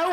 Oh,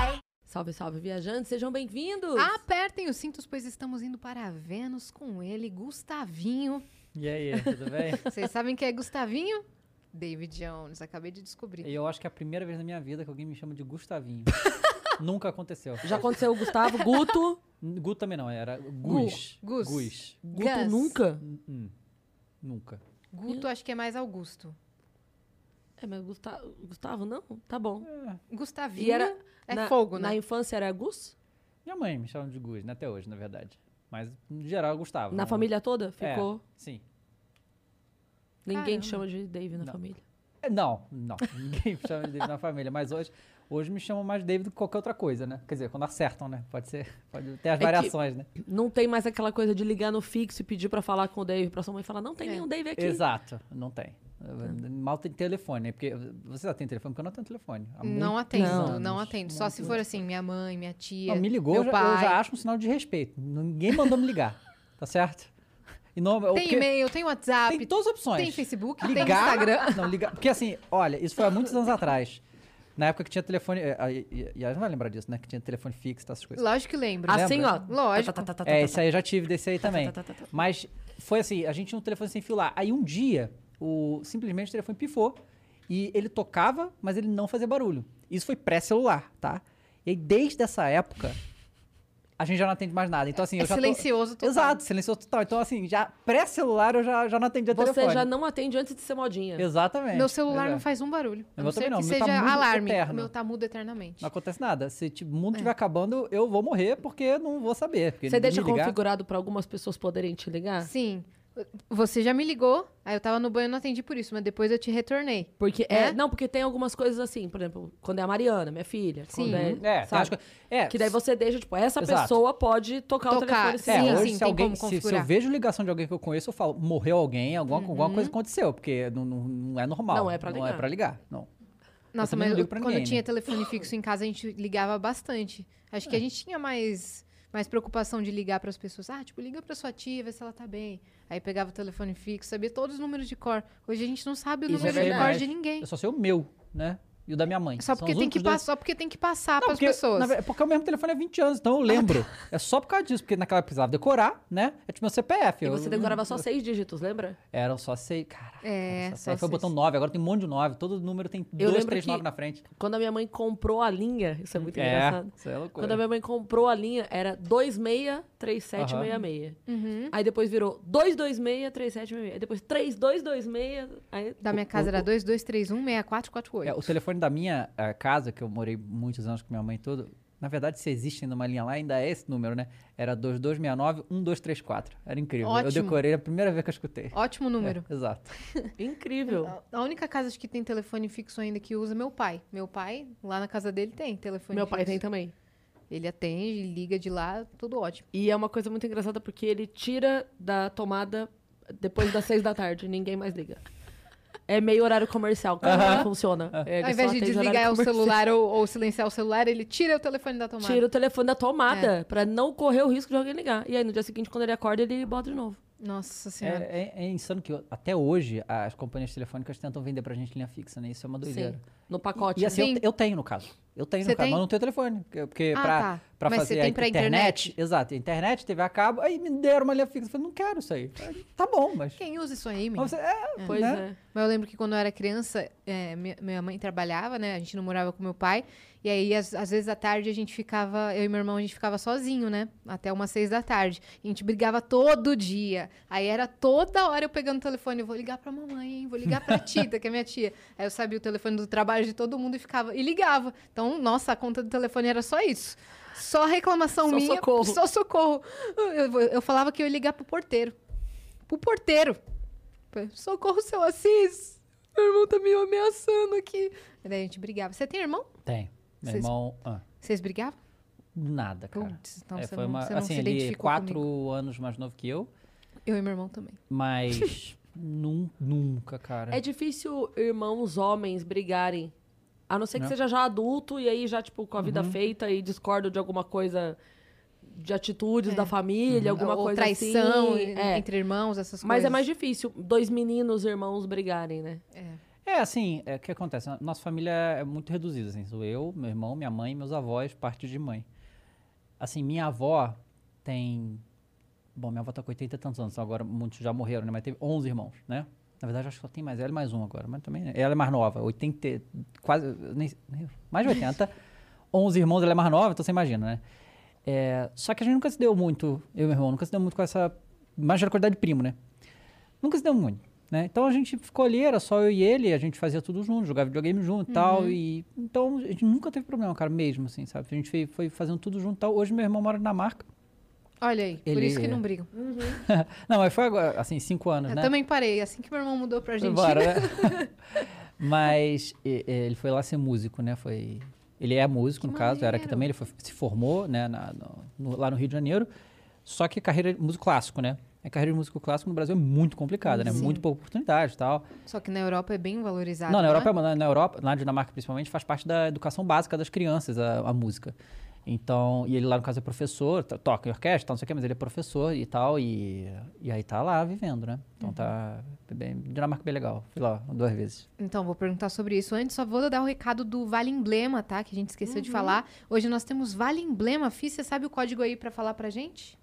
Salve, salve, viajantes, sejam bem-vindos! Ah, Apertem os cintos, pois estamos indo para Vênus com ele, Gustavinho. E aí, tudo bem? Vocês sabem quem é Gustavinho? David Jones, acabei de descobrir. Eu acho que é a primeira vez na minha vida que alguém me chama de Gustavinho. Nunca aconteceu. Já aconteceu o Gustavo, Guto. Gu também não, era Gus. Gus. Gus. Guto Gus. nunca. Hum, Nunca. Guto, acho que é mais Augusto. É, mas Gustavo, Gustavo não? Tá bom. Gustavinho E era. é na- fogo, Na né? infância era Gus? Minha mãe me chama de Gus, né, até hoje, na verdade. Mas, no geral, eu gostava. Na família toda? É, Ficou. sim. Ninguém te chama Caramba. de Dave na Não. família. É, Não, não. Ninguém me chama de David na família. Mas hoje, hoje me chamam mais David do que qualquer outra coisa, né? Quer dizer, quando acertam, né? Pode ser. Pode ter as É que- variações, né? Não tem mais aquela coisa de ligar no fixo e pedir pra falar com o Dave, pra sua mãe falar, não tem É. nenhum Dave aqui. Exato. Não tem. Tá. Mal tem telefone, né? Porque você já tem telefone, porque eu não tenho telefone. Há Não muito atendo, não, anos, atendo. Só se for assim, minha mãe, minha tia. Não, me ligou, eu meu já, pai. eu já acho um sinal de respeito. Ninguém mandou me ligar, tá certo? E não, Tem porque e-mail, tem WhatsApp, é tem todas as opções. tem Facebook, tem ligar, Instagram. Não, ligar. Porque assim, olha, isso foi há muitos anos atrás. Na época que tinha telefone. eh, aí- E e a gente vai lembrar disso, né? Que tinha telefone fixo, essas coisas. Lógico que lembro. Assim, ó. Lembra? Lógico. Tá, tá, tá, tá, É, tá, esse aí eu já tive, desse aí também. tá, tá, tá. Mas foi assim, a gente tinha um telefone sem fio lá. Aí um dia, o, simplesmente o telefone pifou e ele tocava, mas ele não fazia barulho. Isso foi pré-celular, tá? E aí, desde essa época, a gente já não atende mais nada. Então assim, É eu já tô- silencioso total. Exato, silencioso total. Então assim, já pré-celular eu já, já não atendia Você telefone. já não atende antes de ser modinha. Exatamente. Meu celular Pois é. não faz um barulho. A Eu não também ser não, que meu seja tá mudo alarme. eterno. Meu tá mudo eternamente. Não acontece nada. Se tipo, o mundo É. estiver acabando, eu vou morrer porque não vou saber. porque Você ninguém deixa me ligar. configurado pra algumas pessoas poderem te ligar? Sim. Você já me ligou, aí eu tava no banho e não atendi por isso, mas depois eu te retornei. Porque é, É? não, porque tem algumas coisas assim, por exemplo, quando é a Mariana, minha filha, Sim. quando é, Uhum. É, tem sabe? umas coisas- é, que daí você deixa, tipo, essa Exato. pessoa pode tocar, o Tocar, telefone sim, É, sem- hoje sim, se, tem alguém, como se- se configurar. eu vejo ligação de alguém que eu conheço, eu falo, morreu alguém, alguma, alguma coisa aconteceu, porque não, não- não é normal. Uhum. Não é pra Não ligar. é pra ligar, não. Nossa, também mas não eu- ligo pra quando ninguém, né? É. tinha telefone fixo em casa, a gente ligava bastante. Acho que a gente tinha mais, mais preocupação de ligar pras pessoas. Ah, tipo, liga pra sua tia, vê se ela tá bem. Aí pegava o telefone fixo, sabia todos os números de cor. Hoje a gente não sabe o Isso é número de cor verdade. de ninguém. Eu só sei o meu, né? E o da minha mãe. Só São porque, os tem que únicos dois- pa- só porque tem que passar Não, pras porque, pessoas. na verdade, é porque o mesmo telefone é 20 anos, então eu lembro. é só por causa disso, porque naquela época eu precisava decorar, né? É tipo meu CPF. E eu- você decorava só seis dígitos, lembra? Eram só seis, cara. É, era só Aí foi seis. botão 9, agora tem um monte de 9. Todo número tem dois, lembro três, que- nove na frente. Quando a minha mãe comprou a linha, isso é muito É, engraçado. isso é loucura. Quando a minha mãe comprou a linha, era 263766. Uhum. Aí depois virou 226376. Aí depois 3226. Aí... Da minha o- casa era o- 2231-6448. É, o telefone da minha eh, casa, que eu morei muitos anos com minha mãe toda, na verdade, se existe ainda uma linha lá, ainda é esse número, né? Era 2269-1234. Era incrível. Eu Ótimo. decorei a primeira vez que eu escutei. Ótimo número. Tá É, exato. Incrível. A- A única casa acho que tem telefone fixo ainda que usa é meu pai. Meu pai, lá na casa dele, tem telefone Meu pai fixo. tem então. também. Ele atende, liga de lá, tudo ótimo. E é uma coisa muito engraçada porque ele tira da tomada depois das seis da tarde, ninguém mais liga. É meio horário comercial, como não funciona. É, Ao só invés atende de horário desligar o comercial. celular ou, ou silenciar o celular, ele tira o telefone da tomada. Tira o telefone da tomada pra não correr o risco de alguém ligar. E aí no dia seguinte, quando ele acorda, ele bota de novo. Nossa senhora. É, é- é insano que até hoje as companhias telefônicas tentam vender pra gente linha fixa, né? Isso é uma doideira. Sim. No pacote. né? E assim, Sim. eu, te- eu tenho no caso. Eu tenho Você no caso, tem? mas eu não tenho telefone. Porque, porque Ah, pra, tá. pra Mas fazer você a tem pra internet? Exato. Internet, TV a cabo. Aí me deram uma linha fixa. Eu falei, não quero isso aí. Aí, tá bom, mas. Quem usa isso aí, menino? mas você, é, pois né? é. Mas eu lembro que quando eu era criança, é, mi- minha mãe trabalhava, né? A gente não morava com meu pai. E aí, às, às vezes, à tarde, a gente ficava... Eu e meu irmão, a gente ficava sozinho, né? Até umas seis da tarde. A gente brigava todo dia. Aí era toda hora eu pegando o telefone. Eu vou ligar pra mamãe, hein? Vou ligar pra Tita, que é minha tia. Aí eu sabia o telefone do trabalho de todo mundo e ficava... E ligava. Então, nossa, a conta do telefone era só isso. Só reclamação Só minha. socorro. Só socorro. Eu, eu falava que eu ia ligar pro porteiro. Pro porteiro. Tipo, Socorro, seu Assis! Meu irmão tá me ameaçando aqui. Daí a gente brigava. Você tem irmão? Tem. Meu Vocês- irmão. ah, Vocês brigavam? Nada, cara. Putz, então É, você foi não- uma, você não assim, se ele é identificou quatro comigo. anos mais novo que eu, Eu e meu irmão também. mas nun- nunca, cara. É difícil irmãos homens brigarem. A não ser que Né? Uhum. seja já adulto e aí já, tipo, com a vida feita e discordo de alguma coisa, de atitudes da família, alguma Ou coisa traição assim. en- É. entre irmãos, essas Mas coisas. é mais difícil dois meninos irmãos brigarem, né? É, assim, é, o que acontece? A Nossa família é muito reduzida, assim. Sou eu, meu irmão, minha mãe, meus avós, parte de mãe. Assim, minha avó tem... Bom, minha avó tá com 80 e tantos anos, então agora muitos já morreram, né? Mas teve 11 irmãos, né? Na verdade, acho que só tem mais ela e mais um agora, mas também... né? Ela é mais nova, 80... e- Quase... nem- nem- mais de 80. 11 irmãos, ela é mais nova, então você imagina, né? É, só que a gente nunca se deu muito, eu e meu irmão, nunca se deu muito com essa... Mais de qualidade de primo, né? nunca se deu muito, né? Então a gente ficou ali, era só eu e ele, a gente fazia tudo junto, jogava videogame junto e Uhum. tal, e então a gente nunca teve problema, cara, mesmo assim, sabe? A gente foi, foi fazendo tudo junto e tal. Hoje meu irmão mora na marca. Olha aí, por Ele- é. Né? isso que não brigam. Não, mas foi agora, assim, cinco anos, Eu né? também parei. Assim que meu irmão mudou pra Foi Argentina. embora, né? Mas e- e, ele foi lá ser músico, né? Foi ele é músico no caso, era aqui maneiro. também, ele foi- se formou, né, na- no- no- lá no Rio de Janeiro. Só que carreira de músico clássico, né? A carreira de músico clássico no Brasil é muito complicada, né? Muito pouca oportunidade e tal. Só que na Europa é bem valorizado. Não, na é? Europa, na, na Europa, na Dinamarca principalmente, faz parte da educação básica das crianças, a, a música. Então, e ele lá no caso é professor, to- toca em orquestra, tal, não sei o que, mas ele é professor e tal, e, e aí tá lá vivendo, né? Então Uhum. tá bem, Dinamarca é bem legal. Fui lá duas vezes. Então, vou perguntar sobre isso. Antes, só vou dar o recado do Vale Emblema, tá? Que a gente esqueceu Uhum. de falar. Hoje nós temos Vale Emblema. Fih, você sabe o código aí pra falar pra gente?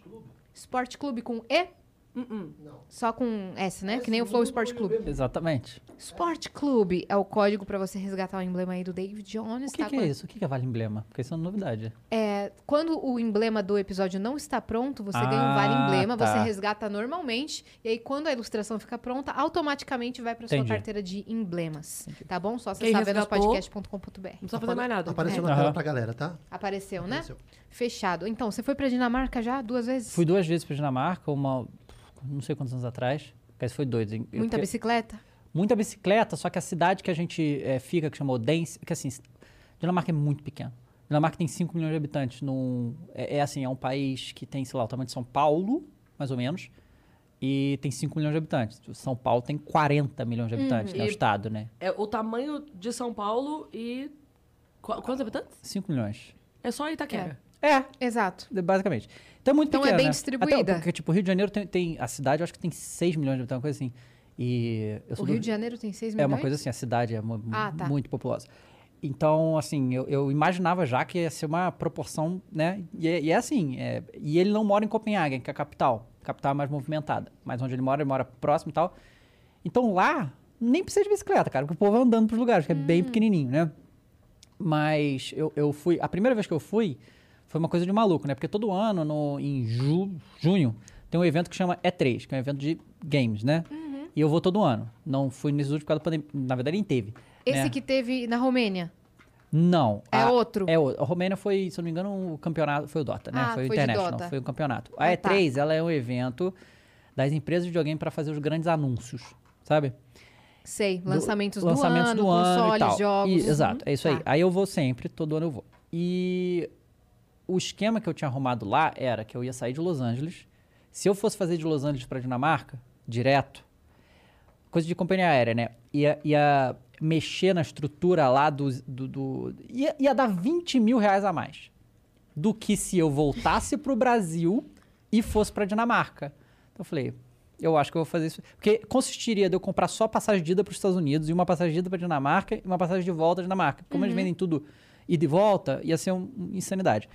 Sport Clube. Sport Clube com E? Uh-uh. Só com S, né? que nem o Flow Sport Clube. Exatamente. Sport Clube é o código pra você resgatar o emblema aí do David Jones. O que, tá? que é isso? O que, que é Vale Emblema? Porque isso é uma novidade. É, quando o emblema do episódio não está pronto, você ganha Ah, um vale emblema, tá. você resgata normalmente, e aí quando a ilustração fica pronta, automaticamente vai para sua Entendi. carteira de emblemas, tá bom? Só Quem acessar resgatou- venuspodcast.com.br. Não precisa fazer mais nada. É. Apareceu na Aham. tela pra galera, tá? Apareceu, né? Apareceu. Fechado. Então, você foi pra Dinamarca já duas vezes? Fui duas vezes pra Dinamarca, uma não sei quantos anos atrás. Mas foi dois. hein? Eu- Muita porque- bicicleta? muita bicicleta, só que a cidade que a gente eh, fica, que chama Odense, que assim, Dinamarca é muito pequena. Dinamarca tem 5 milhões de habitantes. Num, é, é assim, é um país que tem, sei lá, o tamanho de São Paulo, mais ou menos, e tem 5 milhões de habitantes. São Paulo tem 40 milhões de habitantes, né? O Uhum. E- estado, né? É o tamanho de São Paulo e. qu- Quantos habitantes? 5 milhões. É só Itaquera. É, Exato. basicamente. Então é muito Então é pequeno, bem né? distribuída. Até porque, tipo, o Rio de Janeiro tem, tem- A cidade, eu acho que tem 6 milhões de habitantes, uma coisa assim. E eu O sou do Rio de Janeiro tem 6 milhões? É uma coisa assim, a cidade é mu- Ah, tá. muito populosa. Então, assim, eu, eu imaginava já que ia ser uma proporção, né? E, é- e é assim, é- e ele não mora em Copenhague, que é a capital. A capital é mais movimentada. Mas onde ele mora, ele mora próximo e tal. Então lá, nem precisa de bicicleta, cara, porque o povo vai andando pros lugares, que é Hum. bem pequenininho, né? Mas eu, eu fui. A primeira vez que eu fui foi uma coisa de maluco, né? Porque todo ano, no, em ju- junho, tem um evento que chama E3, que é um evento de games, né? Uhum. E eu vou todo ano. Não fui nesses últimos por causa da pandemia. Na verdade, nem teve. Esse né? que teve na Romênia. Não. É outro? É outro. A Romênia foi, se eu não me engano, o campeonato. Foi o Dota, né? Ah, foi o foi de International. Dota. Foi o campeonato. A Ah, tá. E3, ela é um evento das empresas de videogame para fazer os grandes anúncios, sabe? Sei, Do- lançamentos do, lançamentos ano, do ano e consoles, tal. jogos. E- exato, é isso aí. Tá. Aí eu vou sempre, todo ano eu vou. E o esquema que eu tinha arrumado lá era que eu ia sair de Los Angeles. Se eu fosse fazer de Los Angeles para Dinamarca, direto, coisa de companhia aérea, né? Ia, ia mexer na estrutura lá do. do, do- ia, ia dar 20 mil reais a mais do que se eu voltasse pro Brasil e fosse pra Dinamarca. Então eu falei, eu acho que eu vou fazer isso. Porque consistiria de eu comprar só passagem de ida pros Estados Unidos e uma passagem de ida pra Dinamarca e uma passagem de volta à Dinamarca. Como eles vendem tudo ida e volta, ia ser um- uma insanidade.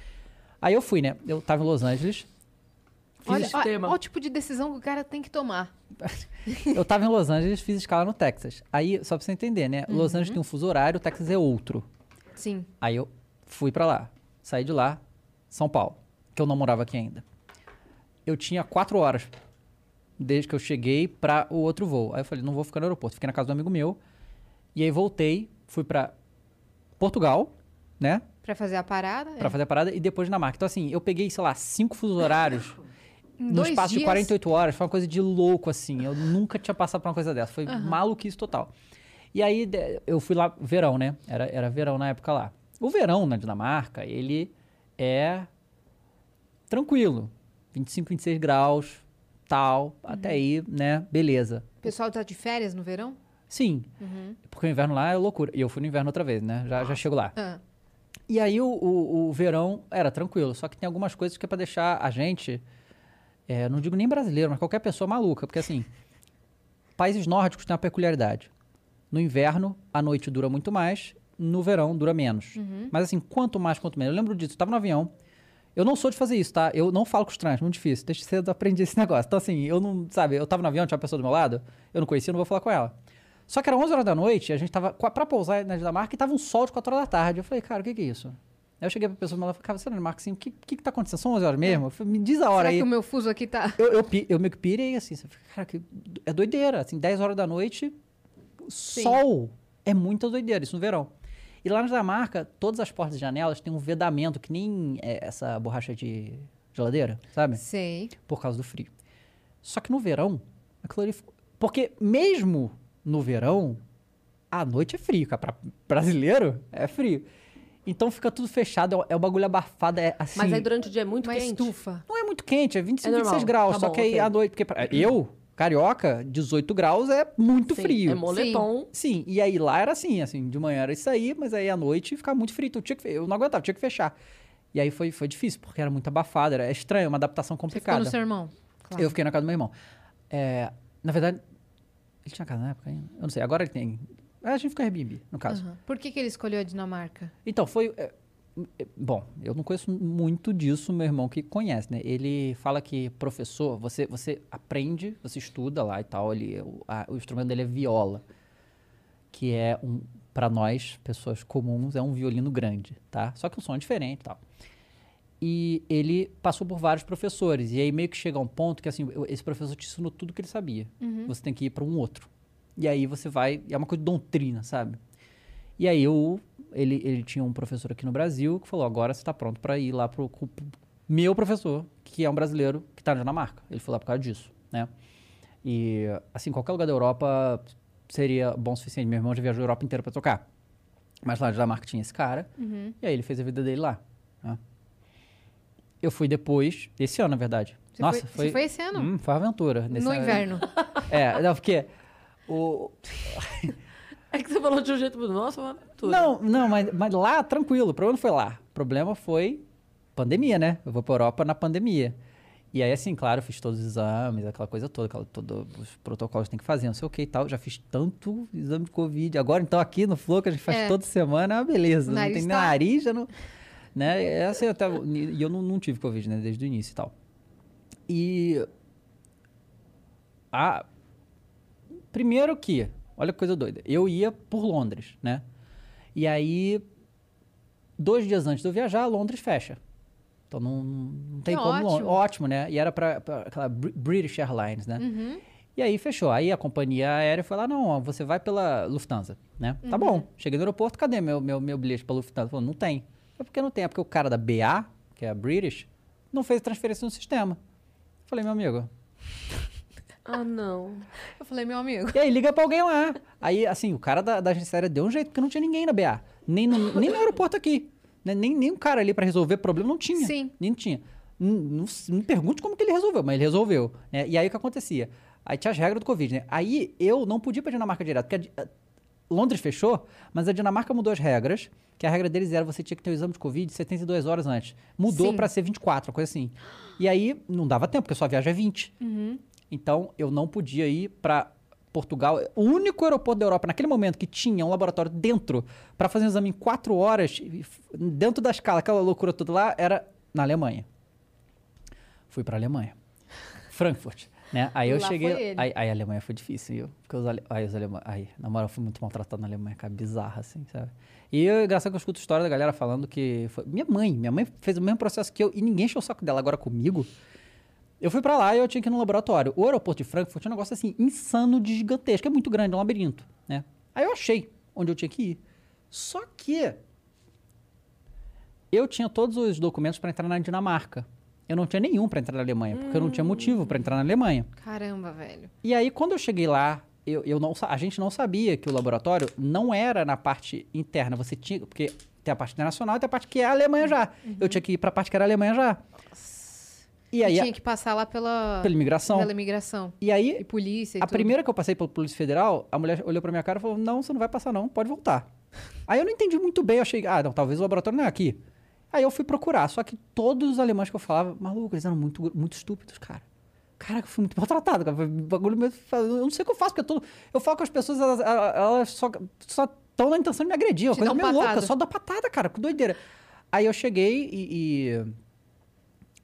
Aí eu fui, né? Eu tava em Los Angeles. Fiz Olha, olha, sistema. olha o tipo de decisão que o cara tem que tomar. Eu tava em Los Angeles, fiz escala no Texas. Aí, só pra você entender, né? Los Angeles tem um fuso horário, o Texas é outro. Sim. Aí eu fui pra lá. Saí de lá, São Paulo, que eu não morava aqui ainda. Eu tinha quatro horas desde que eu cheguei pra o outro voo. Aí eu falei, não vou ficar no aeroporto. Fiquei na casa do amigo meu. E aí voltei, fui pra Portugal, né? Pra fazer a parada. Pra é. fazer a parada e depois Dinamarca. Então assim, eu peguei, sei lá, cinco fusos horários Em no dois espaço de dias? 48 horas, foi uma coisa de louco, assim. Eu nunca tinha passado por uma coisa dessa. Foi maluquice total. E aí, de- eu fui lá, verão, né? Era, era verão na época lá. O verão na Dinamarca, ele é tranquilo. 25, 26 graus, tal, até Uhum. aí, né, beleza. O pessoal tá de férias no verão? Sim, Uhum. porque o inverno lá é loucura. E eu fui no inverno outra vez, né, já, já chego lá. Ah, E aí o, o, o verão era tranquilo, só que tem algumas coisas que é pra deixar a gente, é, não digo nem brasileiro, mas qualquer pessoa maluca, porque assim, países nórdicos têm uma peculiaridade. No inverno, a noite dura muito mais, no verão dura menos. Uhum. Mas assim, quanto mais, quanto menos. Eu lembro disso, eu tava no avião, eu não sou de fazer isso, tá? Eu não falo com estranhos, muito difícil. Desde cedo eu aprendi esse negócio. Então, assim, eu não, sabe, eu tava no avião, tinha uma pessoa do meu lado, eu não conhecia, eu não vou falar com ela. Só que era 11 horas da noite, a gente tava qua- pra pousar na Dinamarca e tava um sol de 4 horas da tarde. Eu falei, cara, o que que é isso? Aí eu cheguei pra pessoa do meu lado e falei, cara, você é na Dinamarca, assim, o que, que que tá acontecendo? São 11 horas mesmo? Eu falei, Me diz a hora será aí. que o meu fuso aqui tá. Eu, eu, pi- eu meio que pirei, assim, você fica, cara, que do- é doideira. Assim, 10 horas da noite, sol é muita doideira, isso no verão. E lá na Dinamarca, todas as portas e janelas têm um vedamento, que nem é, essa borracha de geladeira, sabe? Sei. Por causa do frio. Só que no verão, a clorifico... Porque mesmo no verão, a noite é frio, cara. Pra brasileiro, é frio. Então fica tudo fechado, é o- é o bagulho abafado, é assim... Mas aí durante o dia é muito Uma quente. estufa. Não é muito quente, é 25, É normal, 26 graus. tá só bom, que aí ok. à noite. Porque pra- eu, carioca, 18 graus é muito Sim, frio. É moletom. Sim, e aí lá era assim, assim, de manhã era isso aí, mas aí à noite ficava muito frio. Então, tinha que fe- eu não aguentava, tinha que fechar. E aí foi, foi difícil, porque era muito abafado, era é estranho, uma adaptação Você ficou complicada. no seu irmão? Claro. Eu fiquei na casa do meu irmão. É, na verdade, ele tinha casa na época ainda? Eu não sei, agora ele tem. A gente fica Airbnb, no caso. Aham. Por que, que ele escolheu a Dinamarca? Então, foi. é, é, Bom, eu não conheço muito disso, meu irmão que conhece, né? Ele fala que professor, você, você aprende, você estuda lá e tal. Ele, o, a- o instrumento dele é viola, que é um, para nós, pessoas comuns, é um violino grande, tá? Só que o som é diferente e tal. E ele passou por vários professores. E aí meio que chega a um ponto que, assim, eu- esse professor te ensinou tudo que ele sabia. Você tem que ir para um outro. E aí você vai. É uma coisa de doutrina, sabe? E aí eu, ele, ele tinha um professor aqui no Brasil que falou, agora você tá pronto para ir lá pro, pro meu professor, que é um brasileiro que tá na Dinamarca. Ele foi lá por causa disso, né? E, assim, qualquer lugar da Europa seria bom o suficiente. Meu irmão já viajou a Europa inteira para tocar. Mas lá na Dinamarca tinha esse cara. Uhum. E aí ele fez a vida dele lá. né? Eu fui depois, esse ano, na verdade. Você Nossa, foi- você foi... foi esse ano? Hum, foi uma aventura. nesse- No inverno. É, não, porque... O, É que você falou de um jeito muito. Nossa, uma aventura. Não, não, mas, mas lá, tranquilo. O problema não foi lá. O problema foi pandemia, né? Eu vou pra Europa na pandemia. E aí, assim, claro, eu fiz todos os exames, aquela coisa toda, aquela, todos os protocolos que tem que fazer, não sei o que e tal. Já fiz tanto exame de Covid. Agora, então, aqui no Flow, que a gente faz É. toda semana, é uma beleza. O Não tem nariz nem tá- nariz, já não... Né? É assim, eu tava- e eu não, não tive Covid, né? Desde o início e tal. E... Ah, Primeiro que, olha que coisa doida, eu ia por Londres, né? E aí, dois dias antes de eu viajar, Londres fecha. Então não, não tem É como. Lon- ótimo. Ótimo, né? E era pra, pra aquela Br- British Airlines, né? E aí fechou. Aí a companhia aérea foi lá, não, ó, você vai pela Lufthansa, né? Tá bom. Cheguei no aeroporto, cadê meu, meu, meu bilhete pra Lufthansa? Falou, não tem. É porque não tem, é porque o cara da BA, que é a British, não fez transferência no sistema. Falei, meu amigo, Ah, não. Eu falei, meu amigo. e aí liga pra alguém lá. Aí, assim, o cara da, da agência aérea deu um jeito, porque não tinha ninguém na BA. Nem no, nem no aeroporto aqui. Né? Nem, nem um cara ali pra resolver problema, não tinha. Sim. Nem tinha. Não, não, se- não pergunte como que ele resolveu, mas ele resolveu. né? E aí o que acontecia? Aí tinha as regras do Covid, né? Aí eu não podia ir pra Dinamarca direto, porque a Di- a- Londres fechou, mas a Dinamarca mudou as regras, que a regra deles era você tinha que ter o exame de Covid 72 horas antes. Mudou Sim. pra ser 24, uma coisa assim. E aí não dava tempo, porque a sua viagem é 20. Uhum. Então eu não podia ir pra Portugal. O único aeroporto da Europa naquele momento que tinha um laboratório dentro pra fazer um exame em 4 horas, e f- dentro da escala, aquela loucura toda lá, era na Alemanha. Fui pra Alemanha. Frankfurt. Né? Aí eu Lá cheguei. foi ele. Aí, aí a Alemanha foi difícil, viu? Porque os, ale... aí, os alemães. Aí, na moral, eu fui muito maltratado na Alemanha, cara, bizarra, assim, sabe? E eu, graças a Deus, eu escuto história da galera falando que. Foi... Minha mãe, minha mãe fez o mesmo processo que eu e ninguém encheu o saco dela agora comigo. Eu fui pra lá e eu tinha que ir no laboratório. O aeroporto de Frankfurt é um negócio assim, insano de gigantesco. É muito grande, é um labirinto, né? Aí eu achei onde eu tinha que ir. Só que eu tinha todos os documentos pra entrar na Dinamarca. Eu não tinha nenhum pra entrar na Alemanha, porque eu não tinha motivo pra entrar na Alemanha. Caramba, velho. E aí, quando eu cheguei lá, eu, eu não, sa- a gente não sabia que o laboratório não era na parte interna. Você tinha. Porque Tem a parte internacional e tem a parte que é a Alemanha já. Uhum. Eu tinha que ir pra parte que era a Alemanha já. E aí, Tinha que passar lá pela, pela imigração. pela imigração. E aí, E polícia e a tudo. primeira que eu passei pela Polícia Federal, a mulher olhou pra minha cara e falou: Não, você não vai passar, não, pode voltar. Aí eu não entendi muito bem, eu achei, ah, não, talvez o laboratório não é aqui. Aí eu fui procurar, só que todos os alemães que eu falava, maluco, eles eram muito, muito estúpidos, cara. Caraca, eu fui muito maltratado, cara. Foi um Bagulho mesmo. Eu não sei o que eu faço, porque eu, tô, eu falo com as pessoas, elas, elas só estão na intenção de me agredir. é Uma Te coisa dá um meio louca, patada. só dá patada, cara, que doideira. Aí eu cheguei e- e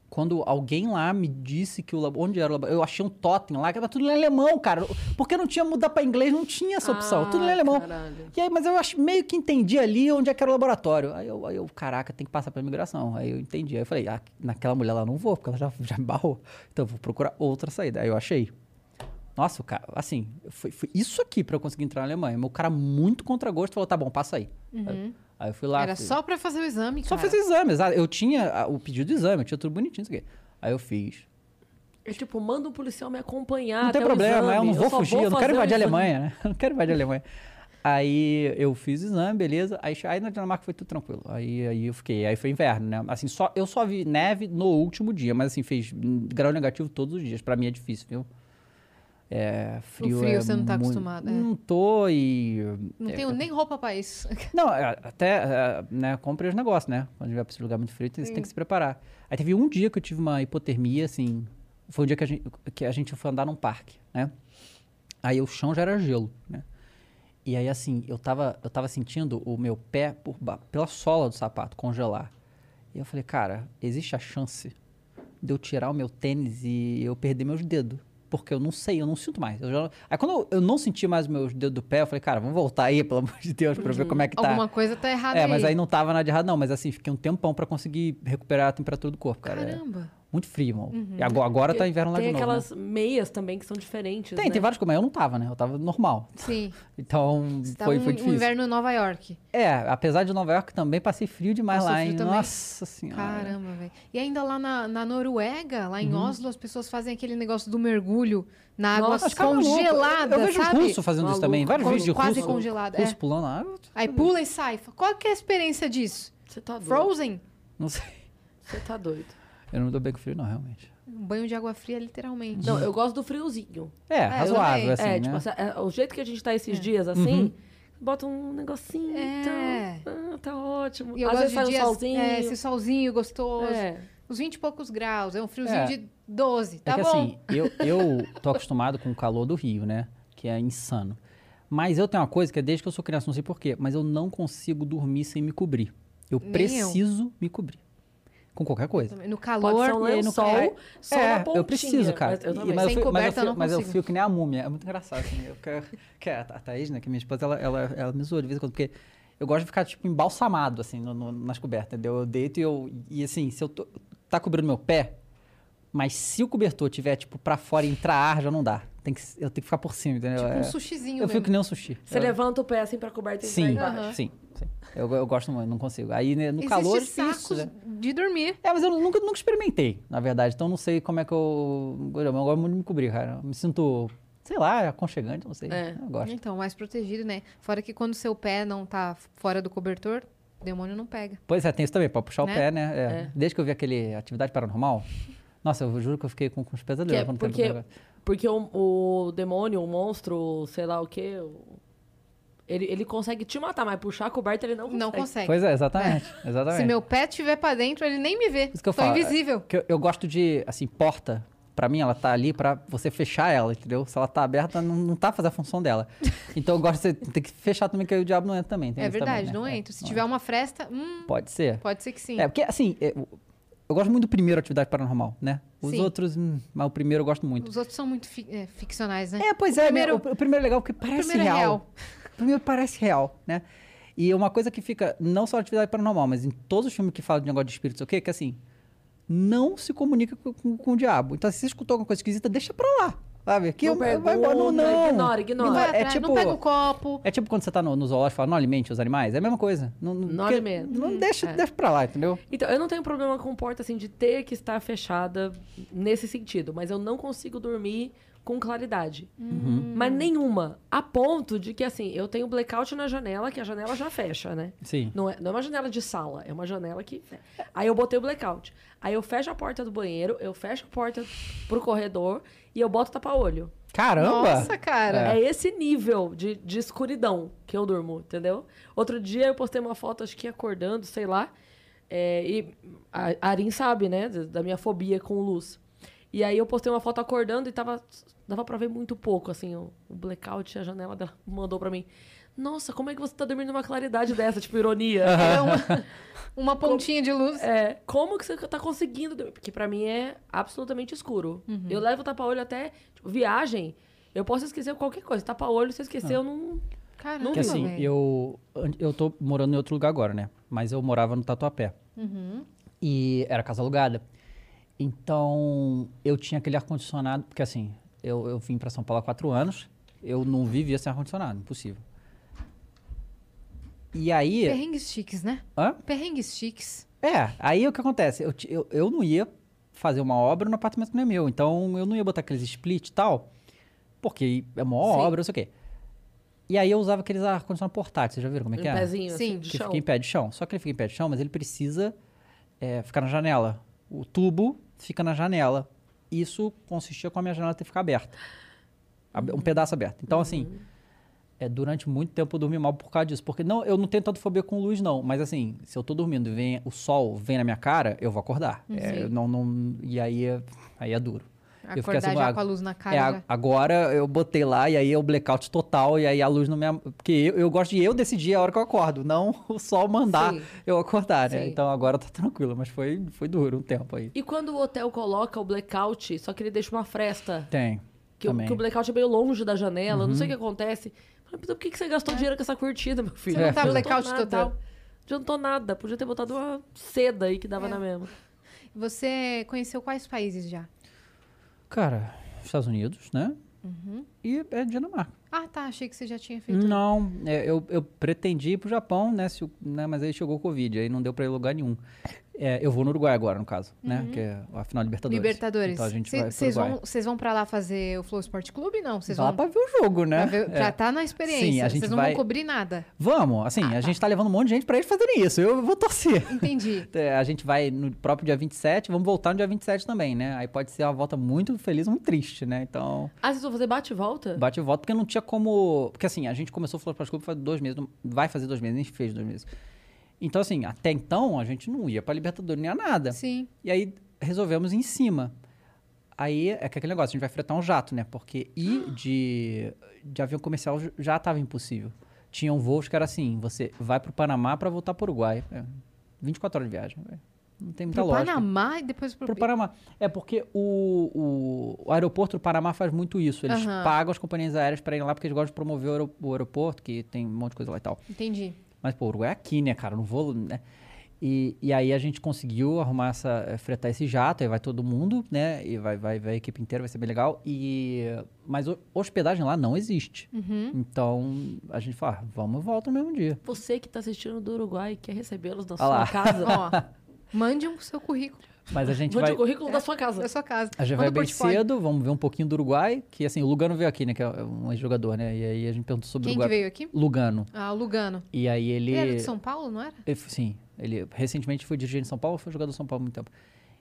quando alguém lá me disse que o labo- onde era o laboratório, eu achei um totem lá que era tudo em alemão, cara. Porque não tinha mudar pra inglês, não tinha essa opção, tudo em Ah, alemão. caralho. E aí, mas eu acho, meio que entendi ali onde é que era o laboratório. Aí eu, aí eu, caraca, tem que passar pela imigração. Aí eu entendi. Aí eu falei, ah, naquela mulher lá eu não vou, porque ela já, já me barrou. Então eu vou procurar outra saída. Aí eu achei. Nossa, o cara, assim, foi, foi isso aqui pra eu conseguir entrar na Alemanha. Meu cara muito contra gosto falou, tá bom, passa aí. Aí, aí eu fui lá. Era fui- só pra fazer o exame, só cara. fiz o exame, exato. Eu tinha ah, o pedido do exame, eu tinha tudo bonitinho, isso aqui. Aí eu fiz. É tipo, manda um policial me Ah, acompanhar. não tem até o problema, exame. eu não vou só fugir, eu não fazer quero o invadir a um exame. Alemanha, né? Eu não quero invadir a Alemanha. Aí eu fiz o exame, beleza. Aí, che- aí na Dinamarca foi tudo tranquilo. Aí, aí eu fiquei, aí foi inverno, né? Assim, só, eu só vi neve no último dia, mas assim, fez hum, grau negativo todos os dias. Pra mim é difícil, viu? É, frio. frio é você não tá muito- acostumado, é. Não tô e. Não tenho nem roupa pra isso. Não, é, até, é, né, compre os negócios, né? Quando vai pra esse lugar muito frio, tem- você tem que se preparar. Aí teve um dia que eu tive uma hipotermia, assim... Foi um dia que a gente, que a gente foi andar num parque, né? Aí o chão já era gelo, né? E aí, assim, eu tava, eu tava sentindo o meu pé por ba- pela sola do sapato congelar. E eu falei, cara, existe a chance de eu tirar o meu tênis e eu perder meus dedos. Porque eu não sei, eu não sinto mais. Eu já- Aí quando eu, eu não senti mais meus dedos do pé, eu falei, cara, vamos voltar aí, pelo amor de Deus, pra ver como é que tá. Alguma coisa tá errada É, mas aí não tava nada de errado, não. Mas assim, fiquei um tempão pra conseguir recuperar a temperatura do corpo, cara. É Caramba. Uhum. muito frio, irmão. E agora, agora tá inverno lá Tem de novo. aquelas meias também que são diferentes. Né? Tem, né? tem vários, mas eu não tava, né? Eu tava normal. Sim. Então, Você tava foi, foi um, um difícil. inverno em Nova York. É, apesar de Nova York também passei frio demais Passou lá, frio hein? também. Nossa senhora. Caramba, velho. E ainda lá na, na Noruega, lá em Uhum. Oslo, as pessoas fazem aquele negócio do mergulho na água Nossa, Cara, maluco, eu- é congelada, um Eu vejo sabe? russo fazendo isso Maluco, também. Vários com- vídeos de russo. quase congelado, Russo é. pulando lá. Aí pula e sai. Qual que é a experiência disso? Você tá doido. Frozen? Não sei. Você tá doido. Eu não me dou bem com frio, não, realmente. Um banho de água fria, literalmente. Não, eu gosto do friozinho. É, eu razoável, também. assim, é, né? Uhum. tipo, essa- é, o jeito que a gente tá esses dias, assim, bota um negocinho. É. Então, ah, tá ótimo. E eu Às vezes gosto de faz um dias- solzinho. É, esse solzinho gostoso. É. Uns 20 e poucos graus. É um friozinho É. de 12. Tá é que bom? assim, eu, eu tô acostumado com o calor do Rio, né? Que é insano. Mas eu tenho uma coisa que é desde que eu sou criança, não sei porquê, mas eu não consigo dormir sem me cobrir. Eu Nem eu. preciso me cobrir. Com qualquer coisa. No calor. Pode ser um e aí no lençol, cara- só é, na pontinha. eu preciso, cara. Mas eu E- também. mas Sem eu fico, mas eu coberta eu não fico- mas eu consigo. fico que nem a múmia. É muito engraçado, assim. Eu fico, que a a Thaís, né, que é minha esposa, ela, ela, ela me zoa de vez em quando, porque eu gosto de ficar, tipo, embalsamado, assim, no- no- nas cobertas, entendeu? Eu deito e eu... E, assim, se eu tô, tá cobrindo meu pé, mas se o cobertor tiver, tipo, pra fora e entrar ar, já não dá. Tem que, eu tenho que ficar por cima, entendeu? Tipo É. um sushizinho eu mesmo. fico que nem um sushi. Você Eu- levanta o pé assim pra coberta e Sim, vai embaixo. Aham. sim, sim. Eu, eu gosto muito, não consigo. Aí, né, no Existe calor, é difícil, sacos né? de dormir. É, mas eu nunca, nunca experimentei, na verdade. Então eu não sei como é que eu. Eu gosto muito de me cobrir, cara. Eu me sinto, sei lá, aconchegante, não sei. É. Eu gosto. Então, mais protegido, né? Fora que quando seu pé não tá fora do cobertor, o demônio não pega. Pois é, tem isso também, pra puxar Né? o pé, né? É. Desde que eu vi aquele Atividade Paranormal, nossa, eu juro que eu fiquei com, com os Que é pesadelos quando porque, teve o negócio. porque o, o demônio, o monstro, sei lá o quê, o- ele, ele consegue te matar, mas puxar a coberta ele não consegue. Não consegue. Pois é, exatamente. Exatamente. Se meu pé estiver pra dentro, ele nem me vê. é. Isso que eu Tô falo. é. invisível. Que eu, eu gosto de, assim, porta. Pra mim, ela tá ali pra você fechar ela, entendeu? Se ela tá aberta, não, não tá fazendo a função dela. Então eu gosto de ter que fechar também, que aí o diabo não entra também. tem É isso também, verdade, né? não É, entra. Se tiver uma fresta, hum, Pode ser. pode ser que sim. É, porque assim, é, o- eu gosto muito do primeiro Atividade Paranormal, né? Os Sim. outros, hum, mas o primeiro eu gosto muito. Os outros são muito fi- é, ficcionais, né? É, pois O é, primeiro- primeiro, o, o primeiro é legal porque parece primeiro é real. real. O primeiro parece real, né? E uma coisa que fica, não só na Atividade Paranormal, mas em todos os filmes que falam de negócio de espíritos, o quê? Que assim, não se comunica com, com- com o diabo. Então, se você escutou alguma coisa esquisita, deixa pra lá. Sabe? Que Não eu- eu- vai pergunta, embora. Não, não. ignora, ignora. Não Ignora. vai É atrás, tipo, não pega o copo. é tipo quando você tá no, no zoológico e fala, não alimente os animais. É a mesma coisa. Não, Não porque- alimenta. Não Hum, deixa, é. deixa pra lá, entendeu? Então, eu não tenho problema com porta, assim, de ter que estar fechada nesse sentido. Mas eu não consigo dormir com claridade. Uhum. Mas nenhuma. A ponto de que, assim, eu tenho blackout na janela, que a janela já fecha, né? Sim. Não é, não é uma janela de sala, é uma janela que. Aí eu botei o blackout. Aí eu fecho a porta do banheiro, eu fecho a porta pro corredor e eu boto tapa-olho. Caramba! Nossa, cara. É esse nível de, de escuridão que eu durmo, entendeu? Outro dia eu postei uma foto, acho que acordando, sei lá. é, e a a Arin sabe, né? da- Da minha fobia com luz. E aí eu postei uma foto acordando e tava. Dava pra ver muito pouco, assim, o, o blackout, a janela dela mandou pra mim. Nossa, como é que você tá dormindo numa claridade dessa? Tipo, ironia. É uma, uma pontinha de luz. É, como que você tá conseguindo? dormir? Porque pra mim é absolutamente escuro. Uhum. Eu levo o tapa-olho até tipo, viagem. Eu posso esquecer qualquer coisa. Tapa-olho, se eu esquecer, Ah. eu não. Caramba, Que assim, velho. eu, eu tô morando em outro lugar agora, né? Mas eu morava no Tatuapé. Uhum. E era casa alugada. Então, eu tinha aquele ar-condicionado, porque assim, eu, eu vim pra São Paulo há quatro anos, eu não vivia sem ar-condicionado, impossível. E aí. Perrengues chiques, né? Hã? Perrengues chiques. É, aí o que acontece? Eu, ti- eu, eu não ia fazer uma obra no apartamento que não é meu, então eu não ia botar aqueles split e tal, porque é uma Sim. obra, não sei o quê. E aí eu usava aqueles ar-condicionado portátil, vocês já viram como é Um que é? pezinho, assim, Sim. de que chão. fica em pé de chão. Só que ele fica em pé de chão, mas ele precisa é, ficar na janela. O tubo fica na janela. Isso consistia com a minha janela ter que ficar aberta. Ab- Um pedaço aberto. Então, Uhum. assim, é, durante muito tempo eu dormi mal por causa disso. Porque não, eu não tenho tanto fobia com luz, não. Mas, assim, se eu tô dormindo e vem, o sol vem na minha cara, eu vou acordar. Uhum. É, eu não, não, e aí é, aí é duro. eu fiquei Acordar assim, já ah, com a luz na é, cara. a- agora eu botei lá e aí é o blackout total e aí a luz não me. am- Porque eu, eu gosto de eu decidir a hora que eu acordo, não o sol mandar Sim. eu acordar, né? Sim. Então agora tá tranquilo, mas foi, foi duro um tempo aí. E quando o hotel coloca o blackout, só que ele deixa uma fresta. Tem. Que, o, também. Uhum. que o blackout é meio longe da janela, não sei o que acontece. Eu falei, "Puta, por que que você gastou dinheiro com essa cortina, meu filho? É. Você É. não tá Adiantou blackout nada. total. Adiantou nada. Podia ter botado uma seda aí que dava É. na mesma. Você conheceu quais países já? Cara, Estados Unidos, né? Uhum. E é Dinamarca. Ah, tá. Achei que você já tinha feito. Não, é, eu, eu pretendi ir pro Japão, né, se o- né, Mas aí chegou o Covid, aí não deu pra ir lugar nenhum. É, eu vou no Uruguai agora, no caso, né? Que é a final Libertadores. Uhum. Libertadores. Então a gente Cê- vai pro Vocês Uruguai. vão, vocês vão pra lá fazer o Flow Sport Clube? Não. Vocês Dá vão pra ver o jogo, né? pra ver- É. pra tá na experiência. Sim, a gente vocês não vai- vão cobrir nada. Vamos, assim, a gente tá levando um monte de gente pra eles fazerem isso. Eu vou torcer. Entendi. É, A gente vai no próprio dia 27, vamos voltar no dia 27 também, né? Aí pode ser uma volta muito feliz, muito triste, né? Então, Ah, vocês vão fazer bate e volta? bate e volta, porque não tinha como. Porque assim, a gente começou o Flores Clube faz dois meses, não- vai fazer dois meses, nem fez dois meses. Então, assim, até então a gente não ia pra Libertadores, nem a nada. Sim. E aí resolvemos ir em cima. Aí é que aquele negócio, a gente vai fretar um jato, né? Porque ir de, de avião comercial j- já tava impossível. Tinham voos que era assim, você vai pro Panamá pra voltar pro Uruguai. É, 24 horas de viagem. é. Não tem muita Pro lógica. Panamá e depois pro... Pro Panamá. É porque o, o, o aeroporto do Panamá faz muito isso. Eles Aham. pagam as companhias aéreas pra ir lá porque eles gostam de promover o, aero- o aeroporto, que tem um monte de coisa lá e tal. Entendi. Mas, pô, Uruguai é aqui, né, cara? Não vou, né? E, e aí a gente conseguiu arrumar essa, eh, fretar esse jato, aí vai todo mundo, né? E vai, vai, vai a equipe inteira, vai ser bem legal. E, mas ho- hospedagem lá não existe. Uhum. Então a gente fala, ah, vamos e volta no mesmo dia. Você que tá assistindo do Uruguai e quer recebê-los na lá. sua casa. Ó, mande um seu currículo Mas a gente Mande vai. o currículo da sua casa. da sua casa. A gente Manda vai o bem portfólio. cedo, vamos ver um pouquinho do Uruguai, que assim, o Lugano veio aqui, né? Que é um ex-jogador, né? E aí a gente perguntou sobre o Quem que Uruguai. veio aqui? Lugano. Ah, o Lugano. E aí ele. Ele era de São Paulo, não era? Ele f- sim, ele recentemente foi dirigente de São Paulo, foi jogador de São Paulo há muito tempo.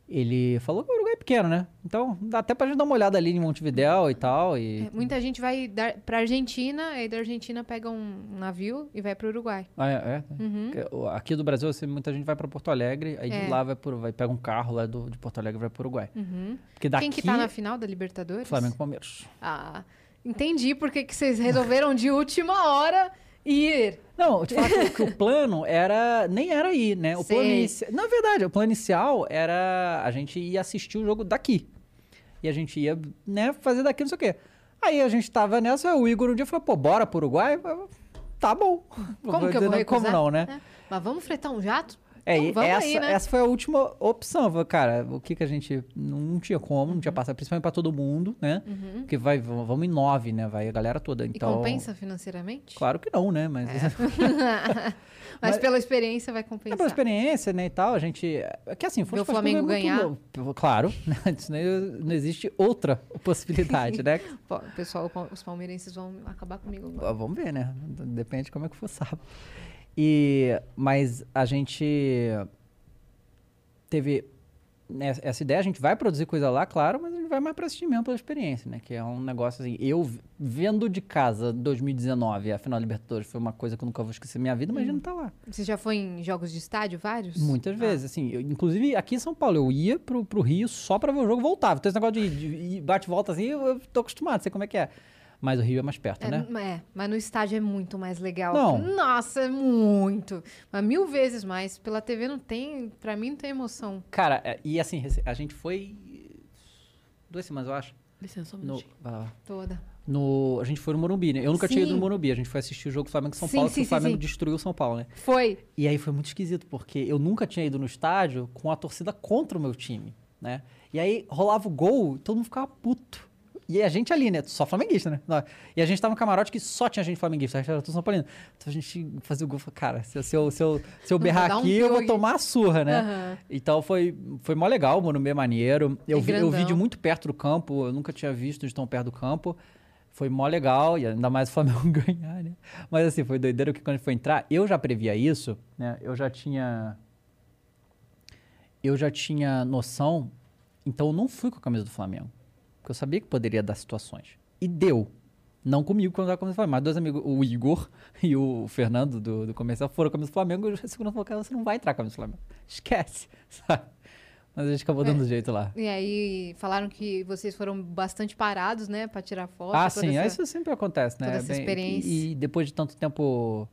Ele falou que o Uruguai é pequeno, né? Então, dá até pra gente dar uma olhada ali em Montevidéu e tal. E... É, muita gente vai dar pra Argentina, aí da Argentina pega um navio e vai pro Uruguai. Ah, é, é? Que- o- Aqui do Brasil, assim, muita gente vai pra Porto Alegre, aí Uhum. É. de lá vai, pro, vai pega um carro lá do, de Porto Alegre e vai pro Uruguai. Porque daqui, Quem que tá na final da Libertadores? Flamengo e Palmeiras. Ah, entendi porque que vocês resolveram de última hora ir. Não, eu te falo que, o- é que o plano era. Nem era ir, né? O Sei. plano inici- Na verdade, o plano inicial era a gente ia assistir o jogo daqui. E a gente ia, né, fazer daqui, não sei o quê. Aí a gente tava nessa, o Igor um dia falou, pô, bora pro Uruguai? Eu, tá bom. Como que eu dizer vou não, recusar? Como não, né? É, Mas vamos fretar um jato? É, Então, e vamos essa, aí, né? essa foi a última opção. Falei, Cara, o que que a gente não tinha como, Uhum. não tinha passado, principalmente pra todo mundo, né? Porque vai, v- vamos em nove, né? Vai a galera toda. E Então, compensa É. financeiramente? Claro que não, né? Mas Mas, Mas- pela experiência vai compensar. É pela experiência, né, e tal, a gente... é Que assim, Ver o futebol Flamengo ganhar. Claro, né, isso não, não existe outra possibilidade, né? Pô, Pessoal, os palmeirenses vão acabar comigo agora. Ah, Vamos ver, né? Depende de como é que for sábado. E, mas a gente teve né, essa ideia, a gente vai produzir coisa lá, claro, mas a gente vai mais pra assistir mesmo pela experiência, né? Que é um negócio assim, eu v- vendo de casa 2019, a final da Libertadores foi uma coisa que eu nunca vou esquecer na minha vida, Hum. imagina estar lá. Você já foi em jogos de estádio, vários? Muitas Ah, vezes, assim, eu- inclusive aqui em São Paulo, eu ia pro, pro Rio só pra ver o jogo e voltava. Então esse negócio de, de- de bate e volta assim, eu, eu tô acostumado, sei como é que é. Mas o Rio é mais perto, É, né? n- é, mas no estádio é muito mais legal. Não. Nossa, é muito. Mas mil vezes mais. Pela TV não tem, pra mim não tem emoção. Cara, é, e assim, rece- a gente foi. Duas semanas, eu acho. Licença, só um No, minutinho. vai lá. Toda. no, a gente foi no Morumbi, né? Eu nunca tinha ido no Sim. Morumbi. A gente foi assistir o jogo Flamengo e São Sim, Paulo, sim, que o sim, Flamengo sim. destruiu o São Paulo, né? Foi. E aí foi muito esquisito, porque eu nunca tinha ido no estádio com a torcida contra o meu time, né? E aí rolava o gol, todo mundo ficava puto. E a gente ali, né? Só flamenguista, né? Nó- E a gente tava no camarote que só tinha gente flamenguista, a gente era tudo São Paulino. Então a gente fazia o gol e falava, cara, se eu, se eu, se eu, se eu Não, berrar dá um aqui, eu vou pio aqui. tomar a surra, né? Aham. Então foi, foi mó legal, o Morumbi é maneiro. Eu É vi, eu vi de grandão. muito perto do campo, eu nunca tinha visto de tão perto do campo. Foi mó legal, e ainda mais o Flamengo ganhar, né? Mas assim, foi doideira que quando a gente foi entrar, eu já previa isso, né? Eu já tinha. Eu já tinha noção, então eu não fui com a camisa do Flamengo. Porque eu sabia que poderia dar situações. E deu. Não comigo, quando eu tava com a camisa do Flamengo, mas dois amigos, o Igor e o Fernando do, do comercial, foram com a camisa do Flamengo. E o segundo falou: cara, você não vai entrar com a camisa do Flamengo. Esquece, sabe? Mas a gente acabou É. dando jeito lá. E aí falaram que vocês foram bastante parados, né? Pra tirar foto. ah, toda sim, essa- isso sempre acontece, né? toda essa Bem- experiência. E, e depois de tanto tempo.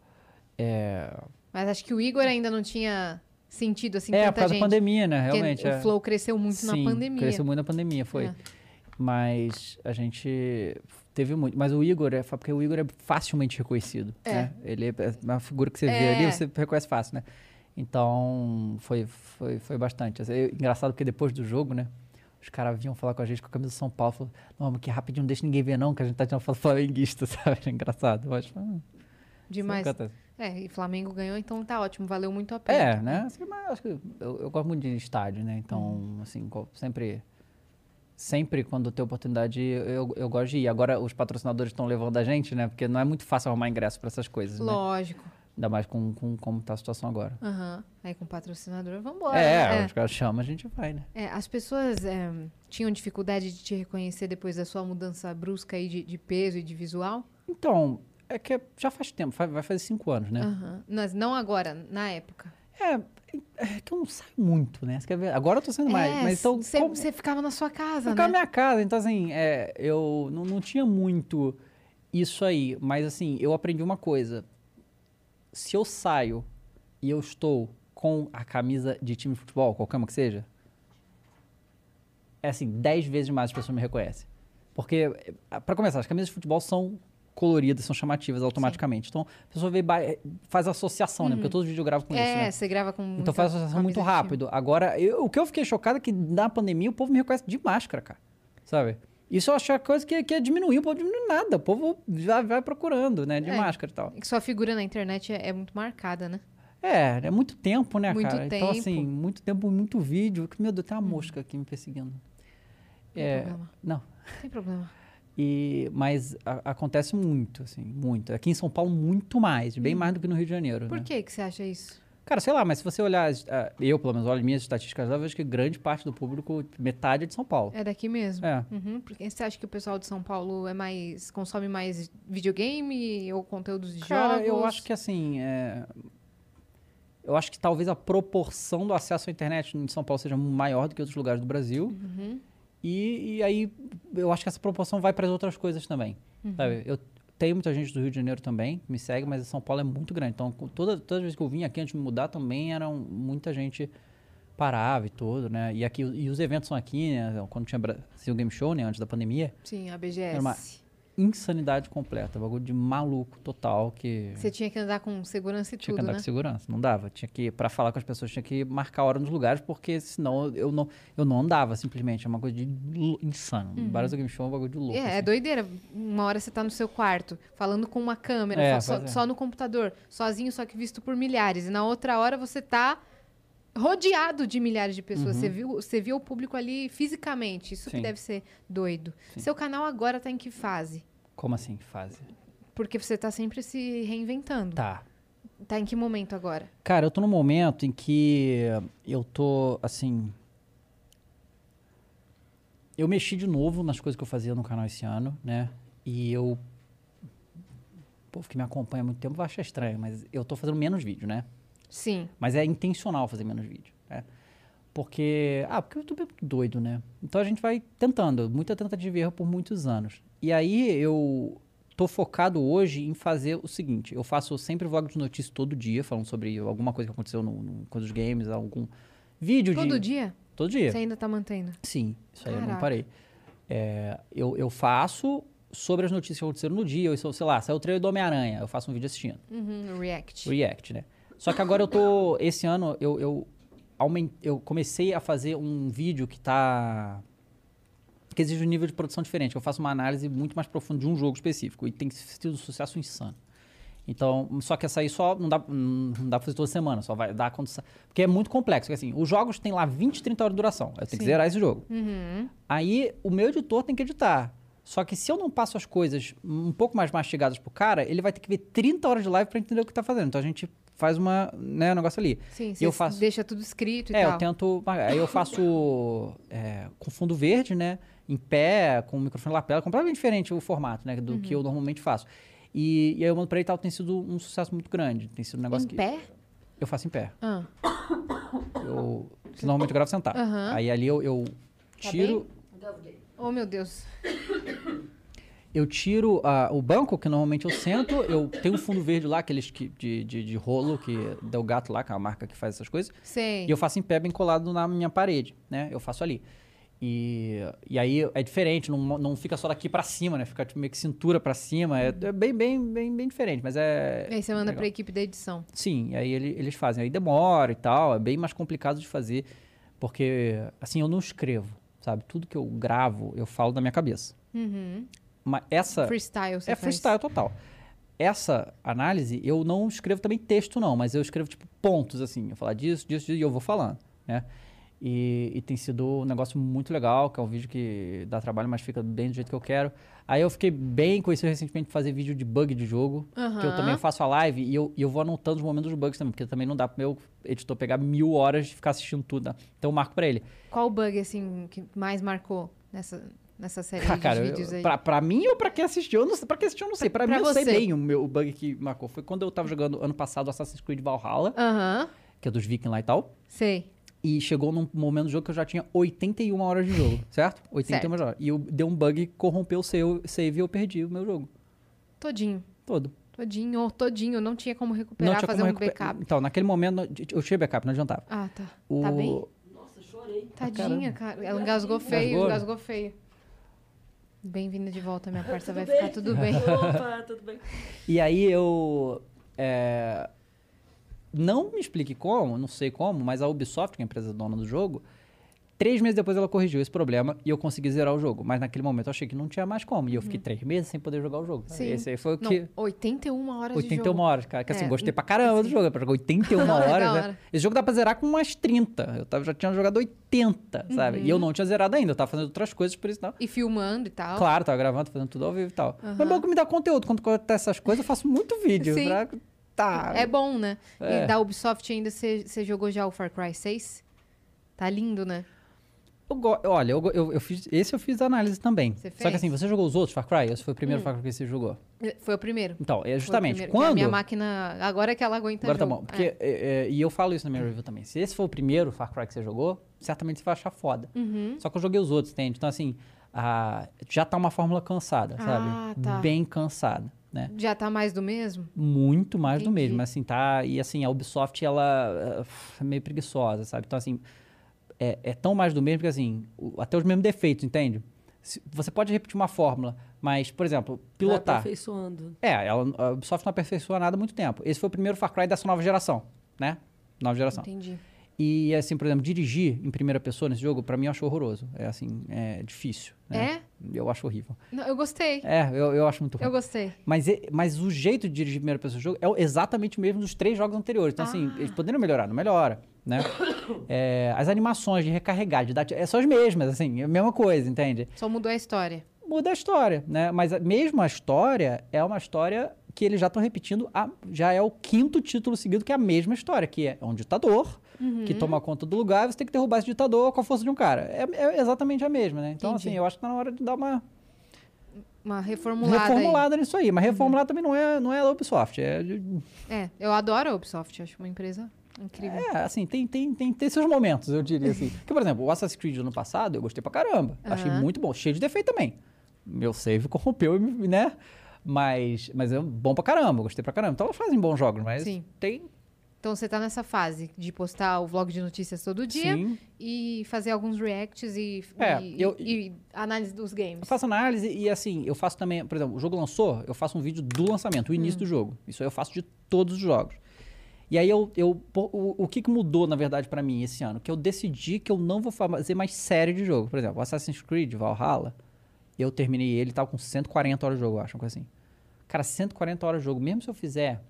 É, Mas acho que o Igor ainda não tinha sentido assim é tanta por causa gente. da pandemia, né? Porque Realmente. o é. flow cresceu muito Sim, na pandemia. Cresceu muito na pandemia, foi. É. Mas a gente teve muito. Mas o Igor, é, fa- porque o Igor é facilmente reconhecido. É. Né? Ele é uma figura que você É. vê ali, você reconhece fácil, né? Então, foi, foi, foi bastante. Assim, eu- engraçado porque depois do jogo, né? Os caras vinham falar com a gente com a camisa do São Paulo. Falou, não, mas que rapidinho, não deixa ninguém ver, não, que a gente tá tirando foto flamenguista, sabe? Era engraçado. Mas, hum, isso Demais. acontece. É, e Flamengo ganhou, então tá ótimo, valeu muito a pena. É, né? Assim, mas acho que eu, eu gosto muito de estádio, né? Então, assim, co- sempre. Sempre quando tem oportunidade, eu, eu gosto de ir. Agora os patrocinadores estão levando a gente, né? Porque não é muito fácil arrumar ingresso pra essas coisas, né? Lógico. Ainda mais com, com como tá a situação agora. Aham. Aí com patrocinador, vambora. é, né? os caras chamam, a gente vai, né? É, as pessoas é, tinham dificuldade de te reconhecer depois da sua mudança brusca aí de, de peso e de visual? Então, é que já faz tempo, fa- vai fazer cinco anos, né? Aham. Mas não agora, na época. É, é que eu não saio muito, né? Você quer ver? Agora eu tô É, saindo mais. Mas então, Você como- ficava na sua casa, Ficava né? na minha casa, então assim, é, eu não, não tinha muito isso aí, mas assim, eu aprendi uma coisa. Se eu saio e eu estou com a camisa de time de futebol, qualquer uma que seja, é assim, 10 vezes mais as pessoas me reconhecem. Porque, eh, pra começar, as camisas de futebol são coloridas, são chamativas automaticamente. Então, a pessoa vê, ba- eh, faz associação, né? Porque todos os vídeos eu gravo com isso, é, né? você grava com muita Então faz a associação muito camisa de time. rápido. Agora, eu- o que eu fiquei chocado é que na pandemia o povo me reconhece de máscara, cara. Sabe? Isso eu achei a coisa que, que ia diminuir, o povo diminuiu nada. O povo já vai procurando, né? De É. máscara e tal. E que sua figura na internet é, é muito marcada, né? É, é muito tempo, né, Muito cara? Então, tempo. Hum. assim, muito tempo, muito vídeo. Que, Meu Deus, tem uma mosca aqui me perseguindo. Não É, tem problema. não. Não tem problema. E, mas a- acontece muito, assim, muito. Aqui em São Paulo, muito mais, bem mais do que no Rio de Janeiro. Hum. Por né? que, que você acha isso? Cara, sei lá, mas se você olhar, as- ah, eu pelo menos olho minhas estatísticas, eu vejo que grande parte do público, metade é de São Paulo. É daqui mesmo. É. Uhum, porque você acha que o pessoal de São Paulo é mais. consome mais videogame ou conteúdos de Cara, jogos? eu acho que assim. é, Eu acho que talvez a proporção do acesso à internet em São Paulo seja maior do que outros lugares do Brasil. Uhum. E, e aí eu acho que essa proporção vai para as outras coisas também. Uhum. Sabe? Eu tenho muita gente do Rio de Janeiro também que me segue, mas São Paulo é muito grande. Então, com- toda, todas as vezes que eu vim aqui antes de me mudar também eram muita gente parava e tudo, né? E aqui assim, e os eventos são aqui, né? Quando tinha Brasil Game Show, né? Antes da pandemia, Sim, a BGS. Era uma- insanidade completa, bagulho de maluco total que Você tinha que andar com segurança e tinha tudo, que andar né? com segurança, não dava, tinha que para falar com as pessoas tinha que marcar a hora nos lugares porque senão eu não eu não andava simplesmente, é uma coisa de lu- insano. Uhum. Barulho Game Show é um bagulho de louco. É, é assim. doideira. Uma hora você tá no seu quarto, falando com uma câmera, É, fa- só, pois é. só no computador, sozinho, só que visto por milhares. E na outra hora você tá rodeado de milhares de pessoas. Você, viu, você viu o público ali fisicamente. Isso que Uhum. Sim. deve ser doido. Seu canal agora tá em que fase? Como assim, fase? Porque você tá sempre se reinventando. Tá. Tá em que momento agora? Cara, eu tô num momento em que eu tô, assim. Eu mexi de novo nas coisas que eu fazia no canal esse ano, né? E eu. O povo que me acompanha há muito tempo vai achar estranho, mas eu tô fazendo menos vídeo, né? Sim. Mas é intencional fazer menos vídeo, né? Porque. Ah, porque o YouTube é muito doido, né? Então a gente vai tentando, muita tentativa e erro por muitos anos. E aí eu tô focado hoje em fazer o seguinte: eu faço sempre vlog de notícias todo dia, falando sobre alguma coisa que aconteceu no, no coisa dos games, algum vídeo de. Todo dia? Todo dia. Você ainda tá mantendo? Sim, isso aí eu não Caraca. parei. É, eu, eu faço sobre as notícias que aconteceram no dia, eu sou, sei lá, saiu o trailer do Homem-Aranha, eu faço um vídeo assistindo. Uhum, react. React, né? Só que agora eu tô. Esse ano eu, eu, aumen- eu comecei a fazer um vídeo que tá. que exige um nível de produção diferente. que Eu faço uma análise muito mais profunda de um jogo específico. E tem sido um sucesso insano. Então, só que essa aí só não dá, não dá pra fazer toda semana, só vai dar quando. sa- Porque é muito complexo. Porque assim, os jogos têm lá 20, 30 horas de duração. Eu tenho que Sim. zerar esse jogo. Uhum. Aí o meu editor tem que editar. Só que se eu não passo as coisas um pouco mais mastigadas pro cara, ele vai ter que ver 30 horas de live pra entender o que tá fazendo. Então a gente faz uma, né, um negócio ali. Sim, E você eu faço- deixa tudo escrito e É, tal. eu tento. Aí eu faço é, com fundo verde, né? Em pé, com um microfone lapela, completamente diferente o formato, né? Do Uhum. que eu normalmente faço. E, e aí eu mando pra ele e tal, tem sido um sucesso muito grande. Tem sido um negócio Em que. pé? Eu faço em pé. Ah, Eu, normalmente eu gravo sentado. Aham. Aí ali eu, eu Tá tiro. bem? Oh, meu Deus. Eu tiro ah, o banco, que normalmente eu sento, eu tenho um fundo verde lá, aqueles que, de, de, de rolo que deu gato lá, que é uma marca que faz essas coisas. Sei. E eu faço em pé bem colado na minha parede, né? Eu faço ali. E, e aí é diferente, não, não fica só daqui pra cima, né? Fica tipo, meio que cintura pra cima. É, é bem, bem, bem, bem diferente, mas é. Aí você manda legal. pra equipe da edição. Sim, e aí ele- eles fazem. Aí demora e tal, é bem mais complicado de fazer, porque assim, eu não escrevo, sabe? Tudo que eu gravo, eu falo da minha cabeça. Uhum. Mas essa. Freestyle, você É faz. freestyle total. Essa análise, eu não escrevo também texto, não, mas eu escrevo, tipo, pontos, assim. Eu falar disso, disso, disso, e eu vou falando, né? E, e tem sido um negócio muito legal, que é um vídeo que dá trabalho, mas fica bem do jeito que eu quero. Aí eu fiquei bem conhecido recentemente de fazer vídeo de bug de jogo, que eu Aham. também faço a live e eu, e eu vou anotando os momentos dos bugs também, porque também não dá pro meu editor pegar mil horas de ficar assistindo tudo, né? Então eu marco pra ele. Qual o bug, assim, que mais marcou nessa, nessa série Ah, de cara, vídeos eu- aí? pra, pra mim ou pra quem assistiu? Eu não sei, pra quem assistiu eu não sei. Pra, pra mim eu sei você. bem o meu o bug que marcou. Foi quando eu tava jogando ano passado Assassin's Creed Valhalla, Aham. que é dos vikings lá e tal. Sei. E chegou num momento do jogo que eu já tinha 81 horas de jogo, certo? 81 horas. E eu deu um bug, corrompeu o seu- save e eu perdi o meu jogo Todinho. todo. Todinho, ou todinho. Não tinha como recuperar, fazer um recuper- backup. Então, naquele momento, não- eu tirei backup, não adiantava. Ah, tá. O... Ah, Tá bem? Nossa, chorei. Tadinha, cara. Ela engasgou feio, Engasgou? engasgou feio. Bem-vinda de volta, minha parça. Vai bem? ficar tudo bem. Opa, tudo bem. E aí eu. é, não me explique como, não sei como, mas a Ubisoft, que é a empresa dona do jogo, três meses depois ela corrigiu esse problema e eu consegui zerar o jogo. Mas naquele momento eu achei que não tinha mais como. E eu fiquei três meses sem poder jogar o jogo. Uhum. Sim. Esse aí foi o Não, que. 81 horas de 81 jogo. horas, cara. Que assim, É, gostei pra caramba do jogo. Eu joguei 81 Da hora, horas, da né? hora. Esse jogo dá pra zerar com umas 30. Eu tava, já tinha jogado 80, sabe? E eu Uhum. não tinha zerado ainda. Eu tava fazendo outras coisas, por isso não. E filmando e tal. Claro, tava gravando, fazendo tudo ao vivo e tal. Aham. Mas bom que me dá conteúdo. Quando acontece essas coisas, eu faço muito vídeo. Sim. pra- Tá. É bom, né? É. E da Ubisoft ainda, você você jogou já o Far Cry 6? Tá lindo, né? Eu go- Olha, eu, go- eu, eu fiz... esse eu fiz análise também. Você Só que fez? assim, você jogou os outros Far Cry? Esse foi o primeiro Far Cry que você jogou. Foi o primeiro. Então, é justamente. Foi o primeiro, que quando. A minha máquina, agora é que ela aguenta Agora tá jogo. bom. Porque, é, é, e eu falo isso na minha review também. Se esse for o primeiro Far Cry que você jogou, certamente você vai achar foda. Uhum. Só que eu joguei os outros, entende? Então, assim, ah, já tá uma fórmula cansada, Ah, sabe? tá. Bem cansada, né? É. Já tá mais do mesmo? muito mais do Entendi. mesmo, assim, tá? E assim, a Ubisoft, ela eh, f- é meio preguiçosa, sabe? Então, assim, é, é tão mais do mesmo que, assim, o- até os mesmos defeitos, entende? se- Você pode repetir uma fórmula, mas, por exemplo, Vai Ah, pilotar. Aperfeiçoando. É, ela, a Ubisoft não aperfeiçoa nada há muito tempo. Esse foi o primeiro Far Cry dessa nova geração, né? Nova geração. Entendi. E, assim, por exemplo, dirigir em primeira pessoa nesse jogo, pra mim, eu acho horroroso. É, assim, é difícil. né? Eu acho horrível. Não, eu gostei. É, eu, eu acho muito ruim. Eu gostei. Mas, e- mas o jeito de dirigir primeira pessoa do jogo é o- exatamente o mesmo dos três jogos anteriores. Então, assim, Ah. eles poderiam melhorar, não melhora, né? É, as animações de recarregar, de dar... ti- É, são as mesmas, assim, é a mesma coisa, entende? Só mudou a história. Muda a história, né? Mas a, mesmo a história é uma história que eles já estão repetindo, há- já é o quinto título seguido que é a mesma história, que é um ditador Uhum. que toma conta do lugar e você tem que derrubar esse ditador com a força de um cara. É, é exatamente a mesma, né? Então, Entendi. assim, eu acho que tá na hora de dar uma Uma reformulada. aí. Uhum. reformulada nisso aí. Mas reformulada também não é, não é da Ubisoft, é de- É, eu adoro a Ubisoft, acho uma empresa incrível. É, assim, tem, tem, tem, tem seus momentos, eu diria assim. Porque, por exemplo, o Assassin's Creed do ano passado eu gostei pra caramba. Achei Aham. muito bom. Cheio de defeito também. Meu save corrompeu, e me- né? Mas, mas é bom pra caramba, eu gostei pra caramba. Então elas fazem bons jogos, mas Sim. tem. Então você tá nessa fase de postar o vlog de notícias todo dia Sim. e fazer alguns reacts e, É, e- eu- e- e análise dos Eu games. faço análise e assim, eu faço também, por exemplo, o jogo lançou, eu faço um vídeo do lançamento, o início do jogo. Isso eu faço de todos os jogos. E aí eu, eu pô, o, o que que mudou na verdade pra mim esse ano? Que eu decidi que eu não vou fa- fazer mais série de jogo. Por exemplo, Assassin's Creed Valhalla, eu terminei ele tava com 140 horas de jogo, eu acho, uma coisa assim. Cara, 140 horas de jogo, mesmo se eu fizer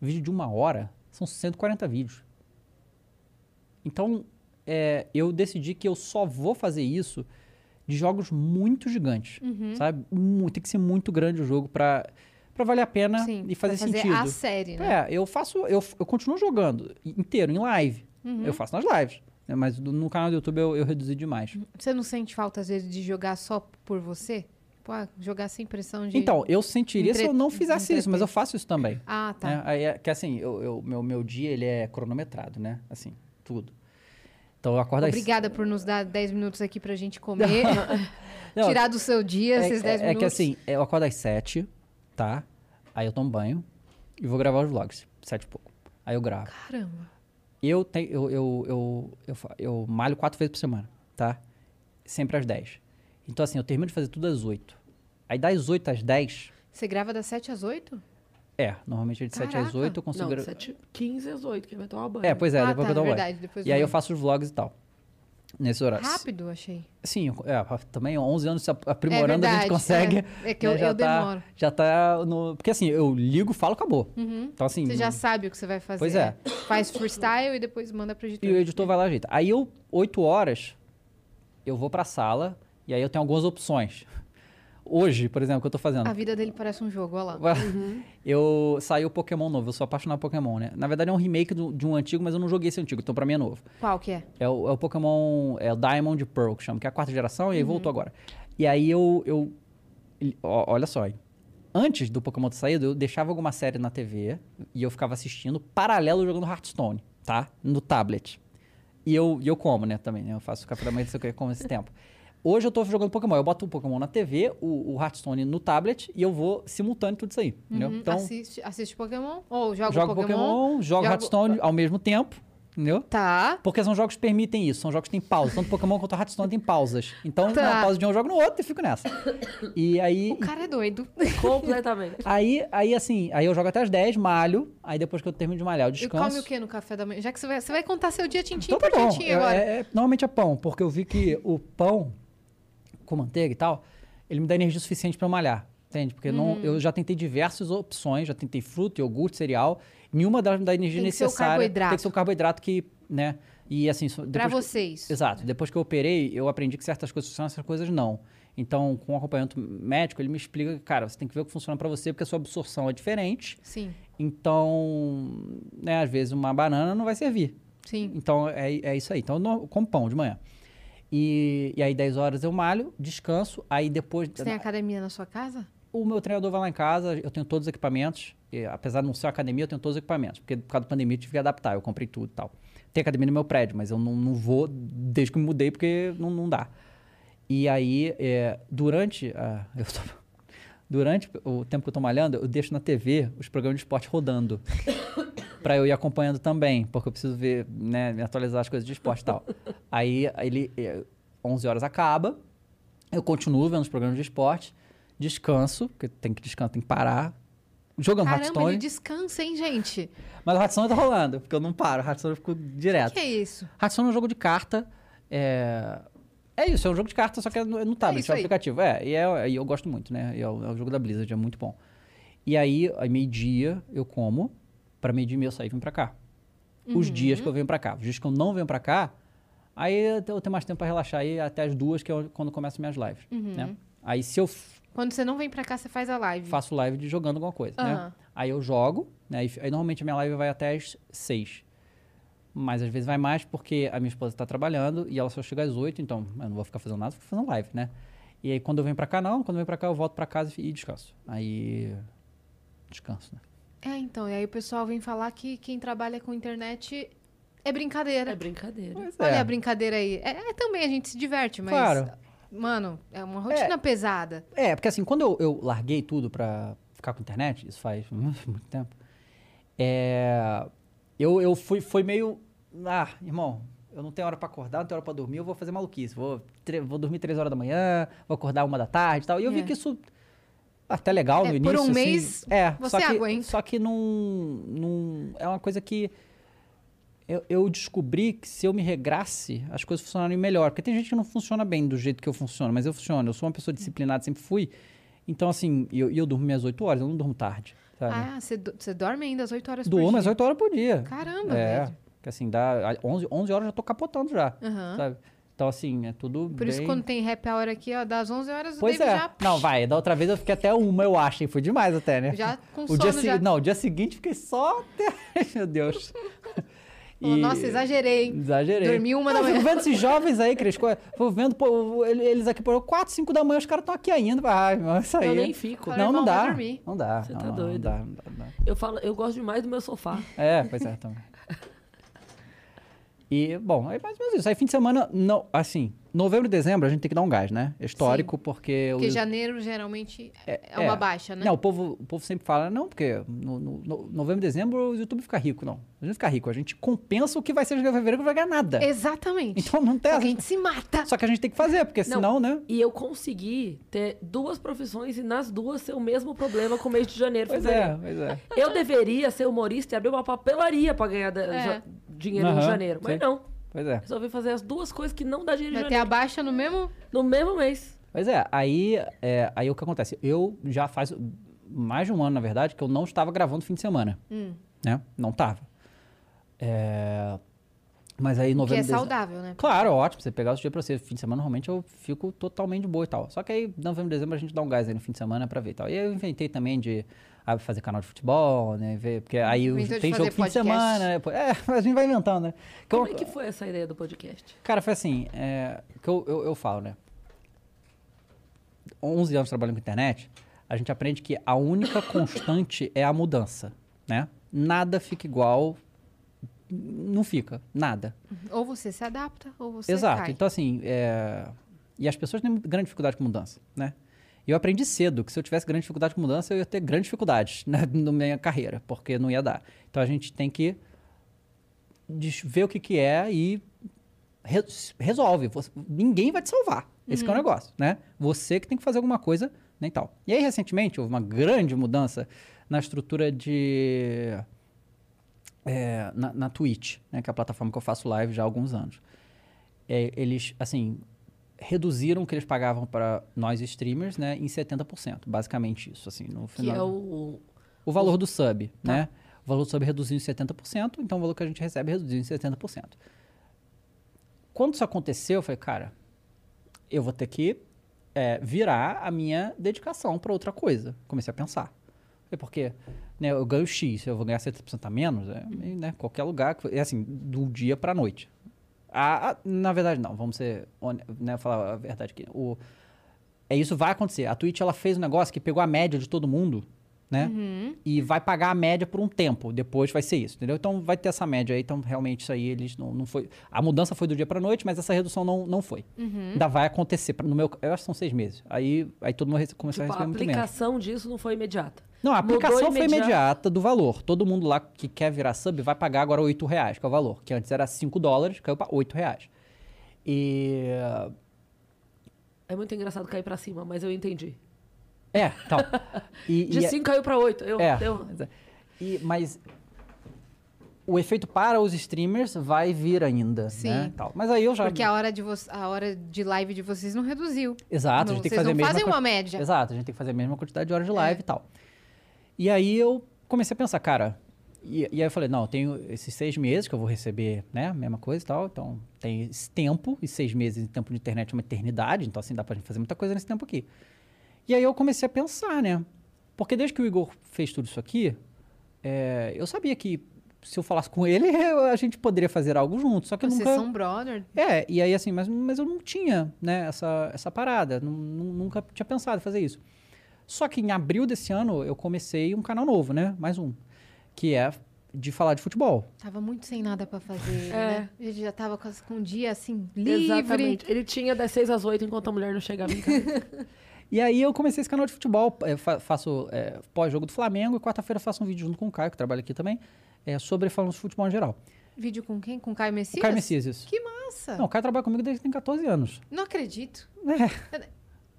vídeo de uma hora, são 140 vídeos. Então, é, eu decidi que eu só vou fazer isso de jogos muito gigantes, Uhum. sabe? Mu- Tem que ser muito grande o jogo pra, pra valer a pena Sim, né? e fazer, pra fazer sentido. a série, né? É, eu faço, eu, eu continuo jogando inteiro em live. Uhum. Eu faço nas lives. né? Mas no no canal do YouTube eu, eu reduzi demais. Você não sente falta, às vezes, de jogar só por você? Pô, ah, jogar sem pressão de. Então, eu sentiria se eu não Entre- fizesse isso, mas eu entreter. faço isso também. Ah, tá. né? Aí é- que assim, eu, eu- meu, meu dia ele é cronometrado, né? Assim, tudo. Então eu acordo às- Obrigada por nos dar 10 minutos aqui pra gente comer, Não, tirar do seu dia esses 10 é minutos. que assim, eu acordo às 7, tá? Aí eu tomo banho e vou gravar os vlogs, sete e pouco. Aí eu gravo. Caramba. Eu tenho. Eu, eu, eu, eu, fa- eu malho quatro vezes por semana, tá? Sempre às 10. Então, assim, eu termino de fazer tudo às 8. Aí das 8 às 10. Você grava das 7 às 8? É, normalmente é de 7 às Caraca. 8 eu consigo. Não, 7, 15 às 8, que vai tomar banho. É, pois é, Ah, tá, depois que eu dou verdade, banho. depois E do aí eu banho. faço os vlogs e tal. Nesses horários. Rápido, achei. Sim, eu- é, também 11 anos se ap- aprimorando a gente verdade, consegue. é. É que eu- já eu tá, demoro. Já tá no... Porque assim, eu ligo, falo, acabou. Então assim... Uhum. Você já sabe o que você vai fazer. Pois é. Faz freestyle e depois manda pro editor. E o editor vai lá e ajeita. Aí eu, 8 horas, eu vou pra sala e aí eu tenho algumas opções. Hoje, por exemplo, o que eu tô fazendo? A vida dele parece um jogo, olha lá. Eu saiu o Pokémon novo, eu sou apaixonado por Pokémon, né? Na verdade é um remake do- de um antigo, mas eu não joguei esse antigo, então pra mim é novo. Qual que é? É o, é o Pokémon é o Diamond e Pearl, que chama, que é a quarta geração, e aí voltou agora. E aí eu. eu ele- ó, olha só, hein? Antes do Pokémon ter saído, eu deixava alguma série na TV e eu ficava assistindo, paralelo jogando Hearthstone, tá? No tablet. E eu, e eu como, né, também, né? Eu faço café da manhã, não sei o que, como esse tempo. Hoje eu tô jogando Pokémon. Eu boto o Pokémon na TV, o, o Hearthstone no tablet e eu vou simultâneo tudo isso aí. entendeu? Uhum. Então, assiste, assiste Pokémon ou joga jogo Pokémon. Pokémon, jogo jogo- Hearthstone ao mesmo tempo, entendeu? Tá. Porque são jogos que permitem isso, são jogos que têm pausas. Tanto Pokémon quanto Hearthstone tem pausas. Então, Tá. uma pausa de um eu jogo no outro e fico nessa. E aí. O cara é doido. Completamente. Aí, aí, assim, aí eu jogo até as 10, malho. Aí depois que eu termino de malhar, eu E descanso. come o que no café da manhã? Já que você vai, você vai contar seu dia tintim Então tá por bom. tintim Eu- agora. é- é- normalmente é pão, porque eu vi que o pão com manteiga e tal, ele me dá energia suficiente pra eu malhar. Entende? Porque Uhum. não, eu já tentei diversas opções, já tentei fruta, iogurte, cereal. Nenhuma delas me dá energia Tem que ser o necessária. carboidrato. Tem que ser um carboidrato que, né? E assim, so- pra depois que- vocês. Exato. Depois que eu operei, eu aprendi que certas coisas funcionam, certas coisas não. Então, com o acompanhamento médico, ele me explica que, cara, você tem que ver o que funciona pra você, porque a sua absorção é diferente. Sim, Então, né, às vezes uma banana não vai servir. sim. Então, é, é isso aí. Então, eu não- eu como pão de manhã. E, e aí, 10 horas eu malho, descanso, aí depois... Você tem academia na sua casa? O meu treinador vai lá em casa, eu tenho todos os equipamentos. E, apesar de não ser uma academia, eu tenho todos os equipamentos. Porque por causa da pandemia eu tive que adaptar, eu comprei tudo e tal. Tem academia no meu prédio, mas eu não, não vou desde que me mudei, porque não, não dá. E aí, é, durante, a- eu tô- durante o tempo que eu tô malhando, eu deixo na TV os programas de esporte rodando. pra eu ir acompanhando também, porque eu preciso ver, né, me atualizar as coisas de esporte e tal. Aí ele, é, 11 horas acaba, Eu continuo vendo os programas de esporte, descanso, porque tem que descansar, tem que parar. Jogando Caramba, Hearthstone, ele descansa, hein, gente? mas o Hearthstone tá rolando, porque eu não paro, o Hearthstone eu fico direto. Que é isso? Hearthstone é um jogo de carta. É, é isso, é um jogo de carta, só que é no, é no tablet, isso é um aí. aplicativo. É, e, é, e eu gosto muito, né? E é, o, é o jogo da Blizzard, é muito bom. E aí, aí meio-dia eu como, pra meio-dia e meia eu sair e vim pra cá. Uhum. Os dias que eu venho pra cá. Os dias que eu não venho pra cá, aí eu te- eu tenho mais tempo pra relaxar aí até as duas, que é onde- quando começam minhas lives, Uhum. né? Aí se eu f- Quando você não vem pra cá, você faz a live. faço live de jogando alguma coisa, né? Aham. Aí eu jogo, né? E f- aí normalmente a minha live vai até as seis. Mas às vezes vai mais porque a minha esposa está trabalhando e ela só chega às 8, então eu não vou ficar fazendo nada, vou ficar fazendo live, né? E aí quando eu venho pra cá, não, quando eu venho pra cá eu volto pra casa e descanso. Aí descanso, né? É, então. E aí o pessoal vem falar que quem trabalha com internet é brincadeira. É brincadeira. Olha a brincadeira aí. É, é também, a gente se diverte, mas. Claro. Mano, é uma rotina pesada. É, porque assim, quando eu, eu larguei tudo pra ficar com internet, isso faz muito tempo, é, eu, eu fui, foi meio, ah, irmão, eu não tenho hora pra acordar, não tenho hora pra dormir, eu vou fazer maluquice, vou, tre- vou dormir três horas da manhã, vou acordar uma da tarde e tal, e eu vi É. que isso até legal no É, por início, um assim, mês, é, você só que, aguenta. Só que não, não, é uma coisa que eu, eu descobri que se eu me regrasse, as coisas funcionariam melhor. Porque tem gente que não funciona bem do jeito que eu funciono, mas eu funciono. Eu sou uma pessoa disciplinada, sempre fui. Então, assim, e eu, e eu durmo minhas 8 horas, eu não durmo tarde, sabe? Ah, você, do- você dorme ainda às 8 horas por durmo dia. às 8 horas por dia. Caramba, é, velho. que assim, dá a- 11, 11 horas eu já tô capotando já, Aham. sabe? Então, assim, é tudo Por isso, bem- quando tem happy hour aqui, ó, das 11 horas, o Pois David é. já... Não, vai, da outra vez eu fiquei até uma, eu acho, e foi demais até, né? Já com o dia sono, se- já. Não, o dia seguinte fiquei só até... Meu Deus. Falou, E- Nossa, exagerei, hein? Exagerei. Dormi uma da Eu fico manhã. vendo esses jovens aí, Cresco. Vou vendo, pô, ele- eles aqui, pô, 4, 5 da manhã, os caras estão aqui ainda. Ai, irmão, isso aí. Eu nem fico. Não, não Irmão, vai dá. dormir. Não dá. Você não, tá não, doido. Não dá, não dá, não dá. Eu falo, eu gosto demais do meu sofá. É, pois é, também. E, bom, é mais ou menos isso. Aí, fim de semana, não, assim, novembro e dezembro a gente tem que dar um gás, né? É Histórico, porque... Porque o... janeiro, geralmente, é, é uma baixa, né? Não, o povo, o povo sempre fala, não, porque no, no- no- novembro e dezembro o YouTube fica rico, não. A gente não fica rico, a gente compensa o que vai ser de fevereiro que não vai ganhar nada. Exatamente. é. Então não tem Só que essa. a gente se mata. Só que a gente tem que fazer, porque Não. senão, né? E eu consegui ter duas profissões e nas duas ser o mesmo problema com o mês de janeiro. Pois fevereiro. é, pois é. Eu deveria ser humorista e abrir uma papelaria pra ganhar da- É. ja- dinheiro Aham, em janeiro. Mas sim. não. Pois é. Resolvi fazer as duas coisas que não dá dinheiro em Vai ter janeiro. a baixa no mesmo... é No mesmo mês. Pois é, aí, é, aí o que acontece? Eu já faz mais de um ano, na verdade, que eu não estava gravando fim de semana. Hum. Né? Não estava. É, Mas aí Que novembro. é dezembro- saudável, né? Claro, ótimo. Você pegar os dias pra você. Fim de semana, normalmente, eu fico totalmente de boa e tal. Só que aí, novembro, dezembro, a gente dá um gás aí no fim de semana pra ver e tal. E aí eu inventei também de ah, fazer canal de futebol, né? Ver, porque aí eu- Inventou de tem fazer jogo fim de podcast. semana. Né? Pô, É, a gente vai inventando, né? Que eu- Como é que foi essa ideia do podcast? Cara, foi assim, é, o que eu, eu, eu falo, né? 11 anos trabalhando com internet, a gente aprende que a única constante é a mudança, né? Nada fica igual, não fica, nada. Ou você se adapta, ou você Exato. cai. Então, assim, é, e as pessoas têm grande dificuldade com mudança, né? E eu aprendi cedo que se eu tivesse grande dificuldade com mudança, eu ia ter grandes dificuldades na, na minha carreira, porque não ia dar. Então, a gente tem que des- ver o que, que é e re- resolve. Você- ninguém vai te salvar. Esse Uhum. que é o negócio, né? Você que tem que fazer alguma coisa né, e tal. E aí, recentemente, houve uma grande mudança na estrutura de... é, na, na Twitch, né? Que é a plataforma que eu faço live já há alguns anos é, eles, assim, reduziram o que eles pagavam para nós streamers, né, em 70%, basicamente isso, assim, no Que final. é o. Tá. O valor do sub, né? O valor do sub reduziu em 70%, então o valor que a gente recebe reduziu em 70%. Quando isso aconteceu, eu falei, cara, eu vou ter que é, virar a minha dedicação para outra coisa. Comecei a pensar. Falei, É porque né, eu ganho X, eu vou ganhar 70% a menos, é, e, né, qualquer lugar, que for- é assim, do dia para noite. A- a- na verdade, não, vamos ser, hone- né, falar a verdade aqui. O, é isso vai acontecer. A Twitch ela fez um negócio que pegou a média de todo mundo, né? E vai pagar a média por um tempo. Depois vai ser isso, entendeu? Então vai ter essa média aí. Então realmente isso aí eles não, não foi. A mudança foi do dia pra noite, mas essa redução não, não foi. Ainda vai acontecer. pra- No meu, eu acho que são seis meses. Aí aí todo mundo rece- começou Tipo, a a receber muito menos. aplicação disso não foi imediata. Não, a Mudou aplicação foi imediato. imediata do valor. Todo mundo lá que quer virar sub vai pagar agora 8 reais, que é o valor. Que antes era 5 dólares, caiu para 8 reais. E... É muito engraçado cair pra cima, mas eu entendi. É, tal. E, De e é- 5 caiu pra 8. Eu, É. eu- E- mas o efeito para os streamers vai vir ainda, Sim. né? Tal. Mas aí eu já Porque a hora, de vo- a hora de live de vocês não reduziu. Exato, a Não, gente tem que vocês fazer a não mesma fazem quan- uma média. É. Exato, a gente tem que fazer a mesma quantidade de horas de live e tal. E aí eu comecei a pensar, cara. E, e aí eu falei, não, eu tenho esses seis meses que eu vou receber, né? a Mesma coisa e tal. Então, tem esse tempo, e seis meses em tempo de internet é uma eternidade, então assim, dá pra gente fazer muita coisa nesse tempo aqui. E aí eu comecei a pensar, né? Porque desde que o Igor fez tudo isso aqui, é, eu sabia que se eu falasse com ele, eu- a gente poderia fazer algo junto. Só que eu Vocês nunca. são brother. É, e aí assim, mas, mas eu não tinha, né, essa, essa parada, nu- nu- nunca tinha pensado em fazer isso. Só que em abril desse ano eu comecei um canal novo, né, mais um, que é de falar de futebol. Tava muito sem nada pra fazer, É. né? A gente já tava com, as- com um dia, assim, livre. Exatamente. Ele tinha das 6 às 8 enquanto a mulher não chegava em casa. E aí eu comecei esse canal de futebol, eh, fa- faço eh, pós-jogo do Flamengo e quarta-feira eu faço um vídeo junto com o Caio, que trabalha aqui também, eh, sobre falando de futebol em geral. Vídeo com quem? Com Caio Messias? O Caio Messias, isso. Que massa! Não, Não, o Caio trabalha comigo desde que tem 14 anos. acredito.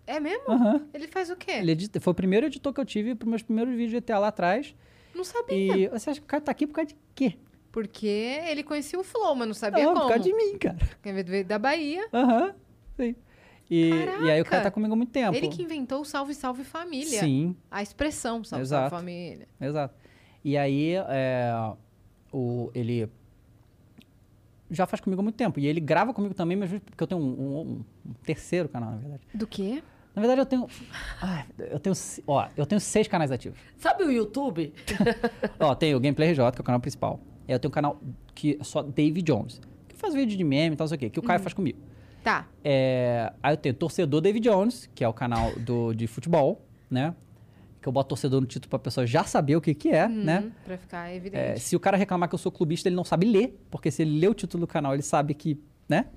É, É mesmo? aham. Ele faz o quê? Ele edita- foi o primeiro editor que eu tive para meus primeiros vídeos de GTA lá atrás. Não sabia. E você acha que o Caio tá aqui por causa de quê? Porque ele conhecia o Flow, mas não sabia não, como. por causa de mim, cara. Porque ele Veio da Bahia. Aham, sim. E, Caraca! e aí o cara tá comigo há muito tempo. Ele que inventou o Salve Salve Família. Sim, A expressão Salve Exato. Salve Família. exato. E aí, é, o, ele já faz comigo há muito tempo. E ele grava comigo também, mas porque eu tenho um, um- um terceiro canal, na verdade. Do quê? Na verdade, eu tenho... Ai, eu tenho... se- Ó, eu tenho seis canais ativos. Sabe o YouTube? Tipo Ó, tem o Gameplay RJ, que é o canal principal. Aí eu tenho um canal que é só David Jones. Que faz vídeo de meme e tal, não sei o quê. Que o Uhum. Caio faz comigo. Tá. É, aí eu tenho Torcedor David Jones, que é o canal do, de futebol, né? Que eu boto torcedor no título pra pessoa já saber o que que é, né? Hum, Pra ficar É, evidente. se o cara reclamar que eu sou clubista, ele não sabe ler, porque se ele lê o título do canal, ele sabe que, né?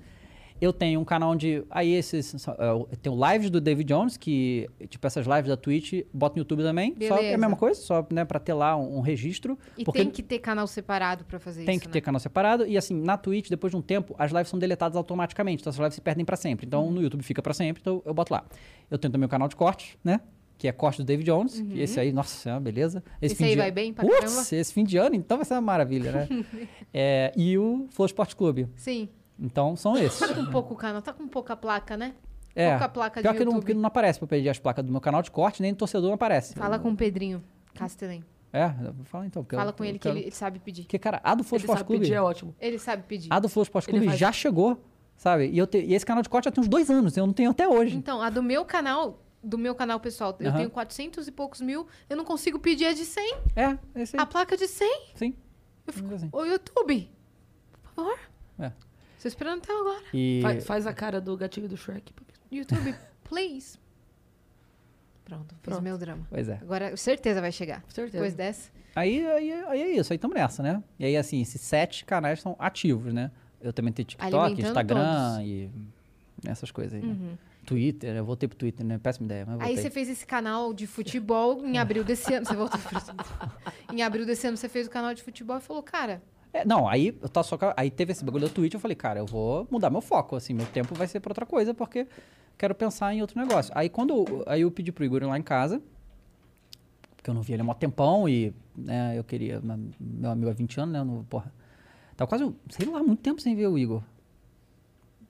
Eu tenho um canal onde. Aí esses. são- é, o- Tem o lives do David Jones, que, tipo, essas lives da Twitch, bota no YouTube também. Só é a Beleza. mesma coisa, só né, pra ter lá um, um registro. E porque tem que ter canal separado pra fazer tem isso, que né? ter canal separado. E assim, na Twitch, depois de um tempo, as lives são deletadas automaticamente. Então as lives se perdem pra sempre. Então Uhum. no YouTube fica pra sempre, então eu boto lá. Eu tenho também o canal de cortes, né? Que é corte do David Jones. que esse aí, nossa, é uma beleza. Uhum. Esse aí vai bem pra Ups, caramba? esse fim de ano, então vai ser uma maravilha, né? É, e o Flow Esporte Clube. né? Sim. Então são esses. Tá com pouco canal, tá com pouca placa, né? é. Pouca placa de Pior que não, YouTube. porque não aparece pra pedir as placas do meu canal de corte, nem do torcedor não aparece. Fala com o Pedrinho Castelém. É, fala então. porque Fala eu- com eu ele que quero- ele, ele sabe pedir. Porque, cara, a do Flow Ele Esporte sabe Clube. pedir, é ótimo. Ele sabe pedir. A do Flow Esporte Clube faz- já chegou, sabe? E, eu te- e esse canal de corte já tem uns dois anos, eu não tenho até hoje. Então, a do meu canal, do meu canal pessoal, eu Aham. tenho 400 e poucos mil, eu não consigo pedir a de 100, É, esse aí. a placa de 100. Sim. Assim. Ô, YouTube, por favor. É. Estou esperando até agora. E... Fa- faz a cara do gatilho do Shrek. YouTube, please. Pronto, fiz Pronto. meu drama. Pois é. Agora, certeza vai chegar. Com certeza. Depois dessa. Aí, aí, aí é isso, aí estamos nessa, né? E aí, assim, esses sete canais são ativos, né? Eu também tenho TikTok, Alimentando Instagram todos. Uhum. e essas coisas aí, né? Twitter, eu voltei pro Twitter, né? Péssima ideia, mas eu Aí voltei. você fez esse canal de futebol em abril desse ano. Você voltou pro Em abril desse ano, você fez o canal de futebol e falou, cara, É, não, aí eu tava só. ca- Aí teve esse bagulho do Twitch, eu falei, cara, eu vou mudar meu foco, assim, meu tempo vai ser pra outra coisa, porque quero pensar em outro negócio. Aí quando. eu- Aí eu pedi pro Igor ir lá em casa, porque eu não vi ele há mó tempão e, né, eu queria. mas Meu amigo há 20 anos, né? eu Não, porra. Tá quase, sei lá, muito tempo sem ver o Igor.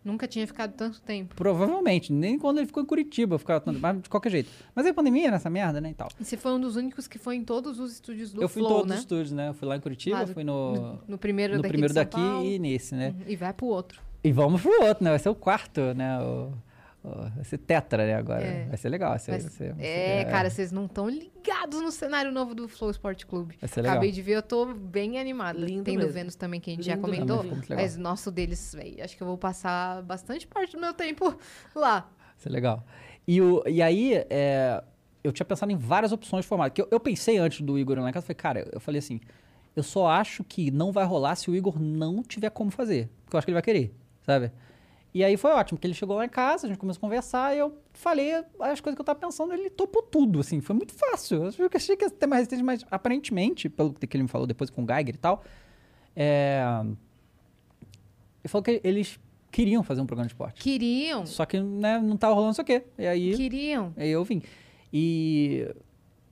nunca tinha ficado tanto tempo. Provavelmente, nem quando ele ficou em Curitiba, eu ficava tanto, mas de qualquer jeito. Mas aí a pandemia nessa merda, né, e tal. E você foi um dos únicos que foi em todos os estúdios do eu fui Flow, em todos né? os estúdios, né? Eu fui lá em Curitiba, Lá do- fui no, No primeiro no daqui primeiro de São daqui Paulo. Uhum. e nesse, né? E vai pro outro. E vamos pro outro, né? Vai ser o quarto, né? O, o- vai ser tetra, né? Agora. É. Vai ser legal. Vai ser, um Vai- vai ser- vai é, ser- cara, vocês não estão ligados no cenário novo do Flow Sport Clube. Vai ser legal. Acabei de ver, eu tô bem animada. Lindo Tem do mesmo. Vênus também, que a gente já Lindo mesmo. comentou. Também ficou muito legal. Mas nosso deles, véi, acho que eu vou passar bastante parte do meu tempo lá. Vai ser é legal. E, o, e aí, é, eu tinha pensado em várias opções de formato. Que eu, eu pensei antes do Igor ir lá em casa, eu falei, cara, eu falei assim, eu só acho que não vai rolar se o Igor não tiver como fazer. Porque eu acho que ele vai querer, sabe? E aí foi ótimo, porque ele chegou lá em casa, a gente começou a conversar, e eu falei as coisas que eu tava pensando, ele topou tudo, assim, foi muito fácil. Eu achei que ia ter mais resistência, mas aparentemente, pelo que ele me falou depois com o Geiger e tal, é... Ele falou que eles queriam fazer um programa de esporte. Queriam. Só que né, não tava rolando isso aqui. E aí, Queriam. aí eu vim. E.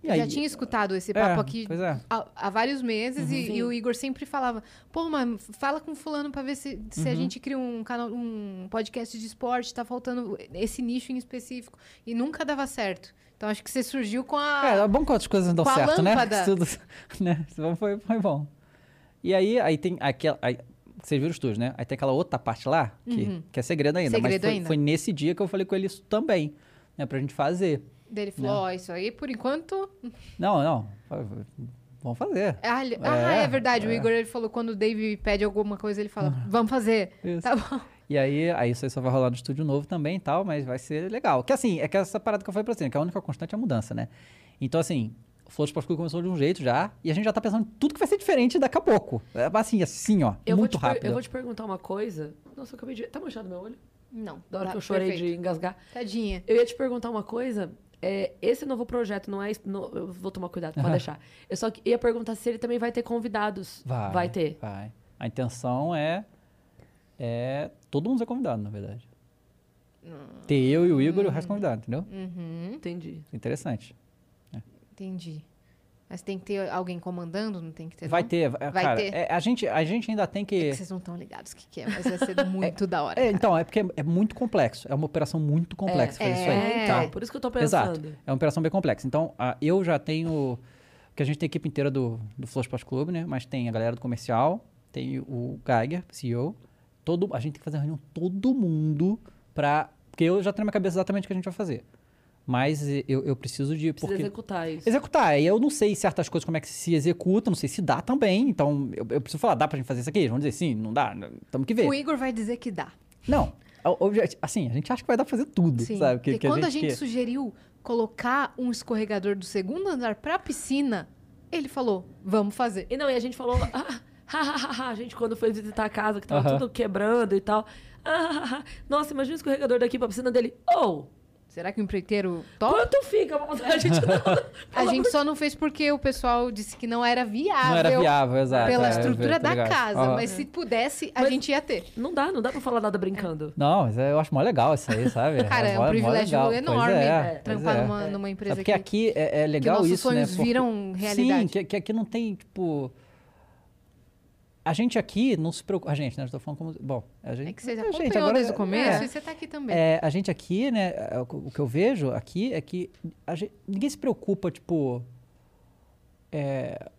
e Eu aí, já tinha escutado esse papo É, aqui Pois é. há, há vários meses Uhum. e, e o Igor sempre falava: pô, mano, fala com fulano pra ver se, se Uhum. a gente cria um canal, um podcast de esporte, tá faltando esse nicho em específico. E nunca dava certo. Então acho que você surgiu com a. É, é bom quando as coisas dão Com a certo, né? lâmpada. Tudo, né? Isso Foi, foi bom. E aí, aí tem aquela. Aí, vocês viram os dois, né? Aí tem aquela outra parte lá, que, que é segredo ainda. Uhum. Segredo mas foi, ainda. foi nesse dia que eu falei com ele isso também, né? Pra gente fazer. Daí ele né? falou: ó, isso aí por enquanto. Não, não. fa- fa- Vamos fazer. Ah, ele- ah, É, é verdade. O é. Uhum. Igor ele falou: quando o Dave pede alguma coisa, ele fala: vamos fazer. Isso. Tá bom. E aí, aí isso aí só vai rolar no estúdio novo também e tal, mas vai ser legal. Que assim, é que essa parada que eu falei pra você, né, que a única constante é a mudança, né? Então, assim, o Flow Sport Clube começou de um jeito já, e a gente já tá pensando em tudo que vai ser diferente daqui a pouco. É, Assim, assim, ó. Eu vou, muito te per- rápido. eu vou te perguntar uma coisa. Nossa, eu acabei de. Tá manchado meu olho? Não. Da hora tá, que eu chorei de perfeito. engasgar. Tadinha. Eu ia te perguntar uma coisa. É, esse novo projeto não é. es- não- eu vou tomar cuidado, pode deixar. Eu só que- ia perguntar se ele também vai ter convidados. Vai. ter. Vai. A intenção é. É. Todo mundo ser convidado, na verdade. Ter eu e o Igor e o resto Hum. convidado, entendeu? Entendi. Interessante. Uhum, Entendi. Mas tem que ter alguém comandando, não tem que ter. Vai não? ter. Vai Vai cara, ter. é, a, gente, a gente ainda tem que. É que vocês não estão ligados o que, que é, mas vai ser muito da hora. É, cara. então, é porque é, é muito complexo. É uma operação muito complexa fazer isso aí. É, então, tá? por isso que eu tô Exato. pensando. É uma operação bem complexa. Então, a- eu já tenho. Porque a gente tem a equipe inteira do, do Flow Sport Club, né? Mas tem a galera do comercial, tem o Geiger, CEO. Todo, a gente tem que fazer uma reunião todo mundo pra. Porque eu já tenho na minha cabeça exatamente o que a gente vai fazer. Mas e- eu, eu preciso de. Precisa porque- executar isso. Executar. E eu não sei certas coisas como é que se executa, não sei se dá também. Então, eu, eu preciso falar, dá pra gente fazer isso aqui? Vamos dizer sim, não dá? Temos que ver. O Igor vai dizer que dá. Não. o- obje- Assim, a gente acha que vai dar pra fazer tudo, Sim. sabe? Porque quando a gente, quer. sugeriu colocar um escorregador do segundo andar pra piscina, ele falou: vamos fazer. E não, e a gente falou. "Ah, ha, ha, ha, ha", a gente quando foi visitar a casa, que tava Aham. tudo quebrando e tal. "Ah, ha, ha, ha". Nossa, imagina o escorregador daqui pra piscina dele. Ou, Será que o empreiteiro topa? quanto fica? A gente não. A gente só não fez porque o pessoal disse que não era viável. Não era viável, exato. Pela é, estrutura tá da ligado. casa, Aham. mas se pudesse, a Mas- gente ia ter. Não dá, não dá pra falar nada brincando. Não, mas é, eu acho mó legal isso aí, sabe? Cara, é mó- um mó privilégio legal. Pois enorme é, pois trampar é. numa, Sabe, numa empresa que- Porque aqui é, é legal nossos isso, né? sonhos Porque- viram realidade. Sim, que, que aqui não tem, tipo... A gente aqui não se preocupa... A gente, né? Eu tô falando como... Bom, a gente... É que você a acompanhou gente agora- desde o começo é. e você tá aqui também. É, a gente aqui, né, é, o que- o que eu vejo aqui é que a gente- ninguém se preocupa, tipo, é,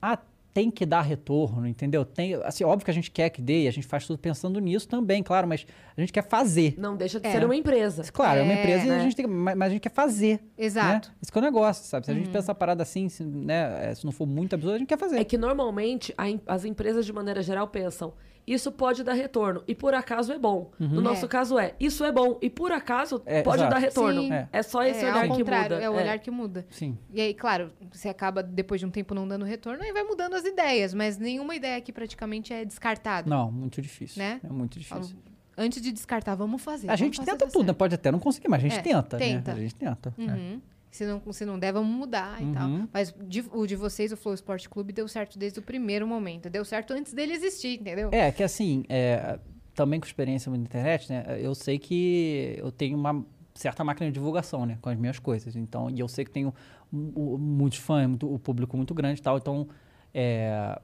ah, tem que dar retorno, entendeu? Tem, assim, óbvio que a gente quer que dê, e a gente faz tudo pensando nisso também, claro, mas a gente quer fazer. Não deixa de É. ser uma empresa. Claro, é, uma É, empresa e a né? gente tem, que- mas, mas a gente quer fazer, né? Exato. Uhum. Isso que é o negócio, sabe? Se a gente pensar a parada assim, se, né, é, se não for muito absurdo, a gente quer fazer. É que normalmente a em- as empresas, de maneira geral, pensam: isso pode dar retorno e por acaso é bom. No nosso É. caso é: isso é bom e por acaso Uhum. É, pode exato. dar retorno. Sim. É. só esse é, olhar ao que contrário, muda. é o olhar que muda. Sim. E aí, claro, você acaba depois de um tempo não dando retorno, aí vai mudando as ideias, mas nenhuma ideia aqui praticamente é descartada. Não, muito difícil. Né? É muito difícil. Falo, Antes de descartar, vamos fazer. A vamos gente fazer tenta dar tudo, né? certo." Pode até não conseguir, mas a gente É, tenta, né? tenta. A gente tenta. é. Uhum. Uhum. Se não, se não der, vamos mudar e tal. Mas de- o de vocês, o Flow Sport Clube, deu certo desde o primeiro momento. Deu certo antes dele existir, entendeu? É, que assim, é, também com experiência na internet, né? Eu sei que eu tenho uma certa máquina de divulgação, né? Com as minhas coisas. Então, e eu sei que tenho mu- mu- muitos fãs, muito, o público muito grande e tal. Então, é,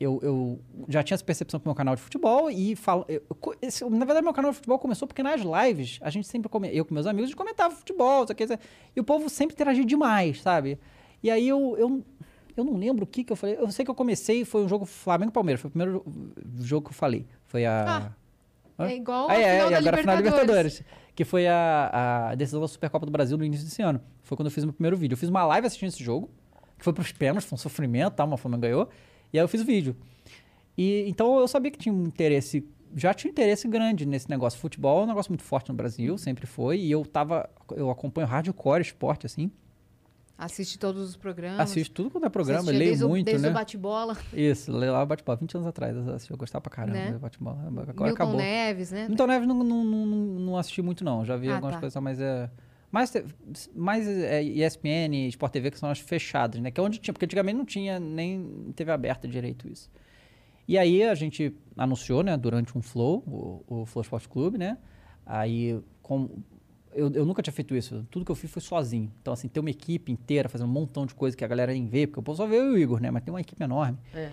eu, eu já tinha essa percepção com o meu canal de futebol e falo... eu- eu co- esse- na verdade, meu canal de futebol começou porque nas lives, a gente sempre... come- eu com meus amigos, a gente comentava futebol, isso aqui, isso aqui. E o povo sempre interagia demais, sabe? E aí eu, eu, eu não lembro o que que eu falei. Eu sei que eu comecei, foi um jogo Flamengo-Palmeiras. Foi o primeiro jo- jogo que eu falei. Foi a... Hã? É igual a Ah, é, final, e da agora a final da Libertadores. Libertadores. Que foi a, a decisão da Supercopa do Brasil no início desse ano. Foi quando eu fiz o meu primeiro vídeo. Eu fiz uma live assistindo esse jogo, que foi pros pênaltis, foi um sofrimento, tá? Uma Flamengo ganhou. E aí eu fiz o vídeo. E, então eu sabia que tinha um interesse, já tinha um interesse grande nesse negócio. Futebol é um negócio muito forte no Brasil, sempre foi. E eu tava, eu acompanho hardcore esporte, assim. Assiste todos os programas. Assisto tudo quanto é programa, Assistia leio desde muito, o, desde né? o bate-bola. Isso, leio lá o bate-bola. 20 anos atrás, eu assisti, eu gostava pra caramba Né? do bate-bola. Agora Milton acabou. Neves, né? Então Neves não, não, não, não assisti muito, não. Já vi Ah, algumas tá. coisas, mas é. Mais, te- mais é, ESPN e Sport TV, que são as fechadas, né? Que é onde tinha, porque antigamente não tinha nem TV aberta direito isso. E aí a gente anunciou, né, durante um Flow, o, o Flow Sport Clube, né? Aí, com, eu, eu nunca tinha feito isso. Tudo que eu fiz foi sozinho. Então, assim, ter uma equipe inteira fazendo um montão de coisa que a galera nem vê, porque o povo só vê eu e o Igor, né? Mas tem uma equipe enorme É.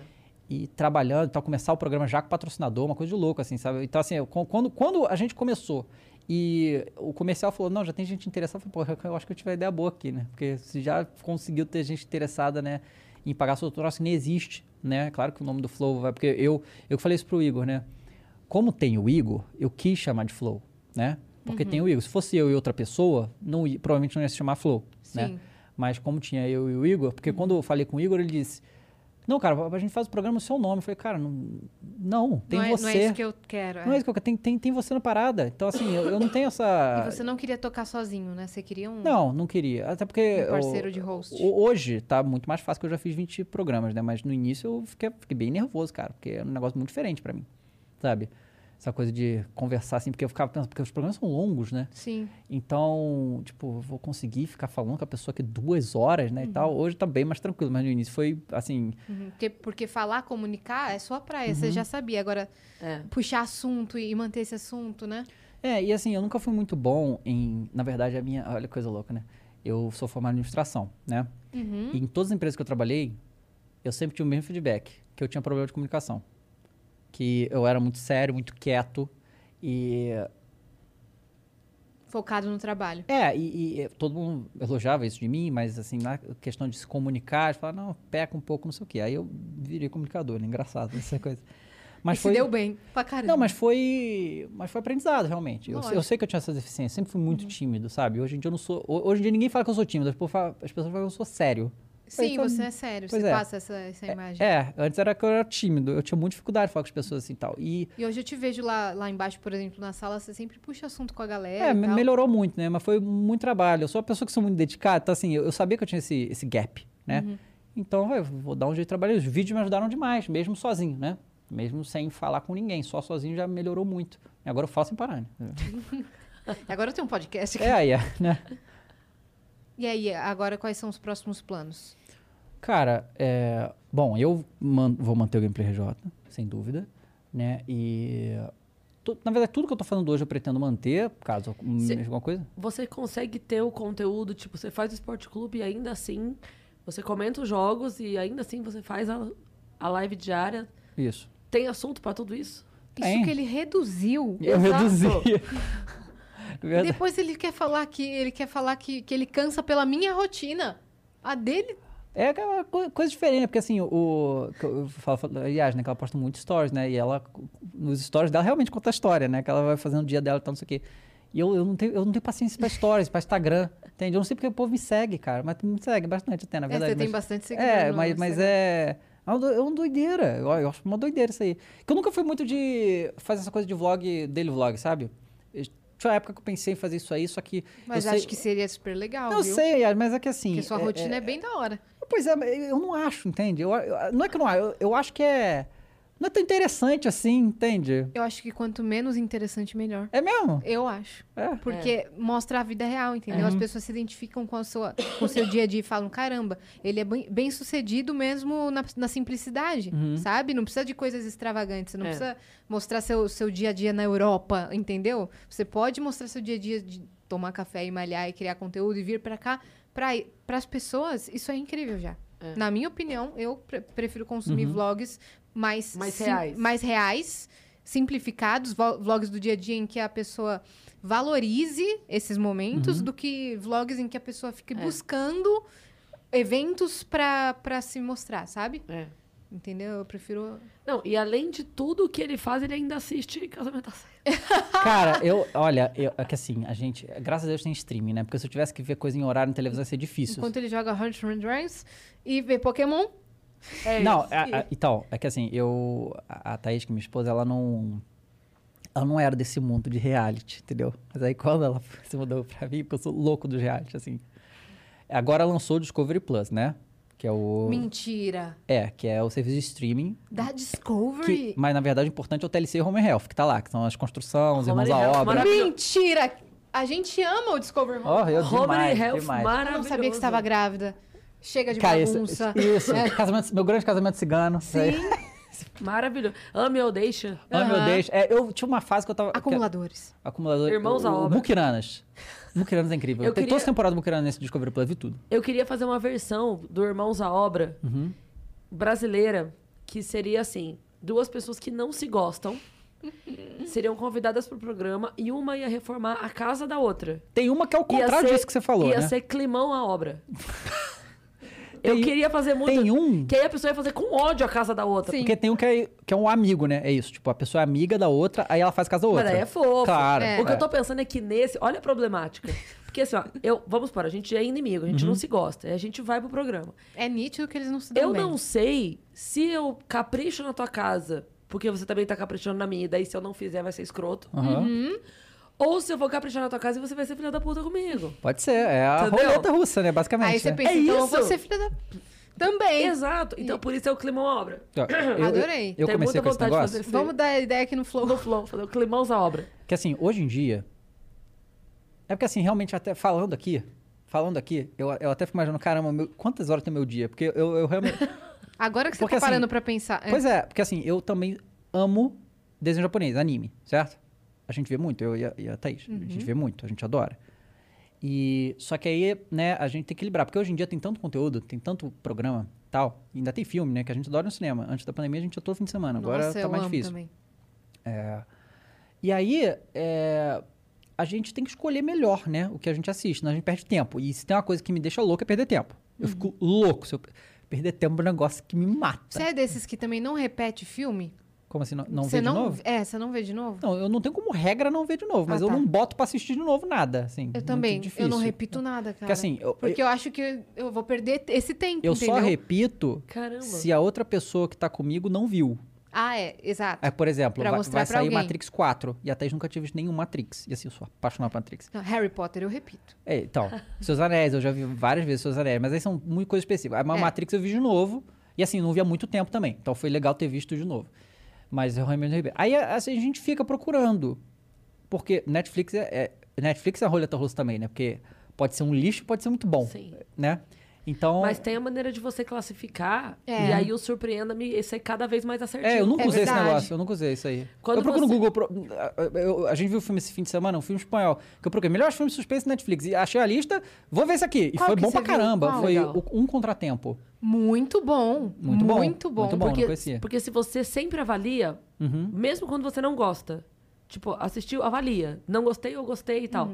e trabalhando, então começar o programa já com patrocinador, uma coisa de louco, assim, sabe? Então, assim, eu- quando, quando a gente começou e o comercial falou, não, já tem gente interessada, eu falei, pô, eu acho que eu tive uma ideia boa aqui, né? Porque se já conseguiu ter gente interessada, né, em pagar seu troço, que nem existe, né? Claro que o nome do Flow vai, porque eu, eu falei isso pro Igor, né? Como tem o Igor, eu quis chamar de Flow, né? Porque tem o Igor. Se fosse eu e outra pessoa, não, ia- provavelmente não ia se chamar Flow, né? Sim. Mas como tinha eu e o Igor, porque quando eu falei com o Igor, ele disse: Não, cara, a gente faz o programa no seu nome. Eu falei, cara, não, não tem não, é, você. não é isso que eu quero. é. Não é isso que eu quero, tem, tem, tem você na parada. Então, assim, eu, eu não tenho E essa. você não queria tocar sozinho, né? Você queria um, Não, não queria. Até porque. um parceiro eu- de host. ho- Hoje tá muito mais fácil, que eu já fiz 20 programas, né? Mas no início eu fiquei, fiquei bem nervoso, cara, porque era um negócio muito diferente pra mim, sabe? Essa coisa de conversar assim, porque eu ficava pensando, porque os programas são longos, né? Sim. Então, tipo, eu vou conseguir ficar falando com a pessoa aqui duas horas, né, e tal. Hoje tá bem mais tranquilo, mas no início foi, assim... Uhum. Porque, porque falar, comunicar é sua praia, você Uhum. já sabia. Agora, É. puxar assunto e manter esse assunto, né? É, e assim, eu nunca fui muito bom em... Na verdade, a minha... Olha que coisa louca, né? Eu sou formado em administração, né? Hum? E em todas as empresas que eu trabalhei, eu sempre tinha o mesmo feedback, que eu tinha problema de comunicação. Que eu era muito sério, muito quieto, e Focado no trabalho. É, e, e, eh, todo mundo elogiava isso de mim, mas assim, na questão de se comunicar, de falar, não, peca um pouco, não sei o quê. Aí eu virei comunicador, né? Engraçado essa coisa. Mas e foi. se deu bem pra caramba. Não, mas foi. Mas foi aprendizado, realmente. Eu, eu Lógico. sei que eu tinha essas deficiências, sempre fui muito tímido, sabe? Hoje em dia eu não sou. ho- Hoje em dia ninguém fala que eu sou tímido, as pessoas falam as pessoas falam que eu sou sério. Sim, Então, você é sério, pois você é. passa essa, essa imagem. É, antes era que eu era tímido, eu tinha muita dificuldade de falar com as pessoas assim e tal. E E hoje eu te vejo lá, lá embaixo, por exemplo, na sala, você sempre puxa assunto com a galera. É, e me- tal. melhorou muito, né? Mas foi muito trabalho. Eu sou uma pessoa que sou muito dedicada, então assim, eu, eu sabia que eu tinha esse, esse gap, né? Então, vai, vou dar um jeito de trabalhar. Os vídeos me ajudaram demais, mesmo sozinho, né? Mesmo sem falar com ninguém, só sozinho já melhorou muito. E agora eu falo sem parar, né? Agora eu tenho um podcast aqui. É, aí, é, né? E aí, agora quais são os próximos planos? Cara, é, bom, eu man- vou manter o Gameplay RJ, sem dúvida, né? E... tu- Na verdade, tudo que eu tô falando hoje eu pretendo manter, caso Cê- alguma coisa. Você consegue ter o conteúdo, tipo, você faz o esporte clube e ainda assim você comenta os jogos e ainda assim você faz a, a live diária. Isso. Tem assunto pra tudo isso? Tem. Isso que ele reduziu. Eu Exato. reduzi. E Verdade. Depois ele quer falar que ele quer falar que, que ele cansa pela minha rotina. A dele. É aquela co- coisa diferente, né? porque assim, o. que Eu falo, falo- aliás, né? Que ela posta muito stories, né? E ela. Nos stories dela realmente conta a história, né? Que ela vai fazendo o dia dela e tal, não sei o quê. E eu, eu, não tenho, eu não tenho paciência pra stories, pra Instagram, entende? Eu não sei porque o povo me segue, cara. Mas me segue bastante até, na É, verdade. você tem mas- bastante seguidor. é, no mas, mas Instagram. é. É uma do- é uma doideira. Eu, eu acho uma doideira isso aí. Porque eu nunca fui muito de fazer essa coisa de vlog, daily vlog, sabe? Eu- Tinha uma época que eu pensei em fazer isso aí, só que. Mas eu acho sei... que seria super legal. Eu viu? sei, Yas, mas é que assim. Porque sua é- rotina é, bem da hora. Pois é, mas eu não acho, entende? Eu, eu- não é que eu não acho, eu, eu acho que é. Não é tão interessante assim, entende? Eu acho que quanto menos interessante, melhor. É mesmo? Eu acho. É. Uhum. Porque mostra a vida real, entendeu? As pessoas se identificam com, a sua, com o seu dia a dia e falam: caramba, ele é bem, bem sucedido mesmo na, na simplicidade, Uhum. sabe? Não precisa de coisas extravagantes, você não É. precisa mostrar seu, seu dia a dia na Europa, entendeu? Você pode mostrar seu dia a dia de tomar café e malhar e criar conteúdo e vir pra cá. Para as pessoas, isso é incrível já. É. Na minha opinião, eu pre- prefiro consumir vlogs mais, Mais sim- reais. mais reais, simplificados, vo- vlogs do dia a dia em que a pessoa valorize esses momentos do que vlogs em que a pessoa É. fique buscando eventos pra pra se mostrar, sabe? É. Entendeu? Eu prefiro. Não, e além de tudo que ele faz, ele ainda assiste Casamento às Cegas. Cara, eu. Olha, eu- é que assim, a gente. Graças a Deus tem streaming, né? Porque se eu tivesse que ver coisa em horário na televisão ia ser difícil. Enquanto ele joga Hunt and Drives e vê Pokémon. Não, isso. a- a- então, é que assim, eu. A a Thaís, que é minha esposa, ela não. Ela não era desse mundo de reality, entendeu? Mas aí quando ela se mudou pra mim, porque eu sou louco dos reality, assim. Agora lançou o Discovery Plus, né? Que é o. Mentira. É, que é o serviço de streaming Da Que- Discovery. mas na verdade o importante é o TLC e o Home and Health, que tá lá, que são as construções, os Home irmãos and à Health, obra. maravilhoso. Mentira! A gente ama o Discovery Home. Oh, eu Robert demais, Health, demais. eu maravilhoso. não sabia que estava grávida. Chega de Cara, isso, bagunça. É. isso, casamento- meu grande casamento cigano. isso aí. Sim. Maravilhoso. Ame ou deixa. Ah, meu Aham. Deus. É, eu tinha uma fase que eu tava. Acumuladores. Que, acumulador. Irmãos o, à obra. Mukiranas. Mukiranas é incrível. Eu Tem queria- toda a temporada do Mukiranas nesse Discovery Plus, vi tudo. Eu queria fazer uma versão do Irmãos à Obra Uhum. brasileira, que seria assim: duas pessoas que não se gostam seriam convidadas pro programa e uma ia reformar a casa da outra. Tem uma que é o Ia contrário ser- disso que você falou, Ia né? ser climão à obra. Eu Tem- queria fazer muito. Tem um. Que aí a pessoa ia fazer com ódio a casa da outra. Sim. Porque tem um que é, que é um amigo, né? É isso. Tipo, a pessoa é amiga da outra, aí ela faz casa da outra. Mas aí é fofo. Claro. É. O que eu tô pensando é que nesse. Olha a problemática. Porque assim, ó, eu, vamos para, a gente é inimigo, a Uhum. gente não se gosta. Aí a gente vai pro programa. É nítido que eles não se dão Eu bem. não sei se eu capricho na tua casa, porque você também tá caprichando na minha, e daí se eu não fizer vai ser escroto. Aham. Uhum. Ou se eu vou caprichar na tua casa e você vai ser filha da puta comigo. Pode ser. É a Entendeu? roleta russa, né? Basicamente. Aí você né? pensa, É então eu isso. vou ser filha da... Também. Exato. Então por isso é o climão à obra. Ó, eu- Adorei. Eu, Tem comecei muita com vontade esse de negócio. fazer isso. Vamos dar a ideia aqui no Flow. No flow, fazer o climão à obra. Que assim, hoje em dia. É porque assim, realmente, até falando aqui. Falando aqui, eu, eu até fico imaginando, caramba, meu- quantas horas tem meu dia? Porque eu, eu realmente. Agora que você Porque, tá parando assim, pra pensar... pois é, porque assim, eu também amo desenho japonês, anime, certo? A gente vê muito, eu e a, e a Thaís. A Uhum. gente vê muito, a gente adora. E só que aí, né, a gente tem que equilibrar, porque hoje em dia tem tanto conteúdo, tem tanto programa, tal, e ainda tem filme, né, que a gente adora no cinema. Antes da pandemia a gente ia todo fim de semana, agora Nossa, tá eu mais amo difícil. também. E aí, é, a gente tem que escolher melhor, né? O que a gente assiste, senão a gente perde tempo. E se tem uma coisa que me deixa louco é perder tempo. Eu Uhum. fico louco se eu perder tempo é um negócio que me mata. Você é desses que também não repete filme? Como assim? Não, não você vê não... de novo? É, você não vê de novo? Não, eu não tenho como regra não ver de novo, mas Ah, eu tá. não boto pra assistir de novo nada. Assim, Eu também. Muito difícil. Eu não repito nada, cara. Porque assim, eu, Porque eu acho que eu vou perder t- esse tempo, eu entendeu? só repito Caramba. se a outra pessoa que tá comigo não viu. Ah, é. Exato. Aí, por exemplo, Pra vai, mostrar vai pra sair alguém. Matrix 4. E até eu nunca tive visto nenhum Matrix. E assim, eu sou apaixonado por Matrix. Não, Harry Potter, eu repito. É, então, Seus Anéis, eu já vi várias vezes Seus Anéis, mas aí são muito coisas específicas. A Ma- É. Matrix eu vi de novo, e assim, não vi há muito tempo também. Então foi legal ter visto de novo. Mas é eu realmente não revi. Aí assim, a gente fica procurando. Porque Netflix é, é- Netflix é a roleta russa também, né? Porque pode ser um lixo, pode ser muito bom. Sim. Né? Então. Mas tem a maneira de você classificar, É. e aí o surpreenda-me e ser cada vez mais assertivo. É, eu nunca É usei esse verdade. negócio, eu nunca usei isso aí. Quando eu procuro você- no Google. pro- eu- a gente viu o filme esse fim de semana, um filme espanhol, que eu procurei. Melhores filmes suspense Netflix. E achei a lista, vou ver esse aqui. E Qual foi que bom você pra viu? caramba. Qual? Foi Legal. o- um contratempo. Muito bom. Muito bom, Muito bom. muito bom. porque, não conhecia. porque se você sempre avalia, Uhum. mesmo quando você não gosta, tipo, assistiu, avalia, não gostei ou gostei e tal.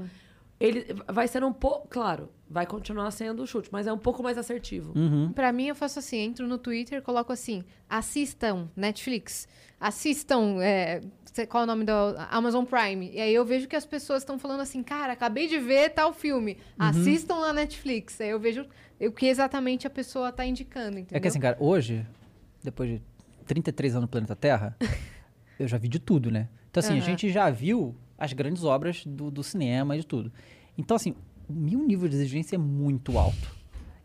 Ele vai ser um pouco, claro, vai continuar sendo o chute, mas é um pouco mais assertivo. Uhum. Pra mim, eu faço assim, entro no Twitter, coloco assim, assistam Netflix, assistam, é, sei- qual é o nome da Amazon Prime. E aí eu vejo que as pessoas estão falando assim, cara, acabei de ver tal filme, Uhum. assistam na Netflix. Aí eu vejo o que exatamente a pessoa tá indicando, entendeu? É que assim, cara, hoje, depois de 33 anos no planeta Terra, eu já vi de tudo, né? Então, assim, a Aham. gente já viu as grandes obras do, do cinema e de tudo. Então, assim, o meu nível de exigência é muito alto.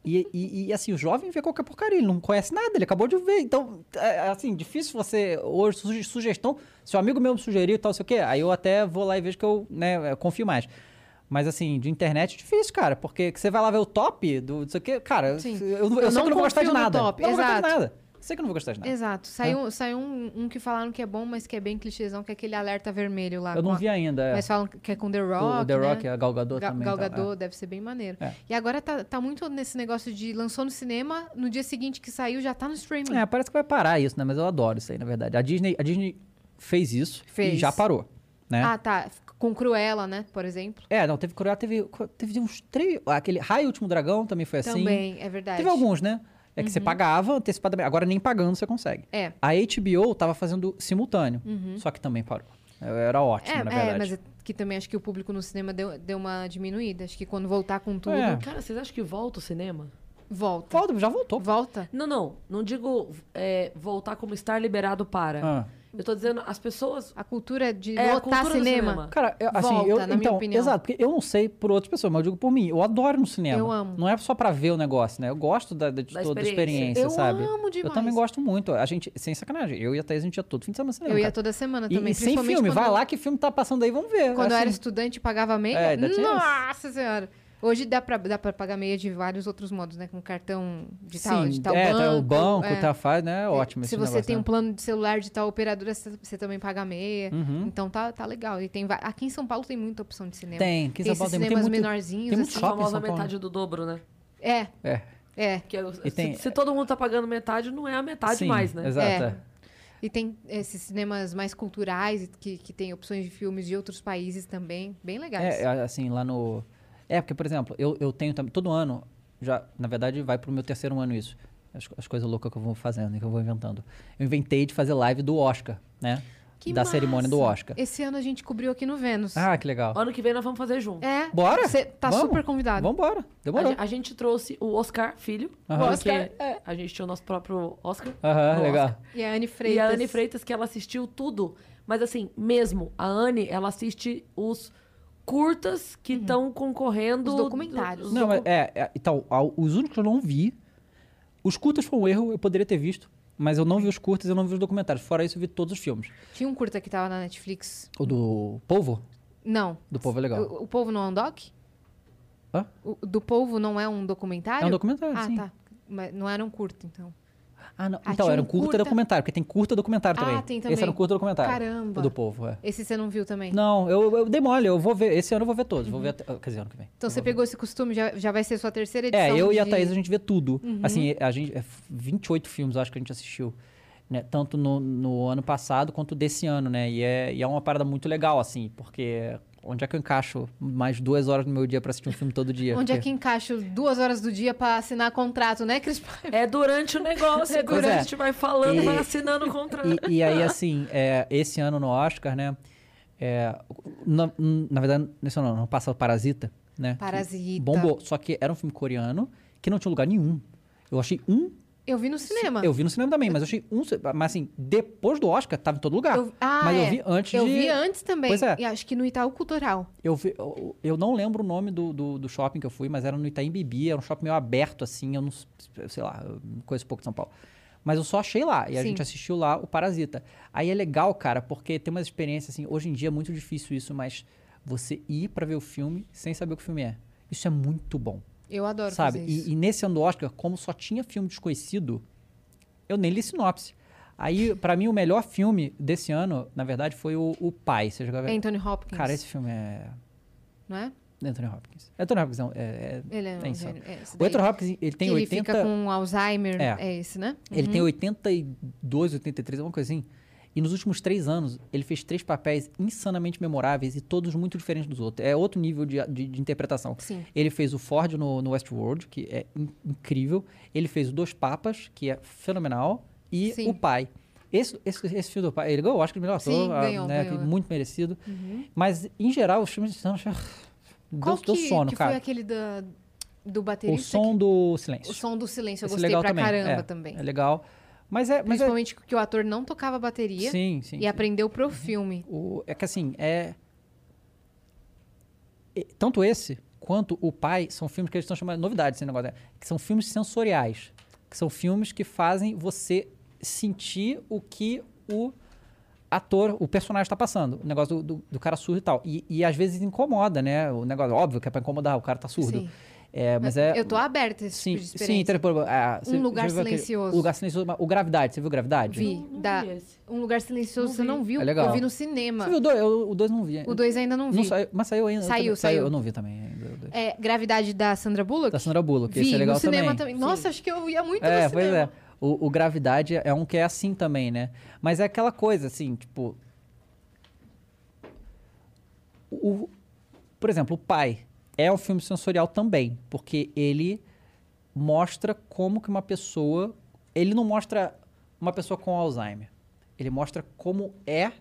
E, e- e, assim, o jovem vê qualquer porcaria, ele não conhece nada, ele acabou de ver. Então, é, assim, difícil você. Hoje, suge- sugestão, se o amigo meu me sugeriu e tal, sei o quê, aí eu até vou lá e vejo que eu né, eu confio mais. Mas assim, de internet é difícil, cara, porque que você vai lá ver o top do não sei o quê, cara, Sim. eu, eu, eu Eu sei não que eu não vou gostar de confio no nada. top, Eu não vou gostar de exato. nada. Sei que eu não vou gostar de nada. Exato. É. Saiu, saiu um, um que falaram que é bom, mas que é bem clichêzão, que é aquele alerta vermelho lá. Eu com não a- vi ainda. é. Mas falam que é com The O- Rock, o The né? Rock, a Gal Gadot Ga- também. Gal então, é. Gadot, deve ser bem maneiro. É. E agora tá, tá muito nesse negócio de lançou no cinema, no dia seguinte que saiu já tá no streaming. É, parece que vai parar isso, né? Mas eu adoro isso aí, na verdade. A Disney, a Disney fez isso e Fez. já parou, né? Ah, tá. Com Cruella, né? Por exemplo. É, não, teve Coreia, teve, teve uns três... Aquele Raio Último Dragão também foi assim. Também, é verdade. Uhum. Teve alguns, né? É que você pagava antecipadamente. Agora nem pagando você consegue. É. A HBO tava fazendo simultâneo, só que também parou. Era ótimo, Uhum. É, na é, verdade. mas é que também acho que o público no cinema deu, deu uma diminuída. Acho que quando voltar com tudo, É. Cara, vocês acham que volta o cinema? volta. Volta, já voltou. Volta. Não, não. Não digo é, voltar como estar liberado para. Ah. Eu tô dizendo, as pessoas. A cultura de É, a lotar cultura do cinema. cinema. Cara, eu, assim, Volta, eu, na então, minha opinião. exato, porque eu não sei por outras pessoas, mas eu digo por mim, eu adoro ir no cinema. Eu amo. Não é só pra ver o negócio, né? Eu gosto da, da, de Da toda a experiência. experiência, Eu sabe? amo Eu demais. também gosto muito. A gente, sem sacanagem, eu e a Thaís, a gente ia todo fim de semana no cinema. Eu ia cara. toda semana E- também. E, sem principalmente filme, quando- vai lá que filme tá passando aí, vamos ver. Quando eu era assim. estudante, pagava meia. É, ainda tinha isso. Nossa senhora. Hoje dá pra, dá pra pagar meia de vários outros modos, né? Com cartão de tal, Sim, de tal é, banco. tá, o banco, é. tá, faz, né? Se Ótimo esse você negócio, tem né? um plano de celular de tal operadora, você você também paga meia. Uhum. Então tá, tá legal. E tem, va- aqui em São Paulo tem muita opção de cinema. Tem, aqui em São esses Paulo tem, tem cinemas muito... menorzinhos, tem muito assim. A shopping em famosa São Paulo. metade do dobro, né? É, É, é. Que é- se, tem- se todo mundo tá pagando metade, não é a metade sim, mais, né? Exato. É. é. E tem esses cinemas mais culturais, que, que tem opções de filmes de outros países também. Bem legais. É, a- assim, lá no. É, porque, por exemplo, eu, eu tenho também. Todo ano, já, na verdade, vai pro meu terceiro ano isso. As, co- as coisas loucas que eu vou fazendo, que eu vou inventando. Eu inventei de fazer live do Oscar, né? Que da massa! cerimônia do Oscar. Esse ano a gente cobriu aqui no Vênus. Ah, que legal. Ano que vem nós vamos fazer junto. É. Bora? Você tá Vamos? super convidado. Vambora. A, Demorou. gen- a gente trouxe o Oscar Filho, Aham. porque Oscar, é. a gente tinha o nosso próprio Oscar. Aham, no legal. Oscar. E a Anne Freitas. E a Anne Freitas, que ela assistiu tudo. Mas assim, mesmo, a Anne, ela assiste os curtas que estão concorrendo. Uhum. Os documentários. os Não, docu- mas é, é, então, ao- os únicos que eu não vi. Os curtas foi um erro, eu poderia ter visto. Mas eu não vi os curtas, eu não vi os documentários. Fora isso, eu vi todos os filmes. Tinha um curta que tava na Netflix. O do Polvo? Não. Do Polvo é legal. O, o Povo não é um doc? Hã? O, do Povo não é um documentário? É um documentário, Ah, sim. tá. Mas não era um curto, então. Ah, não. Ah, então, tinha era um um curta, curta? documentário, porque tem curta documentário Ah, também. tem também. Esse era um curta documentário. Caramba. O do povo, é. Esse você não viu também? Não, eu, eu dei mole, eu vou ver. Esse ano eu vou ver todos. Vou ver até, quer dizer, ano que vem. Então Eu você vou ver. pegou esse costume, já, já vai ser sua terceira edição. É, eu e a de- Uhum. Thaís a gente vê tudo. Assim, a gente. É 28 filmes, eu acho que a gente assistiu. Né? Tanto no, no ano passado quanto desse ano, né? E é, e é uma parada muito legal, assim, porque onde é que eu encaixo mais duas horas no meu dia pra assistir um filme todo dia? Onde é que Porque- encaixo duas horas do dia pra assinar contrato, né, Cris? Paiva? É durante o negócio, é Pois durante, é. a gente vai falando, E- vai assinando o contrato. E, e aí, assim, é, esse ano no Oscar, né? é, na, na verdade, nesse ano não, no passado Parasita, né? que Parasita. Bombou. Só que era um filme coreano que não tinha lugar nenhum. Eu achei um. Eu vi no cinema. Eu vi no cinema também, mas eu achei um. Mas assim, depois do Oscar, tava em todo lugar. Eu- Ah, mas é. eu vi antes Eu de. vi antes também. Pois é. E acho que no Itaú Cultural. Eu, vi- eu- eu não lembro o nome do, do, do shopping que eu fui, mas era no Itaim Bibi, era um shopping meio aberto, assim, eu não s- sei lá, eu conheço pouco de São Paulo. Mas eu só achei lá, e a Sim. gente assistiu lá o Parasita. Aí é legal, cara, porque tem umas experiências, assim, hoje em dia é muito difícil isso, mas você ir pra ver o filme sem saber o que o filme é. Isso é muito bom, Eu adoro sabe? fazer isso. E, e nesse ano do Oscar, como só tinha filme desconhecido, eu nem li sinopse. Aí, pra mim, o melhor filme desse ano, na verdade, foi o, o Pai. Você já... Anthony Hopkins. Cara, esse filme é Não é? Anthony Hopkins. Anthony Hopkins não, é, é- Ele é um é insano. gênio. É, esse O daí. Anthony Hopkins, ele tem que 80... Ele fica com Alzheimer. É. É, esse, né? Ele tem 82, 83, alguma coisa assim. E nos últimos três anos, ele fez três papéis insanamente memoráveis e todos muito diferentes dos outros. É outro nível de, de- de interpretação. Sim. Ele fez o Ford no, no Westworld, que é in- incrível. Ele fez o Dois Papas, que é fenomenal. E Sim. o Pai. Esse, esse, esse filme do Pai, ele ganhou, acho que o melhor ator. Sim, ah, ganhou, né, ganhou. Uhum. que Muito merecido. Mas, em geral, os filmes de cinema... Qual Deu, que, deu sono, que cara. foi aquele da, do O baterista? som do que- silêncio. O som do silêncio. Eu Esse é gostei legal pra também. caramba é, também. É legal. Mas é. Mas é Principalmente que o ator não tocava bateria. sim, sim. Uhum. E sim. aprendeu pro filme. O- é que assim, é. e- tanto esse quanto o pai são filmes que eles estão chamando. Novidade esse negócio, né? Que são filmes sensoriais. Que são filmes que fazem você sentir o que o ator, o personagem está passando. O negócio do, do- do cara surdo e tal. E, e às vezes incomoda, né? O negócio, óbvio que é pra incomodar, o cara tá surdo. Sim. É, mas é, Eu tô aberta a esse tipo de Sim, experiência. Um então, ah, você- lugar você viu aquele- silencioso. o lugar silencioso. mas O Gravidade, você viu Gravidade? Vi. Não, não da- vi esse. Um lugar silencioso, Não você vi. não viu. É legal. Eu vi no cinema. Você viu o dois? Eu- o dois não vi. O dois ainda não vi. Não saiu, mas saiu ainda. eu Saiu, também- saiu. Eu não vi também. ainda o dois. É, Gravidade da Sandra Bullock? Da Sandra Bullock, Vi, esse é legal no cinema também. também. Nossa, acho que eu ia muito É, no pois cinema. é. O, o Gravidade é um que é assim também, né? Mas é aquela coisa, assim, tipo... O, por exemplo, o Pai é um filme sensorial também, porque ele mostra como que uma pessoa... Ele não mostra uma pessoa com Alzheimer. Ele mostra como é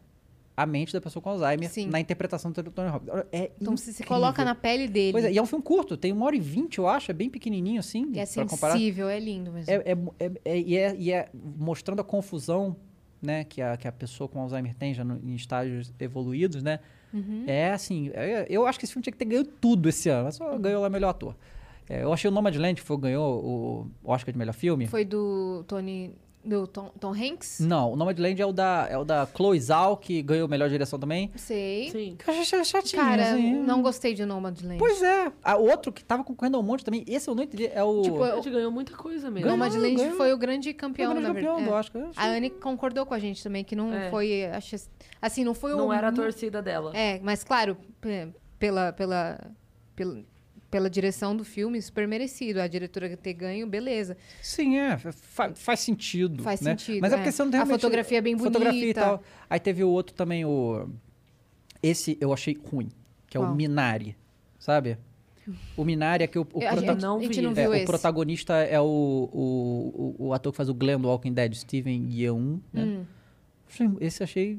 a mente da pessoa com Alzheimer Sim. na interpretação do Tony Robbins. É Então você se coloca incrível. na pele dele. Pois é, e é um filme curto, tem uma hora e vinte, eu acho, é bem pequenininho assim, E é pra comparar. sensível, é lindo mesmo. É, é, é, é- e, é, e é mostrando a confusão né, que, a, que a pessoa com Alzheimer tem já no- em estágios evoluídos, né? Uhum. É assim, é- eu acho que esse filme tinha que ter ganho tudo esse ano, mas Uhum. só ganhou lá melhor ator. É, eu achei o Nomadland, que foi, ganhou o Oscar de melhor filme. Foi do Tony... Do Tom, Tom Hanks? Não, o Nomadland é o da, é o da Chloe Zhao, que ganhou melhor direção também. Sei. Sim. Que eu achei chatinho, Cara, assim. não gostei de Nomadland. Pois é. A outro que tava concorrendo a um monte também, esse eu não entendi, é o... Tipo, é A gente ganhou muita coisa mesmo. Ganhou, Nomadland ganhou. foi o grande campeão, o grande na verdade. campeão do É. Oscar. Eu achei- A Anne concordou com a gente também, que não É. foi... acho- assim, não foi o... Não era a torcida dela. É, mas claro, p- pela, pela, pela, pela direção do filme, super merecido. A diretora ter ganho, beleza. Sim, é. fa- faz sentido. Faz né? sentido, Mas é é. porque você não tem A realmente- fotografia é bem Fotografia e bonita. tal. Aí teve o outro também, o. Esse eu achei ruim, que é Qual? o Minari. Sabe? O Minari é que o, o Eu- a, prota- gente, não a gente vi. não é, viu o esse. protagonista é o, o, o, o ator que faz o Glenn do Walking Dead, Steven Yeun, né? Hum. Achei- Esse eu achei.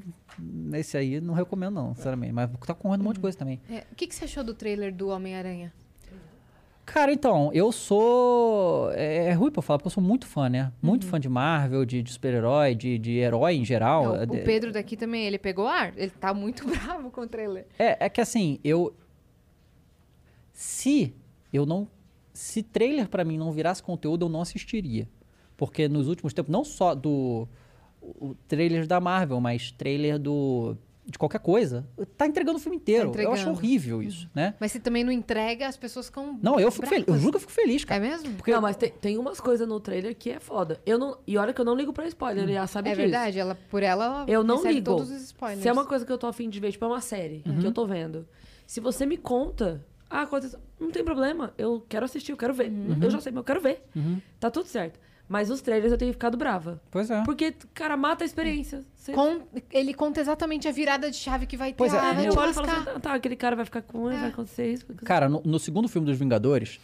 Esse aí não recomendo, não, sinceramente. Mas tá correndo um monte de coisa também. É, o que, que você achou do trailer do Homem-Aranha? Cara, então, eu sou. É, é ruim pra eu falar, porque eu sou muito fã, né? Uhum. Muito fã de Marvel, de, de super-herói, de, de herói em geral. Não, É, o Pedro daqui também, ele pegou ar. Ele tá muito bravo com o trailer. É, é que assim, eu. Se eu não. Se trailer pra mim não virasse conteúdo, eu não assistiria. Porque nos últimos tempos, não só do. O o trailer da Marvel, mas trailer do. De qualquer coisa. Tá entregando o filme inteiro. eu acho entregando. Uhum. horrível isso, né? Mas se também não entrega, as pessoas ficam Não, eu fico feliz. Eu bravas. juro que eu fico feliz, É cara. mesmo? Porque Não, mas tem, tem umas coisas no trailer que é foda. Eu não, e olha que eu não ligo pra Hum. spoiler, ele já sabe É disso. verdade, ela, por ela, ela Eu não recebe ligo. todos os spoilers. Se é uma coisa que eu tô afim de ver, tipo, é uma série Uhum. que eu tô vendo. Se você me conta, ah, aconteceu. Não tem problema. Eu quero assistir, eu quero ver. Uhum. Eu já sei, mas eu quero ver. Tá tudo certo. Mas os trailers eu tenho ficado brava. Pois é. Porque, cara, mata a experiência. Você... Con- Ele conta exatamente a virada de chave que vai ter. Pois é, ah, eu vai Eu te olho e falo assim, lascar. É. tá, tá, aquele cara vai ficar com ele, vai acontecer isso. vai acontecer Cara, no, no segundo filme dos Vingadores,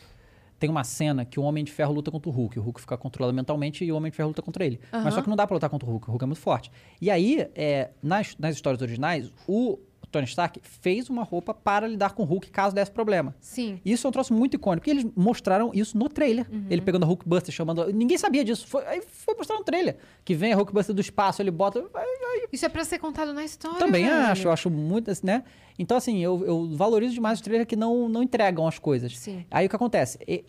tem uma cena que o Homem de Ferro luta contra o Hulk. O Hulk fica controlado mentalmente e o Homem de Ferro luta contra ele. Mas só que não dá pra lutar contra o Hulk. O Hulk é muito forte. E aí, é, nas, nas histórias originais, o Tony Stark fez uma roupa para lidar com o Hulk caso desse problema. Sim. Isso é um troço muito icônico, porque eles mostraram isso no trailer. Ele pegando a Hulkbuster, chamando. Ninguém sabia disso. Foi, aí foi mostrar no trailer. Que vem a Hulkbuster do espaço, ele bota. Isso é pra ser contado na história. Também velho. acho, eu acho muito, assim, né? Então, assim, eu, eu valorizo demais os trailers que não, não entregam as coisas. Sim. Aí o que acontece? E-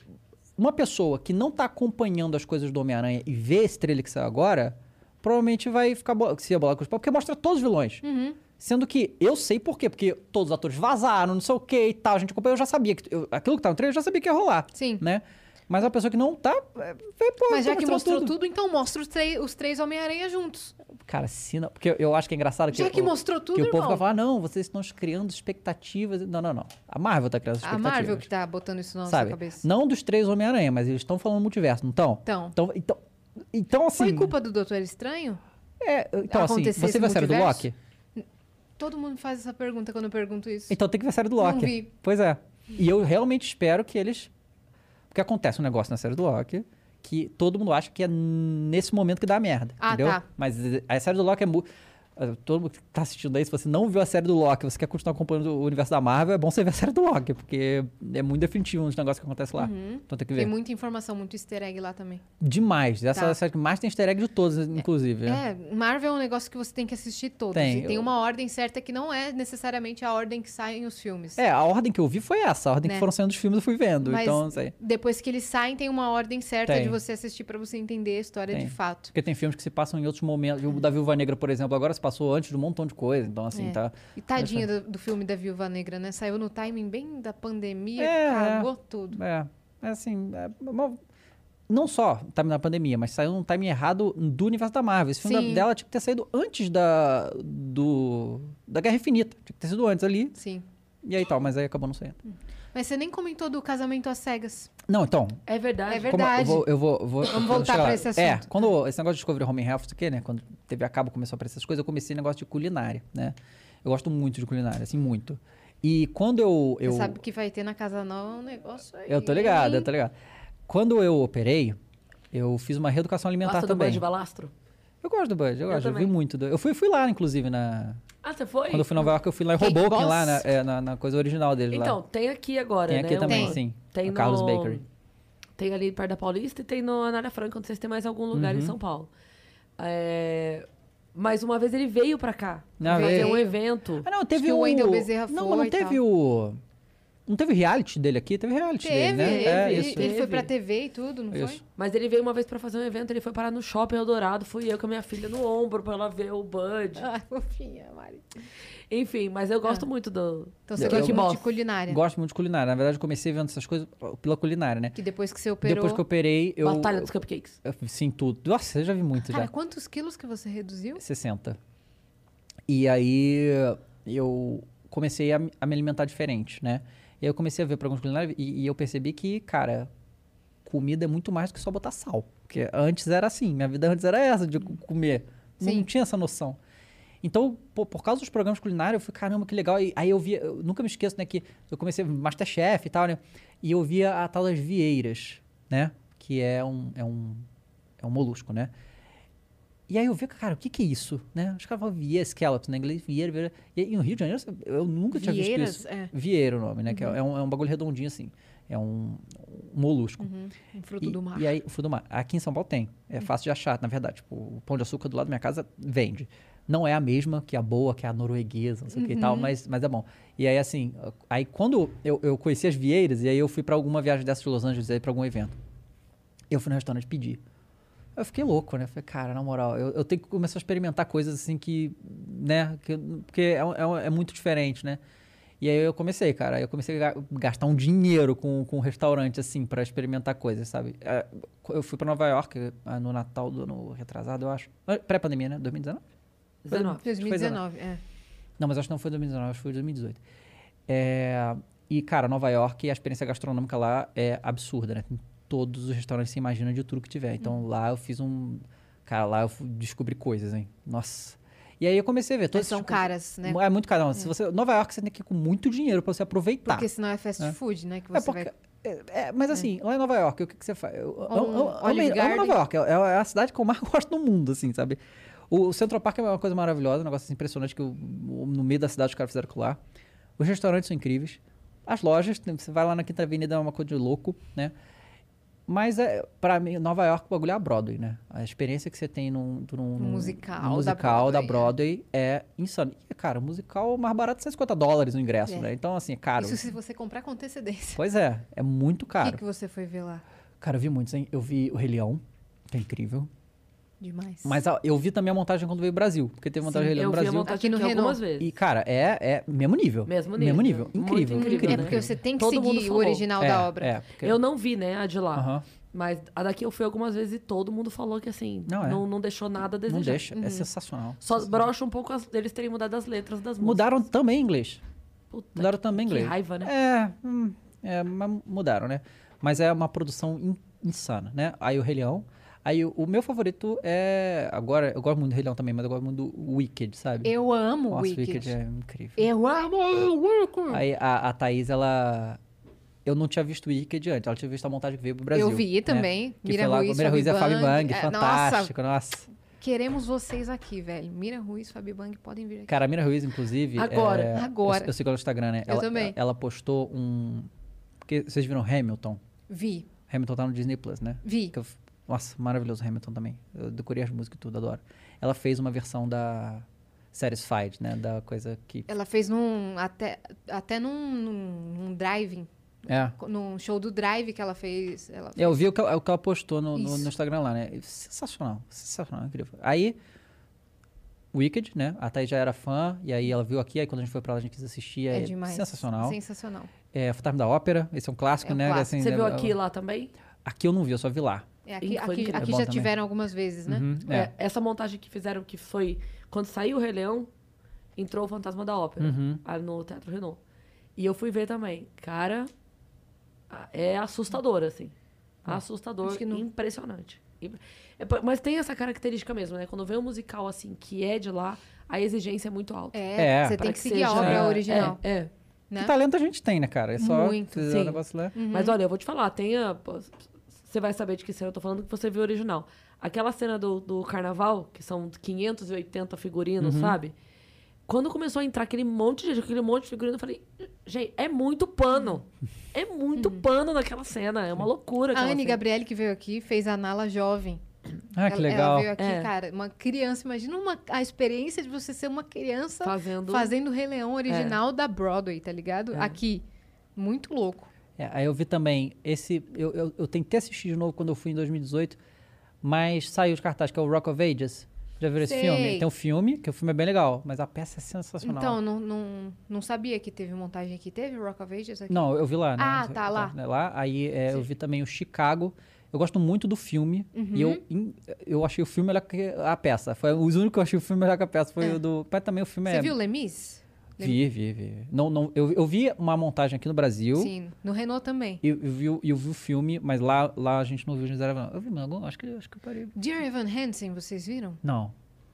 Uma pessoa que não tá acompanhando as coisas do Homem-Aranha e vê esse trailer que saiu agora, provavelmente vai ficar bo- se abolar com os pau, porque mostra todos os vilões. Uhum. Sendo que eu sei por quê, porque todos os atores vazaram, não sei o que e tal, a gente acompanhou, eu já sabia que. eu- aquilo que tá no trailer eu já sabia que ia rolar. Sim. Né? Mas a pessoa que não tá. é, vê, pô, Mas tá já que mostrando mostrou tudo, então mostra os, três- os três Homem-Aranha juntos. Cara, se não. Porque eu- eu acho que é engraçado que. Já que o- mostrou tudo, Que o povo irmão. vai falar, não, vocês estão criando expectativas. Não, não, não. A Marvel tá criando A expectativas. Marvel que tá botando isso na nossa sabe? cabeça. Não dos três Homem-Aranha, mas eles estão falando multiverso, não estão? Então. Então, então, então assim. Foi culpa do Doutor Estranho? É, então, assim, acontecer você esse viu a série do multiverso? Loki? Todo mundo faz essa pergunta quando eu pergunto isso. Então tem que ver a série do Não Loki. vi. Pois é. E eu realmente espero que eles. Porque acontece um negócio na série do Loki que todo mundo acha que é nesse momento que dá a merda. Ah, entendeu? tá. Mas eh, a série do Loki é muito. Todo mundo que tá assistindo aí, se você não viu a série do Loki, você quer continuar acompanhando o universo da Marvel, é bom você ver a série do Loki, porque é muito definitivo os negócios que acontecem lá. Então tem que ver. Uhum. Tem muita informação, muito easter egg lá também. Demais. Essa Tá. é a série que mais tem easter egg de todos, inclusive. É, Marvel é um negócio que você tem que assistir todos. Tem, e tem eu- uma ordem certa que não é necessariamente a ordem que saem os filmes. É, a ordem que eu vi foi essa. A ordem que Né? foram saindo os filmes eu fui vendo. Mas Então, não sei. depois que eles saem, tem uma ordem certa Tem. de você assistir pra você entender a história Tem. de fato. Porque tem filmes que se passam em outros momentos. O da Viúva Negra, por exemplo, agora se passou antes de um montão de coisa. Então, assim, É. tá. E tadinha do, do filme da Viúva Negra, né? Saiu no timing bem da pandemia, É, cagou tudo. É, é assim. é uma- não só tá na pandemia, mas saiu num timing errado do universo da Marvel. Esse filme Sim. da- dela tinha que ter saído antes da. Do, da Guerra Infinita. Tinha que ter sido antes ali. Sim. E aí tal, mas aí acabou não saindo. Mas você nem comentou do casamento às cegas. Não, então. É verdade. É como verdade. eu vou, eu vou, vou- Vamos eu- voltar deixa eu pra lá. esse É, assunto. quando esse negócio de Discovery Home and Health, isso aqui, né? Quando teve a cabo começou a aparecer essas coisas, eu comecei negócio de culinária, né? Eu gosto muito de culinária, assim, muito. E quando eu. eu Você sabe que vai ter na Casa Nova um negócio aí. Eu tô ligado, eu hein? tô ligado. Quando eu operei, eu fiz uma reeducação alimentar Gosta do também. banho de balastro? eu gosto do Bud, eu gosto, eu, vi também. muito. do- Eu fui, fui lá, inclusive, na. Ah, você foi? Quando eu fui em Nova York, eu fui lá em Cake Hoboken, Boss? lá na, é, na, na coisa original dele Então, lá. tem aqui agora, Tem né? aqui também, Uma- sim. Tem o Carlos no- Bakery. Tem ali perto da Paulista e tem no Anália Franca, não sei se tem mais algum lugar Uhum. em São Paulo. É, Mas uma vez ele veio pra cá. Não, fazer Ah, veio. um evento. Ah, não, teve que o o Wendel Bezerra Não, foi mas não e teve o. Não teve reality dele aqui? Teve reality Teve, dele, né? ele, é, ele- isso. ele foi pra Teve. TV e tudo, não Isso. foi? Mas ele veio uma vez pra fazer um evento, ele foi parar no shopping Eldorado, fui eu com a minha filha no ombro pra ela ver o Bud. Ai, Ah, fofinha, Mari. Enfim, mas eu gosto muito do. Então você Eu gosta muito gosto. de culinária. Gosto muito de culinária. Na verdade, eu comecei vendo essas coisas pela culinária, né? Que depois que você operou... Depois que eu operei, eu. Batalha dos Cupcakes. eu sim, tudo. Nossa, eu já vi muito Cara, já. quantos quilos que você reduziu? 60. E aí eu comecei a, me- a me alimentar diferente, né? E aí eu comecei a ver programas culinários e, e eu percebi que, cara, comida é muito mais do que só botar sal. Porque antes era assim, minha vida antes era essa de co- comer. Não, Sim. tinha essa noção. Então, pô, por causa dos programas culinários, eu fui, caramba, que legal. E aí eu via, eu nunca me esqueço, né, que eu comecei Masterchef e tal, né? E eu via a tal das vieiras, né? Que é um, é um, é um molusco, né? E aí eu vi, cara, o que que é isso? Né? Os caras falam vieira, scallops, né? Em inglês, vieira, vieira. E aí, no Rio de Janeiro, eu nunca tinha Vieiras, visto isso. é. Vieira o nome, né? Que é, é um, é um bagulho redondinho assim. É um, um molusco. Um fruto e, do mar. Hum. E aí, fruto do mar. Aqui em São Paulo tem. É fácil de achar, na verdade. Tipo, o pão de açúcar do lado da minha casa vende. Não é a mesma que a boa, que é a norueguesa, não sei o que e Uhum. tal, mas, mas é bom. E aí, assim, aí quando eu, eu conheci as vieiras, e aí eu fui pra alguma viagem dessa de Los Angeles, aí pra algum evento. Eu fui no restaurante pedir. Eu fiquei louco, né? Falei, cara, na moral, eu, eu tenho que começar a experimentar coisas assim que, né? que eu- porque é, um- é um- é muito diferente, né? E aí eu comecei, cara. Aí eu comecei a ga- gastar um dinheiro com, com um restaurante, assim, pra experimentar coisas, sabe? É, Eu fui pra Nova York ah, no Natal do ano retrasado, eu acho. Ah, Pré-pandemia, né? 2019? 19. 2019, é. Não, mas acho que não foi 2019, acho que foi 2018. É, e, cara, Nova York, a experiência gastronômica lá é absurda, né? Tem todos os restaurantes que você imagina de tudo que tiver. Uhum. Então lá eu fiz um. Cara, lá eu fui- descobri coisas, hein? Nossa. E aí eu comecei a ver. Mas Todas são essas caras, né? coisas- É muito caro. Não, Se você, Nova York, você tem que ir com muito dinheiro pra você aproveitar. Porque senão é fast É. food, né? Que É você porque- vai... é, é, mas assim, lá em Nova York, o que, que você faz? Eu, eu, Ou um eu- eu- Olive eu amei- amo Garden. Nova York, é é a cidade que eu mais gosto no mundo, assim, sabe? O, o Central Park é uma coisa maravilhosa, um negócio assim, impressionante que o- o- no meio da cidade os caras fizeram aquilo lá. Os restaurantes são incríveis. As lojas, tem- você vai lá na Quinta Avenida, é uma coisa de louco, né? Mas, é, pra mim, Nova York, o bagulho é a Broadway, né? A experiência que você tem num, num- num- Um musical num da musical da Broadway, Broadway é insano. E, cara, o musical mais barato é 150 dólares o ingresso, É. né? Então, assim, é caro. Isso se você comprar com antecedência. Pois é, é muito O caro. que, que você foi ver lá? Cara, eu vi muitos, hein? Eu vi o Rei Leão, que é incrível. Demais. Mas é ó, eu vi também a montagem quando veio o Brasil, porque teve montagem do Rei Leão Eu no vi a Brasil. montagem Aqui aqui no algumas Renault. vezes. E, cara, é, é mesmo nível. Mesmo nível. né? Mesmo nível. Muito Incrível, Hum, incrível, incrível. né? É porque você tem que Todo mundo seguir o falou. original da obra. É, porque... Eu não vi, né, a de lá. Aham. Mas a daqui eu fui algumas vezes e todo mundo falou que assim, Não não, é. não, deixou nada a desejar. Não deixa, é sensacional. Uhum. Só brocha um pouco as, eles terem mudado as letras das músicas. Mudaram também inglês. Puta Mudaram também que inglês. raiva, né? É, hum, é, mas mudaram, né? Mas é uma produção in- insana, né? Aí o Rei Leão. Aí o, o meu favorito é. Agora, eu gosto muito do Rei Leão também, mas eu gosto muito do Wicked, sabe? Eu amo Nossa, um Wicked. Wicked é incrível. Eu amo Wicked. Aí a, a Thaís, ela. Eu não tinha visto o Wicked antes, ela tinha visto a montagem que veio pro Brasil. Eu vi né? também. Que Mira foi lá, Ruiz, Mira Ruiz e a Fabi Bang, é, fantástico, nossa. Nossa, queremos vocês aqui, velho. Mira Ruiz, Fabi Bang, podem vir aqui. Cara, a Mira Ruiz, inclusive. Agora, é, agora. Eu, eu sigo ela no Instagram, né? Eu ela, também. Ela postou um. Porque vocês viram Hamilton? Vi, Hamilton tá no Disney Plus, né? vi. Que eu f- nossa, maravilhoso Hamilton também. Eu decorei as músicas e tudo, adoro. Ela fez uma versão da Satisfied, né? Da coisa que. Ela fez num. Até, até num, num, num driving. É. Num show do drive que ela fez. Ela Eu vi o que, ela- o que ela postou no, no- Isso. no Instagram lá, né? Sensacional, sensacional, incrível. Aí, Wicked, né? A Thaís já era fã, e aí ela viu aqui, aí quando a gente foi pra lá a gente quis assistir. é É, demais. sensacional. Sensacional. É, Fantasma da Ópera, esse é um clássico, É um né? clássico. Assim, Você né, viu eu- aqui lá também? Aqui eu não vi, eu só vi lá. É, aqui Foi aqui, incrível. aqui É bom já também. tiveram algumas vezes, né? Uhum, é. É, essa montagem que fizeram que foi quando saiu o Rei Leão, entrou o Fantasma da Ópera Uhum. ah, no Teatro Renault. E eu fui ver também. Cara, ah, é assustador assim. É. Assustador, Acho que não- impressionante. E- é, pa- Mas tem essa característica mesmo, né? Quando vem um musical assim que é de lá, a exigência é muito alta. É, É, você tem Pra que seguir a seja- obra é, original. É, é. Né? Que talento a gente tem, né, cara? É só Muito, fazer sim. o negócio lá. Uhum. Mas olha, eu vou te falar, tem a. pô, Você vai saber de que cena eu tô falando que você viu o original. Aquela cena do, do carnaval, que são 580 figurinos, Uhum. sabe? Quando começou a entrar aquele monte de gente, aquele monte de figurino, eu falei, gente, é muito pano. É muito Uhum. pano naquela cena. É uma loucura. A aquela Anne cena. Gabriele, que veio aqui, fez a Nala jovem. assim. Ah, ela, que ela legal. veio aqui, É. cara, uma criança. Imagina uma, a experiência de você ser uma criança Fazendo. fazendo o Rei Leão original da Broadway, tá ligado? Aqui. Muito louco. É, aí eu vi também esse. Eu, eu, eu tentei assistir de novo quando eu fui em 2018, mas saiu os cartazes, que é o Rock of Ages. Já viram esse Sei. filme? Tem um filme, que o filme é bem legal, mas a peça é sensacional. Então, não, não, não sabia que teve montagem aqui. Teve Rock of Ages aqui? Não, eu vi lá, né? Ah, tá, lá. né, lá. Aí é, eu vi também o Chicago. Eu gosto muito do filme. E Uhum. eu, em- eu achei o filme melhor que a peça. Foi os únicos que eu achei o filme melhor que a peça. Foi o do. Mas também o filme É. Você é. viu Lemis? Vi, vi, vi. Não, não, eu, eu vi uma montagem aqui no Brasil. Sim. No Renault também. E eu, vi, o- e eu vi o filme, mas lá, lá a gente não viu o Miserável, não. Eu vi, mas algum- acho que, acho que eu parei. Dear Evan Hansen, vocês viram? Não.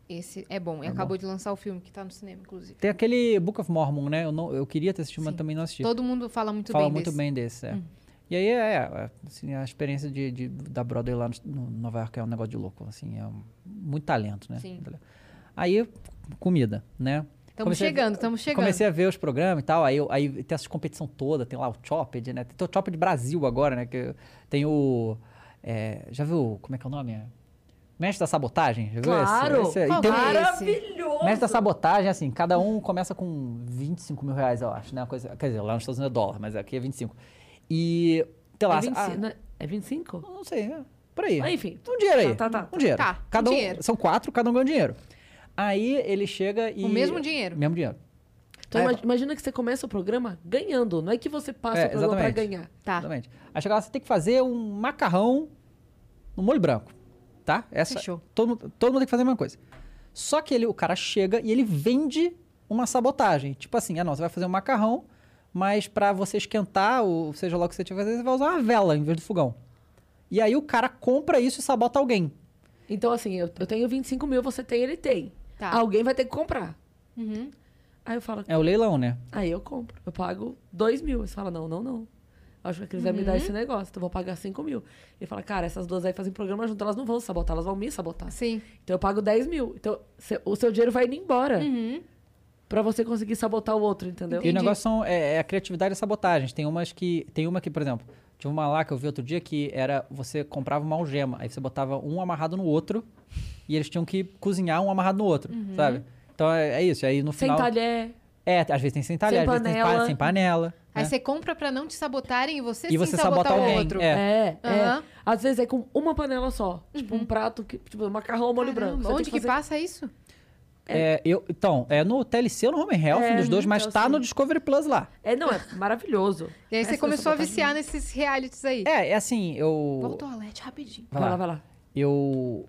Esse é bom. E acabou de lançar o filme que tá no cinema, inclusive. Tem aquele Book of Mormon, né? Eu, não, eu queria ter assistido, mas Sim. também não assisti. Todo mundo fala muito Fala bem muito desse. Hum. bem desse, é. E aí, é, é, assim, a experiência de, de- da Broadway lá no, no Nova York é um negócio de louco, assim, é um- muito talento, né? Sim. Muito talento. Aí, comida, né? Tamo Comecei a- chegando, tamo chegando. Comecei a ver os programas e tal, aí, eu- aí tem essas competição toda, tem lá o Chopped, né? Tem o Chopped Brasil agora, né? Que tem o... é, já viu, como é que é o nome? Mestre da Sabotagem? Já viu esse? Claro! Esse aí. Qual Tem um- que é? Maravilhoso! Mestre da sabotagem, assim, cada um começa com 25 mil reais, eu acho, né? Uma coisa, quer dizer, lá nos Estados Unidos é dólar, mas aqui é 25. E, sei lá, É 25? ah, né? É 25? não sei, é, por aí. Ah, enfim. Um dinheiro aí. Tá, tá, tá. Um dinheiro. Tá, um Cada um, dinheiro. São quatro, cada um ganha um dinheiro. Aí ele chega e... O mesmo dinheiro. Mesmo dinheiro. Então Ah, ima- imagina que você começa o programa ganhando. Não é que você passa É, o programa pra exatamente. ganhar. Tá. Exatamente. Aí chega lá, você tem que fazer um macarrão no molho branco, tá? Essa, Fechou. Todo, mundo- todo mundo tem que fazer a mesma coisa. Só que ele, o cara chega e ele vende uma sabotagem. Tipo assim, ah não, você vai fazer um macarrão, mas pra você esquentar, ou seja lá o que você tiver que fazer, você vai usar uma vela em vez do fogão. E aí o cara compra isso e sabota alguém. Então, assim, eu, eu tenho 25 mil, você tem, ele tem. Tá. Alguém vai ter que comprar. Uhum. Aí eu falo, É o leilão, né? aí eu compro. Eu pago 2 mil. Você fala, não, não, não. Acho que a Cris vai me Uhum. dar esse negócio, então eu vou pagar 5 mil. Ele fala, cara, essas duas aí fazem programa junto, elas não vão sabotar, elas vão me sabotar. Sim. Então eu pago 10 mil. Então se- o seu dinheiro vai indo embora Uhum. pra você conseguir sabotar o outro, entendeu? E o Entendi. negócio são, é, é a criatividade e sabotagens. Tem umas que. Tem uma que, por exemplo, tinha uma lá que eu vi outro dia que era você comprava uma algema, aí você botava um amarrado no outro e eles tinham que cozinhar um amarrado no outro, sabe? Então é, é isso. Aí no Sem final. talher. É, às vezes tem sem talher, Sem às vezes tem panela. pa- sem panela. Aí né? você compra pra não te sabotarem e você E sim você sabotar sabota alguém. o outro. É. É, é. Aham. Uhum. Às vezes é com uma panela só. Tipo, um prato, que, tipo, macarrão ao molho Caramba, branco. Você tem Onde que fazer- passa isso? É, eu, então, é no TLC ou no Home Health, É, um dos dois, mas então, tá assim- no Discovery Plus lá. É, não, é maravilhoso. É E aí você Essa começou a sabotagem. viciar né? nesses realities aí. É, é assim, eu. Vou ao toalete rapidinho. Vai Vai lá, lá. vai lá. eu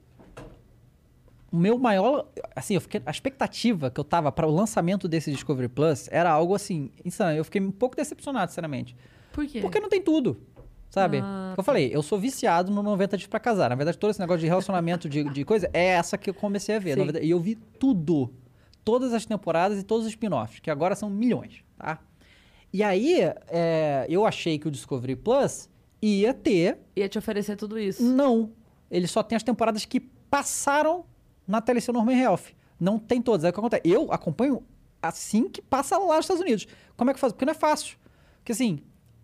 o meu maior assim eu fiquei a expectativa que eu tava para o lançamento desse Discovery Plus era algo assim insano eu fiquei um pouco decepcionado sinceramente Por quê? porque não tem tudo sabe Ah, eu falei eu sou viciado no 90 dias pra casar na verdade todo esse negócio de relacionamento de, de coisa é essa que eu comecei a ver Sim. 90 e eu vi tudo todas as temporadas e todos os spin-offs que agora são milhões tá e aí é, eu achei que o Discovery Plus ia ter Ia te oferecer tudo isso. não. Ele só tem as temporadas que passaram na TLC Norman Health. Não tem todas. É o que acontece. Eu acompanho assim que passa lá nos Estados Unidos. Como é que eu faço? Porque não é fácil. Porque assim,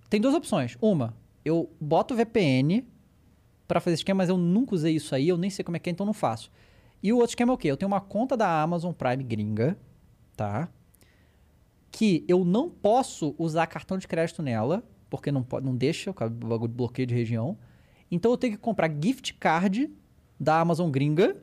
tem duas opções. Uma, eu boto VPN pra fazer esquema, mas eu nunca usei isso aí, eu nem sei como é que é, então não faço. E o outro esquema é o quê? Eu tenho uma conta da Amazon Prime gringa, tá? que eu não posso usar cartão de crédito nela, porque não, pode, não deixa, o bagulho de bloqueio de região. Então eu tenho que comprar gift card da Amazon gringa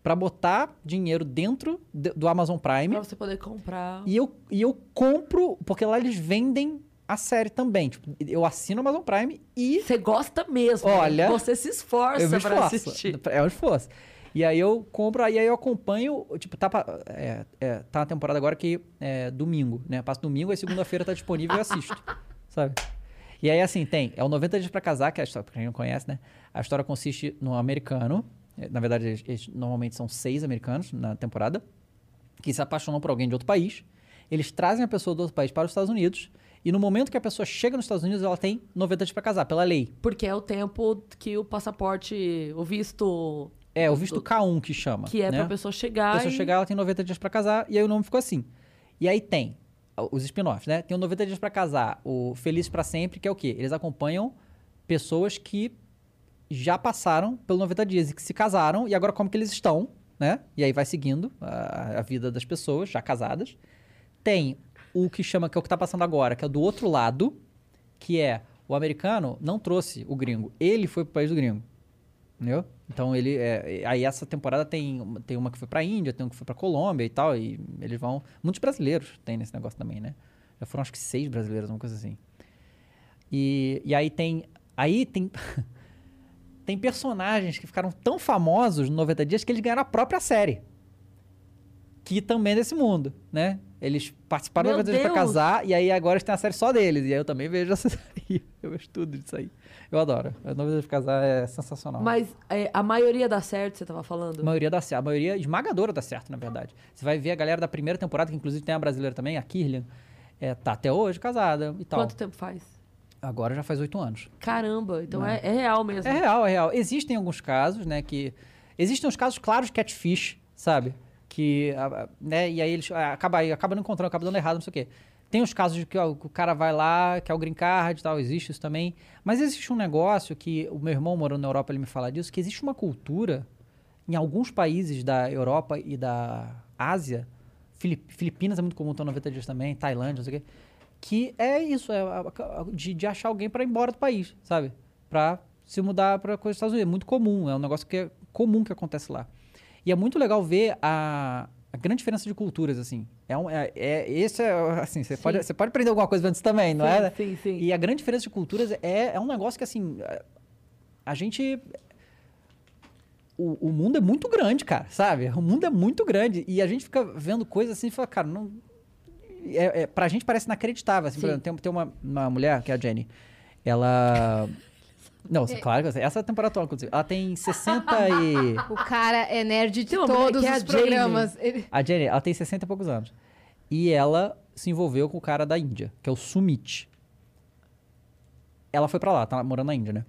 pra botar dinheiro dentro de- do Amazon Prime. Pra você poder comprar. E eu, e eu compro, porque lá eles vendem a série também. Tipo, eu assino o Amazon Prime e Você gosta mesmo. né? Olha, Você se esforça eu me pra esforço. assistir. É um esforço. E aí eu compro, aí eu acompanho, tipo, tá, pa- é, é, tá na temporada agora que é domingo, né? Passa domingo, aí segunda-feira tá disponível e eu assisto, sabe? E aí, assim, tem, é o 90 dias pra casar, que é a história, pra quem não conhece, né? A história consiste num americano, eh, na verdade, eles- eles normalmente são seis americanos na temporada, que se apaixonam por alguém de outro país. Eles trazem a pessoa do outro país para os Estados Unidos, e no momento que a pessoa chega nos Estados Unidos, ela tem 90 dias pra casar, pela lei. Porque é o tempo que o passaporte, o visto, É, o visto K1 que chama. que é né? pra pessoa chegar. A pessoa e- chegar, ela tem 90 dias pra casar, e aí o nome ficou assim. E aí tem os spin-offs, né? Tem o 90 dias pra casar, o Feliz pra Sempre, que é o quê? Eles acompanham pessoas que já passaram pelo 90 dias e que se casaram, e agora como que eles estão, né? E aí vai seguindo a, a vida das pessoas já casadas. Tem o que chama, que é o que tá passando agora, que é do outro lado, que é o americano não trouxe o gringo, ele foi pro país do gringo. Entendeu? Então ele é, aí essa temporada tem uma- tem uma que foi pra Índia, tem uma que foi pra Colômbia e tal, e eles vão, muitos brasileiros tem nesse negócio também, né? Já foram acho que seis brasileiros, uma coisa assim. E, e aí tem aí tem tem personagens que ficaram tão famosos no 90 dias que eles ganharam a própria série. Que também é desse mundo, né? Eles participaram do Meu 90 dias pra Deus! casar e aí agora eles têm a série só deles. E aí eu também vejo essa série. Eu vejo tudo disso aí. Eu adoro. A 90 dias pra casar é sensacional. Mas é, a maioria dá certo, você tava falando? A maioria dá certo. A maioria esmagadora dá certo, na verdade. Você vai ver a galera da primeira temporada, que inclusive tem a brasileira também, a Kirlian, é, tá até hoje casada e tal. Quanto tempo faz? Agora já faz oito anos. Caramba, então é, é real mesmo. É real, é real. Existem alguns casos, né, que... Existem os casos claros de catfish, sabe? Que, a- a- né, e aí eles ah, acaba, aí acaba não encontrando, acaba dando errado, não sei o quê. Tem os casos de que ó, o cara vai lá, quer o green card e tal, existe isso também. Mas existe um negócio que o meu irmão morando na Europa, ele me fala disso, que existe uma cultura em alguns países da Europa e da Ásia, Filip- Filipinas é muito comum, estão 90 dias também, Tailândia, não sei o quê, que é isso, é a- a- de, de achar alguém para ir embora do país, sabe? Para se mudar para coisa dos Estados Unidos. É muito comum, é um negócio que é comum que acontece lá. E é muito legal ver a, a grande diferença de culturas, assim. É, um, é, é- esse é, assim, você Sim. pode, você pode aprender alguma coisa antes também, não sim, é? Sim, sim. E a grande diferença de culturas é, é um negócio que, assim, a- a gente. O, o mundo é muito grande, cara, sabe? O mundo é muito grande. E a gente fica vendo coisas assim e fala, cara, não. É, é, pra gente parece inacreditável. Assim, por Sim. exemplo, tem, tem uma, uma mulher, que é a Jenny, ela. Não, claro que eu sei. Essa é a temporada atual, inclusive. Ela tem 60 e. O cara é nerd de Tem uma mulher todos que é a os Jamie. programas. Ele- A Jenny, ela tem 60 e poucos anos. E ela se envolveu com o cara da Índia, que é o Sumit. Ela foi pra lá, tá morando na Índia, né?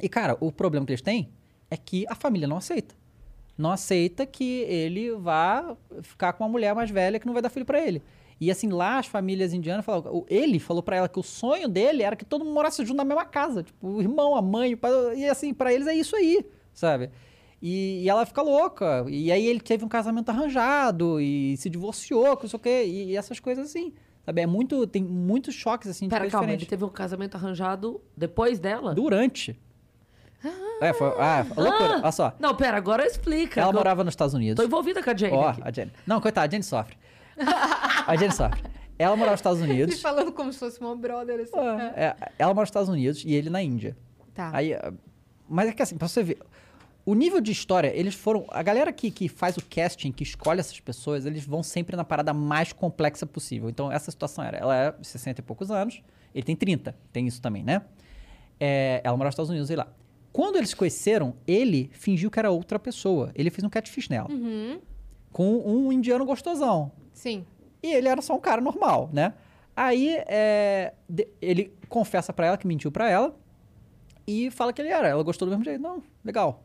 E, cara, o problema que eles têm é que a família não aceita. Não aceita que ele vá ficar com uma mulher mais velha que não vai dar filho pra ele. E assim, lá as famílias indianas falam. o- Ele falou pra ela que o sonho dele era que todo mundo morasse junto na mesma casa. Tipo, o irmão, a mãe, o pai. E assim, pra eles é isso aí, sabe? E, e ela fica louca. E aí ele teve um casamento arranjado e se divorciou, que não sei o quê. E, e essas coisas assim. Sabe? É muito. Tem muitos choques assim de Pera, coisas calma, diferentes. ele teve um casamento arranjado depois dela? Durante. é, foi. Ah, loucura. Olha só. Não, pera, agora explica. Ela Agora- morava nos Estados Unidos. Tô envolvida com a Jane. Ó, aqui. a Jenny. Não, coitada, a Jenny sofre. A Jenny sofre. Ela morava nos Estados Ele Unidos. falando como se fosse um brother. Assim. É. É, ela mora nos Estados Unidos e ele na Índia. Tá. Aí, ah, mas é que assim, pra você ver. O nível de história, eles foram. A galera que, que faz o casting, que escolhe essas pessoas, eles vão sempre na parada mais complexa possível. Então, essa situação era: ela é 60 e poucos anos, ele tem 30, tem isso também, né? É, ela mora nos Estados Unidos, sei lá. Quando eles se conheceram, ele fingiu que era outra pessoa. Ele fez um catfish nela. Uhum. Com um indiano gostosão. Sim. E ele era só um cara normal, né? Aí é, de- ele confessa pra ela que mentiu pra ela e fala que ele era. Ela gostou do mesmo jeito. Não, legal.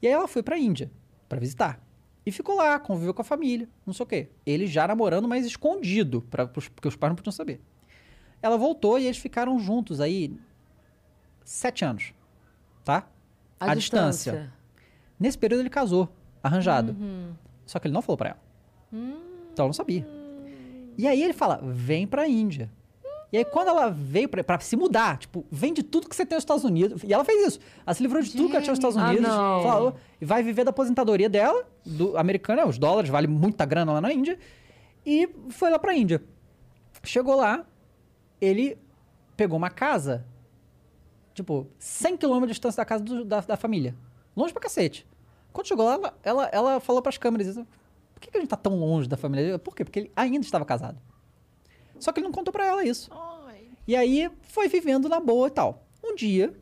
E aí ela foi pra Índia pra visitar. E ficou lá, conviveu com a família, não sei o quê. Ele já namorando, mas escondido, pra, pros- porque os pais não podiam saber. Ela voltou e eles ficaram juntos aí sete anos, tá? A, à distância. Nesse período ele casou, arranjado. Uhum. Só que ele não falou pra ela. Hum. Então ela não sabia. E aí ele fala: vem pra Índia. E aí, quando ela veio pra, pra se mudar, tipo, vende tudo que você tem nos Estados Unidos. E ela fez isso. Ela se livrou de tudo que ela tinha nos Estados Ah, Unidos. não. falou, e vai viver da aposentadoria dela, do americana, os dólares, vale muita grana lá na Índia. E foi lá pra Índia. Chegou lá, ele pegou uma casa, tipo, 100 quilômetros de distância da casa do- da, da família. Longe pra cacete. Quando chegou lá, ela, ela, ela falou pras câmeras, isso, por que, que a gente tá tão longe da família? Eu, Por quê? Porque ele ainda estava casado. Só que ele não contou pra ela isso. E aí foi vivendo na boa e tal. Um dia,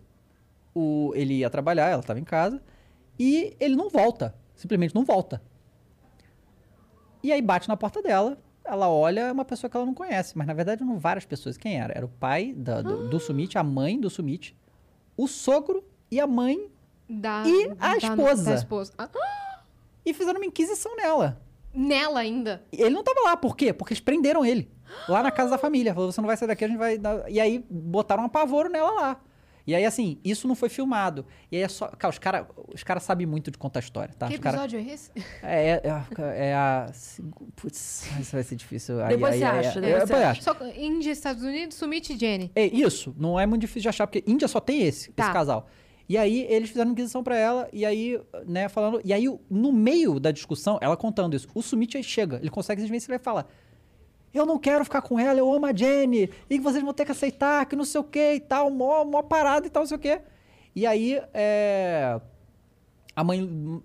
o, ele ia trabalhar, ela estava em casa, e ele não volta. Simplesmente não volta. E aí bate na porta dela, ela olha, é uma pessoa que ela não conhece, mas na verdade eram várias pessoas. Quem era? Era o pai da- do, do Sumit, a mãe do Sumit, o sogro e a mãe, Da, E da- a da esposa? esposa. Ah, e fizeram uma inquisição nela. nela ainda. E Ele não tava lá, por quê? Porque eles prenderam ele. Lá na casa da família. Falou, você não vai sair daqui, a gente vai. dar-" E aí botaram um apavoro nela lá. E aí, assim, isso não foi filmado. E aí é só. Cara, os caras os cara sabem muito de contar história, tá? que Os cara- episódio é esse? é, é, é, é a. Putz, isso vai ser difícil. Aí, Depois aí, você aí, acha, aí, depois É, eu você acho. Só Índia, Estados Unidos, Sumit e Jenny. É isso, não é muito difícil de achar, porque Índia só tem esse, Tá. esse casal. E aí eles fizeram inquisição pra ela, e aí, né, falando. E aí, no meio da discussão, ela contando isso, o Sumit aí chega, ele consegue simplesmente ele vai falar. Eu não quero ficar com ela, eu amo a Jenny, e vocês vão ter que aceitar, que não sei o que e tal, mó, mó parada e tal, não sei o que. E aí, é. A mãe hum,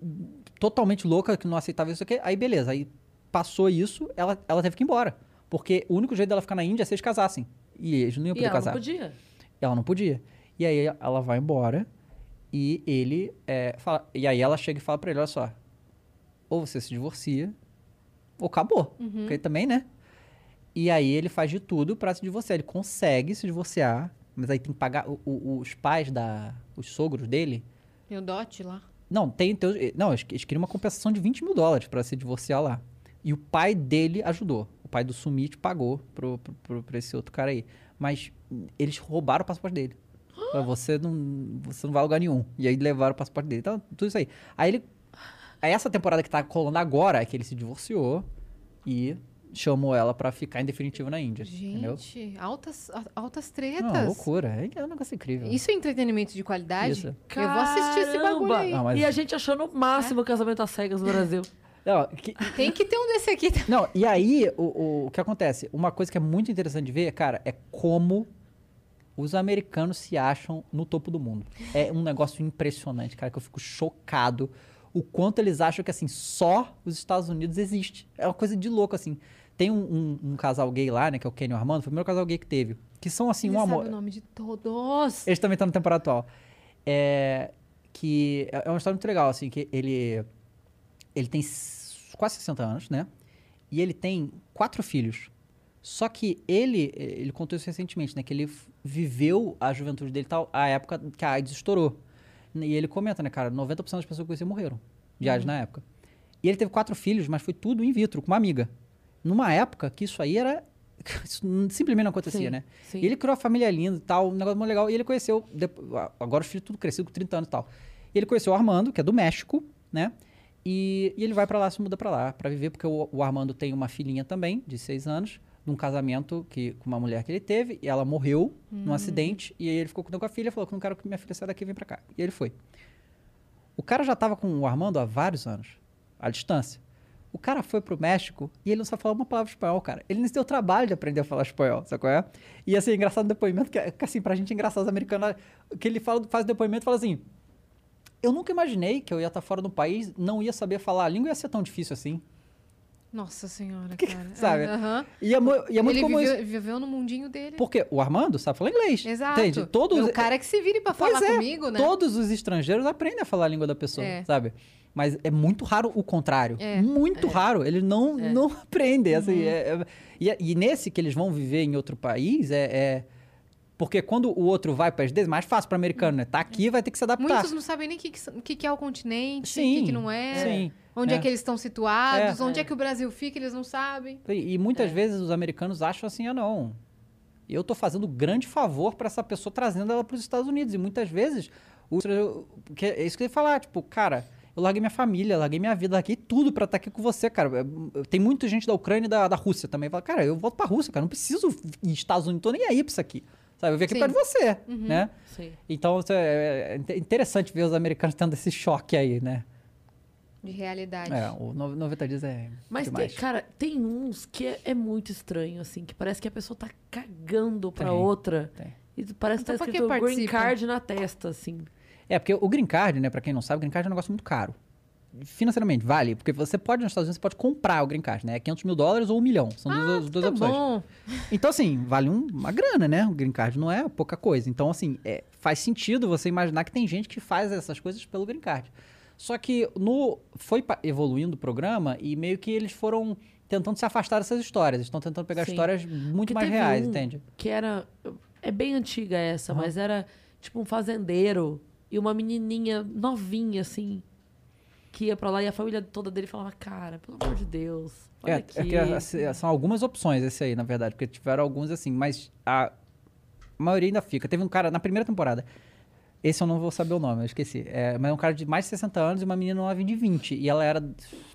totalmente louca, que não aceitava isso aqui. Aí, beleza. Aí passou isso, ela, ela teve que ir embora. Porque o único jeito dela ficar na Índia é se eles casassem. E eles não iam E poder ela casar. não podia. Ela não podia. E aí ela vai embora e ele é, fala- E aí ela chega e fala pra ele: olha só, ou você se divorcia, ou acabou. Porque também, né? E aí ele faz de tudo pra se divorciar. Ele consegue se divorciar, mas aí tem que pagar o- o- os pais da. os sogros dele. Meu dote lá. Não, tem. tem os- não, eles eles queriam uma compensação de 20 mil dólares pra se divorciar lá. E o pai dele ajudou. O pai do Sumit pagou pro, pro, pro- pra esse outro cara aí. Mas hum, eles roubaram o passaporte dele. Falaram, Você não, você não vai a lugar nenhum. E aí levaram o passaporte dele. Então, tudo isso aí. Aí ele. Aí essa temporada que tá colando agora é que ele se divorciou e chamou ela pra ficar em definitivo na Índia. entendeu? Gente, altas, a- altas Não, tretas. loucura. É é um negócio incrível. Isso é entretenimento de qualidade? Isso. Eu vou assistir esse bagulho Caramba! aí. É. Não, mas- E a gente achando o máximo casamento às cegas no Brasil. Não, que- Tem que ter um desse aqui. também. Não, e aí, o, o, o que acontece? Uma coisa que é muito interessante de ver, cara, é como os americanos se acham no topo do mundo. É um negócio impressionante, cara, que eu fico chocado o quanto eles acham que, assim, só os Estados Unidos existe. É uma coisa de louco, assim. Tem um, um- um casal gay lá, né, que é o Kenny e o Armando, foi o primeiro casal gay que teve. Que são, assim, Ele um sabe amor... o nome de todos. Eles também estão na temporada atual. É, que é é uma história muito legal, assim, que ele ele tem s- quase 60 anos, né? E ele tem quatro filhos. Só que ele, ele contou isso recentemente, né? Que ele f- viveu a juventude dele tal, a época que a AIDS estourou. E ele comenta, né, cara? 90% das pessoas que eu conheci morreram de AIDS na época. E ele teve quatro filhos, mas foi tudo in vitro, com uma amiga. Numa época que isso aí era... Isso simplesmente não acontecia, Sim, né? sim. E ele criou uma família linda e tal, um negócio muito legal. E ele conheceu, depo- a- agora os filhos tudo crescido com 30 anos e tal. E ele conheceu o Armando, que é do México, né? E, e ele vai pra lá, se muda pra lá, pra viver, porque o, o Armando tem uma filhinha também, de 6 anos, num casamento que, com uma mulher que ele teve, e ela morreu num acidente, e aí ele ficou com a filha, falou que não quero que minha filha saia daqui, vem pra cá. E ele foi. O cara já tava com o Armando há vários anos, à distância. O cara foi pro México e ele não sabe falar uma palavra espanhol, cara. Ele nem se deu trabalho de aprender a falar espanhol, sabe qual é? E assim, é engraçado o depoimento, que, que assim, pra gente é engraçado os americanos, que ele fala, faz o depoimento e fala assim: Eu nunca imaginei que eu ia estar fora do país, não ia saber falar a língua, ia ser tão difícil assim. Nossa senhora, cara. sabe? Ah, aham. E é, mu- e é muito Ele comum viveu, isso. viveu no mundinho dele. Porque o Armando sabe falar inglês. Exato. É Entende? Todos, O cara que se vire pra Pois falar é, comigo, né? Todos os estrangeiros aprendem a falar a língua da pessoa, É. sabe? Mas é muito raro o contrário. É, Uhum. Muito raro. Eles não, não aprendem. assim, é- é- e, e nesse que eles vão viver em outro país, é. é- porque quando o outro vai para as vezes, mais fácil para o americano, né? Tá aqui, vai ter que se adaptar. Muitos não sabem nem o que, que são- que, que é o continente, o que, que não é. Sim. Onde é. É. que eles estão situados, É. onde é. que o Brasil fica, eles não sabem. E, e É. muitas vezes os americanos acham assim, ah não, eu tô fazendo grande favor para essa pessoa trazendo ela para os Estados Unidos. E muitas vezes, o, que é isso que eu ia falar, tipo, cara, eu larguei minha família, larguei minha vida, larguei tudo para estar aqui com você, cara. É, Tem muita gente da Ucrânia e da, da Rússia também. Fala, cara, eu volto pra Rússia, cara, não preciso ir Estados Unidos, tô nem aí pra isso aqui. Sabe, eu vim aqui Sim. pra você, Uhum. né? Sim. Então, isso é é inte- interessante ver os americanos tendo esse choque aí, né? De realidade. É, o no- 90 dias é Mas tem, demais. cara, tem uns que é, é muito estranho, assim, que parece que a pessoa tá cagando pra Tem, outra. tem. E parece Então que tá pra que escrito green participa? card na testa, assim. É, porque o Green Card, né, pra quem não sabe, o Green Card é um negócio muito caro. Financeiramente, vale. Porque você pode, nos Estados Unidos, você pode comprar o Green Card, né? 500 mil dólares ou um milhão. São Ah, duas, as duas Tá opções. bom. Então, assim, vale um- uma grana, né? O Green Card não é pouca coisa. Então, assim, é, faz sentido você imaginar que tem gente que faz essas coisas pelo Green Card. Só que no foi pa- evoluindo o programa e meio que eles foram tentando se afastar dessas histórias. Estão tentando pegar Sim. histórias muito Porque mais teve reais, um entende? Que era. É bem antiga essa, mas era tipo um fazendeiro e uma menininha novinha, assim, que ia pra lá e a família toda dele falava: Cara, pelo amor de Deus. Olha É, é aqui. que, assim, são algumas opções esse aí, na verdade, porque tiveram alguns assim, mas a- A maioria ainda fica. Teve um cara na primeira temporada. Esse eu não vou saber o nome, eu esqueci. É, mas é um cara de mais de 60 anos e uma menina nova de 20. E ela era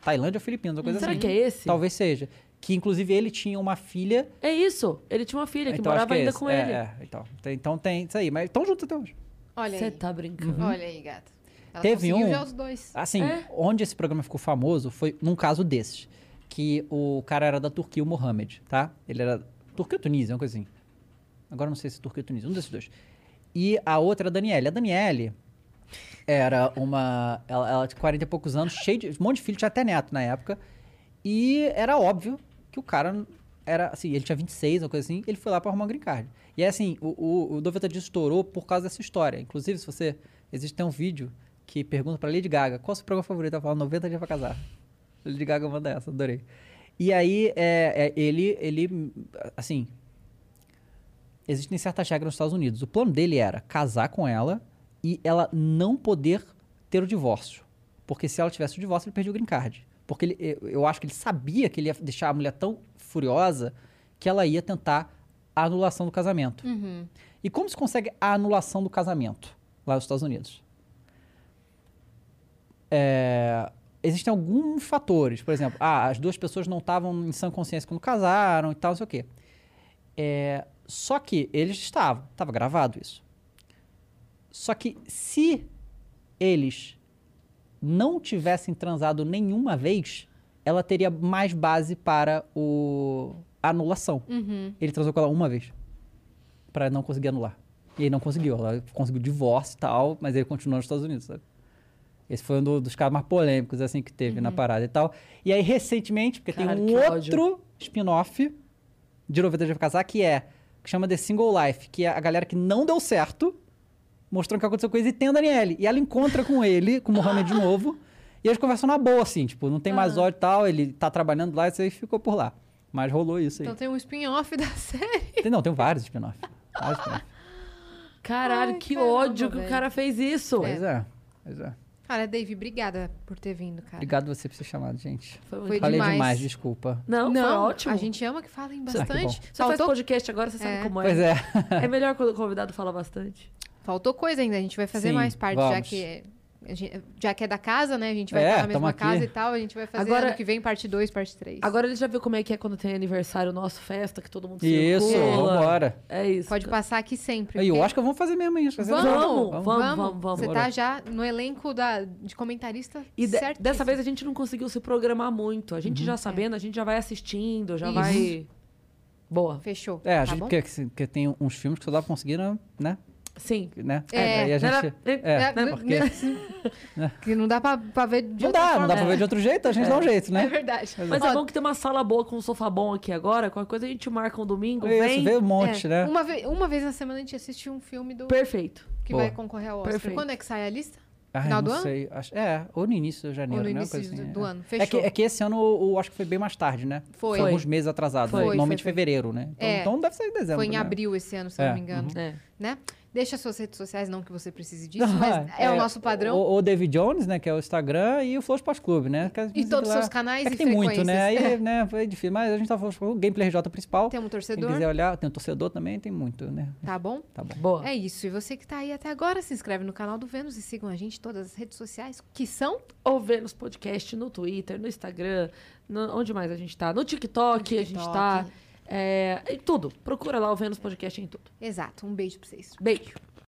Tailândia ou Filipinas, uma coisa Será assim. que é esse? Talvez seja. Que inclusive ele tinha uma filha. É isso. Ele tinha uma filha que então, acho morava que é ainda esse. com É, ele. é, então. Tem- então tem isso aí. Mas estão juntos até hoje. Olha Você aí. Uhum. tá brincando. Olha aí, gata. Ela Uhum. Teve conseguiu um- ver os dois. Assim, É. onde esse programa ficou famoso foi num caso desses. Que o cara era da Turquia, o Mohamed, tá? Ele era Turquia ou Tunísia, uma coisa assim. Agora não sei se é Turquia ou Tunísia, um desses dois. E a outra era a Daniele. A Daniele era uma... Ela, ela tinha 40 e poucos anos, cheia de... Um monte de filho, tinha até neto na época. E era óbvio que o cara era, assim, ele tinha 26, uma coisa assim, ele foi lá pra arrumar um green card. E é assim, o, o, o Doveta Dias estourou por causa dessa história. Inclusive, se você... Existe tem um vídeo que pergunta pra Lady Gaga, qual é o seu programa favorito? Ela fala, 90 dias pra casar. Lady Gaga manda essa, adorei. E aí, é, é, ele, ele, assim, existem certas regras nos Estados Unidos. O plano dele era casar com ela e ela não poder ter o divórcio. Porque se ela tivesse o divórcio, ele perdia o green card. Porque ele- eu- eu acho que ele sabia que ele ia deixar a mulher tão furiosa que ela ia tentar a anulação do casamento. E como se consegue a anulação do casamento lá nos Estados Unidos? É, existem alguns fatores. Por exemplo, ah, as duas pessoas não estavam em sã consciência quando casaram e tal, não sei o quê. É, só que eles estavam, estava gravado isso. Só que se eles não tivessem transado nenhuma vez, ela teria mais base para o a anulação. Uhum. Ele transou com ela uma vez para não conseguir anular. E ele não conseguiu, ela conseguiu divórcio e tal, mas ele continuou nos Estados Unidos, sabe? Esse foi um do- dos casos mais polêmicos assim que teve na parada e tal. E aí recentemente, porque Caralho, tem um Uhum. que ódio. outro spin-off de 90 Dias pra Casar, que é, que chama The Single Life, que é a galera que não deu certo, mostrando que aconteceu coisa, e tem a Daniele. E ela encontra com ele, com o Mohamed de novo, e eles conversam na boa, assim, tipo, não tem mais ódio e tal, ele tá trabalhando lá, e isso aí ficou por lá. Mas rolou isso aí. Então tem um spin-off da série. Tem- não, tem vários spin-off. Vários spin-off. É. Caralho, Ai, que caramba, ódio que o velho. cara fez isso. Pois é, pois é. Cara, Dave, obrigada por ter vindo, cara. Obrigado você por ter chamado, gente. Foi muito... Foi Falei demais. demais, desculpa. Não, foi Não, ótimo. a gente ama que falem que é bastante. bom. Você faz Faltou, podcast agora, você sabe É. como é. Pois é. É melhor quando o convidado fala bastante. faltou coisa ainda, a gente vai fazer Sim, mais parte, já vamos. que, a gente- já que é da casa, né? A gente vai É, estar na tamo mesma aqui. casa e tal, a gente vai fazer Agora- ano que vem parte 2, parte 3. Agora ele já viu como é que é quando tem aniversário nosso, festa, que todo mundo se Isso, vambora. É isso. Pode passar aqui sempre. E Eu porque- acho que vamos fazer mesmo isso. fazer Vamos, mesmo. vamos, vamos, vamos, vamos. Você tá Bora. já no elenco da, de comentarista E de- certíssimo. É. dessa vez a gente não conseguiu se programar muito. A gente Uhum. já sabendo, a gente já vai assistindo, já Isso. vai. Boa. Fechou. É, a tá gente, bom? porque, porque tem uns filmes que só dá pra conseguir, né? né? Sim. né? É. Aí a gente. É, É, porque né? Que não dá pra, pra ver de não outra dá, forma. não dá pra ver de outro jeito, a gente dá um jeito, É né? verdade. Mas Ó, é bom que tem uma sala boa com um sofá bom aqui agora. Qualquer coisa a gente marca um domingo. Isso, vem. veio um monte, é, né? Uma, ve uma vez na semana a gente assiste um filme do Perfeito. que Boa. vai concorrer ao Oscar. Perfeito. Quando é que sai a lista? Ah, Final do não ano? sei. Acho, é, ou no início de janeiro, Ou no né? Uma início coisa do- assim, do é. ano. É que, Fechou. é que esse ano eu, eu acho que foi bem mais tarde, né? Foi. Foi alguns meses atrasados. Foi. né? Foi, Normalmente foi, foi. fevereiro, né? Então, É. então deve ser em dezembro. Foi em né? abril esse ano, se eu não É, me engano. É. Né? Deixa suas redes sociais, não que você precise disso, mas é, o nosso padrão. O, o David Jones, né? Que é o Instagram, e o Flow Sports Clube, né? que é- E todos os lá- seus canais É que e tem muito, né? frequências. É. Aí, né? Foi difícil. Mas a gente tá falando o Gameplay RJ principal. Tem um Quem torcedor, quiser olhar, tem o torcedor também, tem muito, né? tá bom? Tá bom. Boa. É isso. E você que tá aí até agora, se inscreve no canal do Vênus e sigam a gente em todas as redes sociais, que são Ou Vênus Podcast no Twitter, no Instagram. no- onde mais a gente tá? No TikTok, No a gente TikTok. tá. É, em tudo. Procura lá o Vênus Podcast em tudo. Exato. Um beijo pra vocês. Beijo.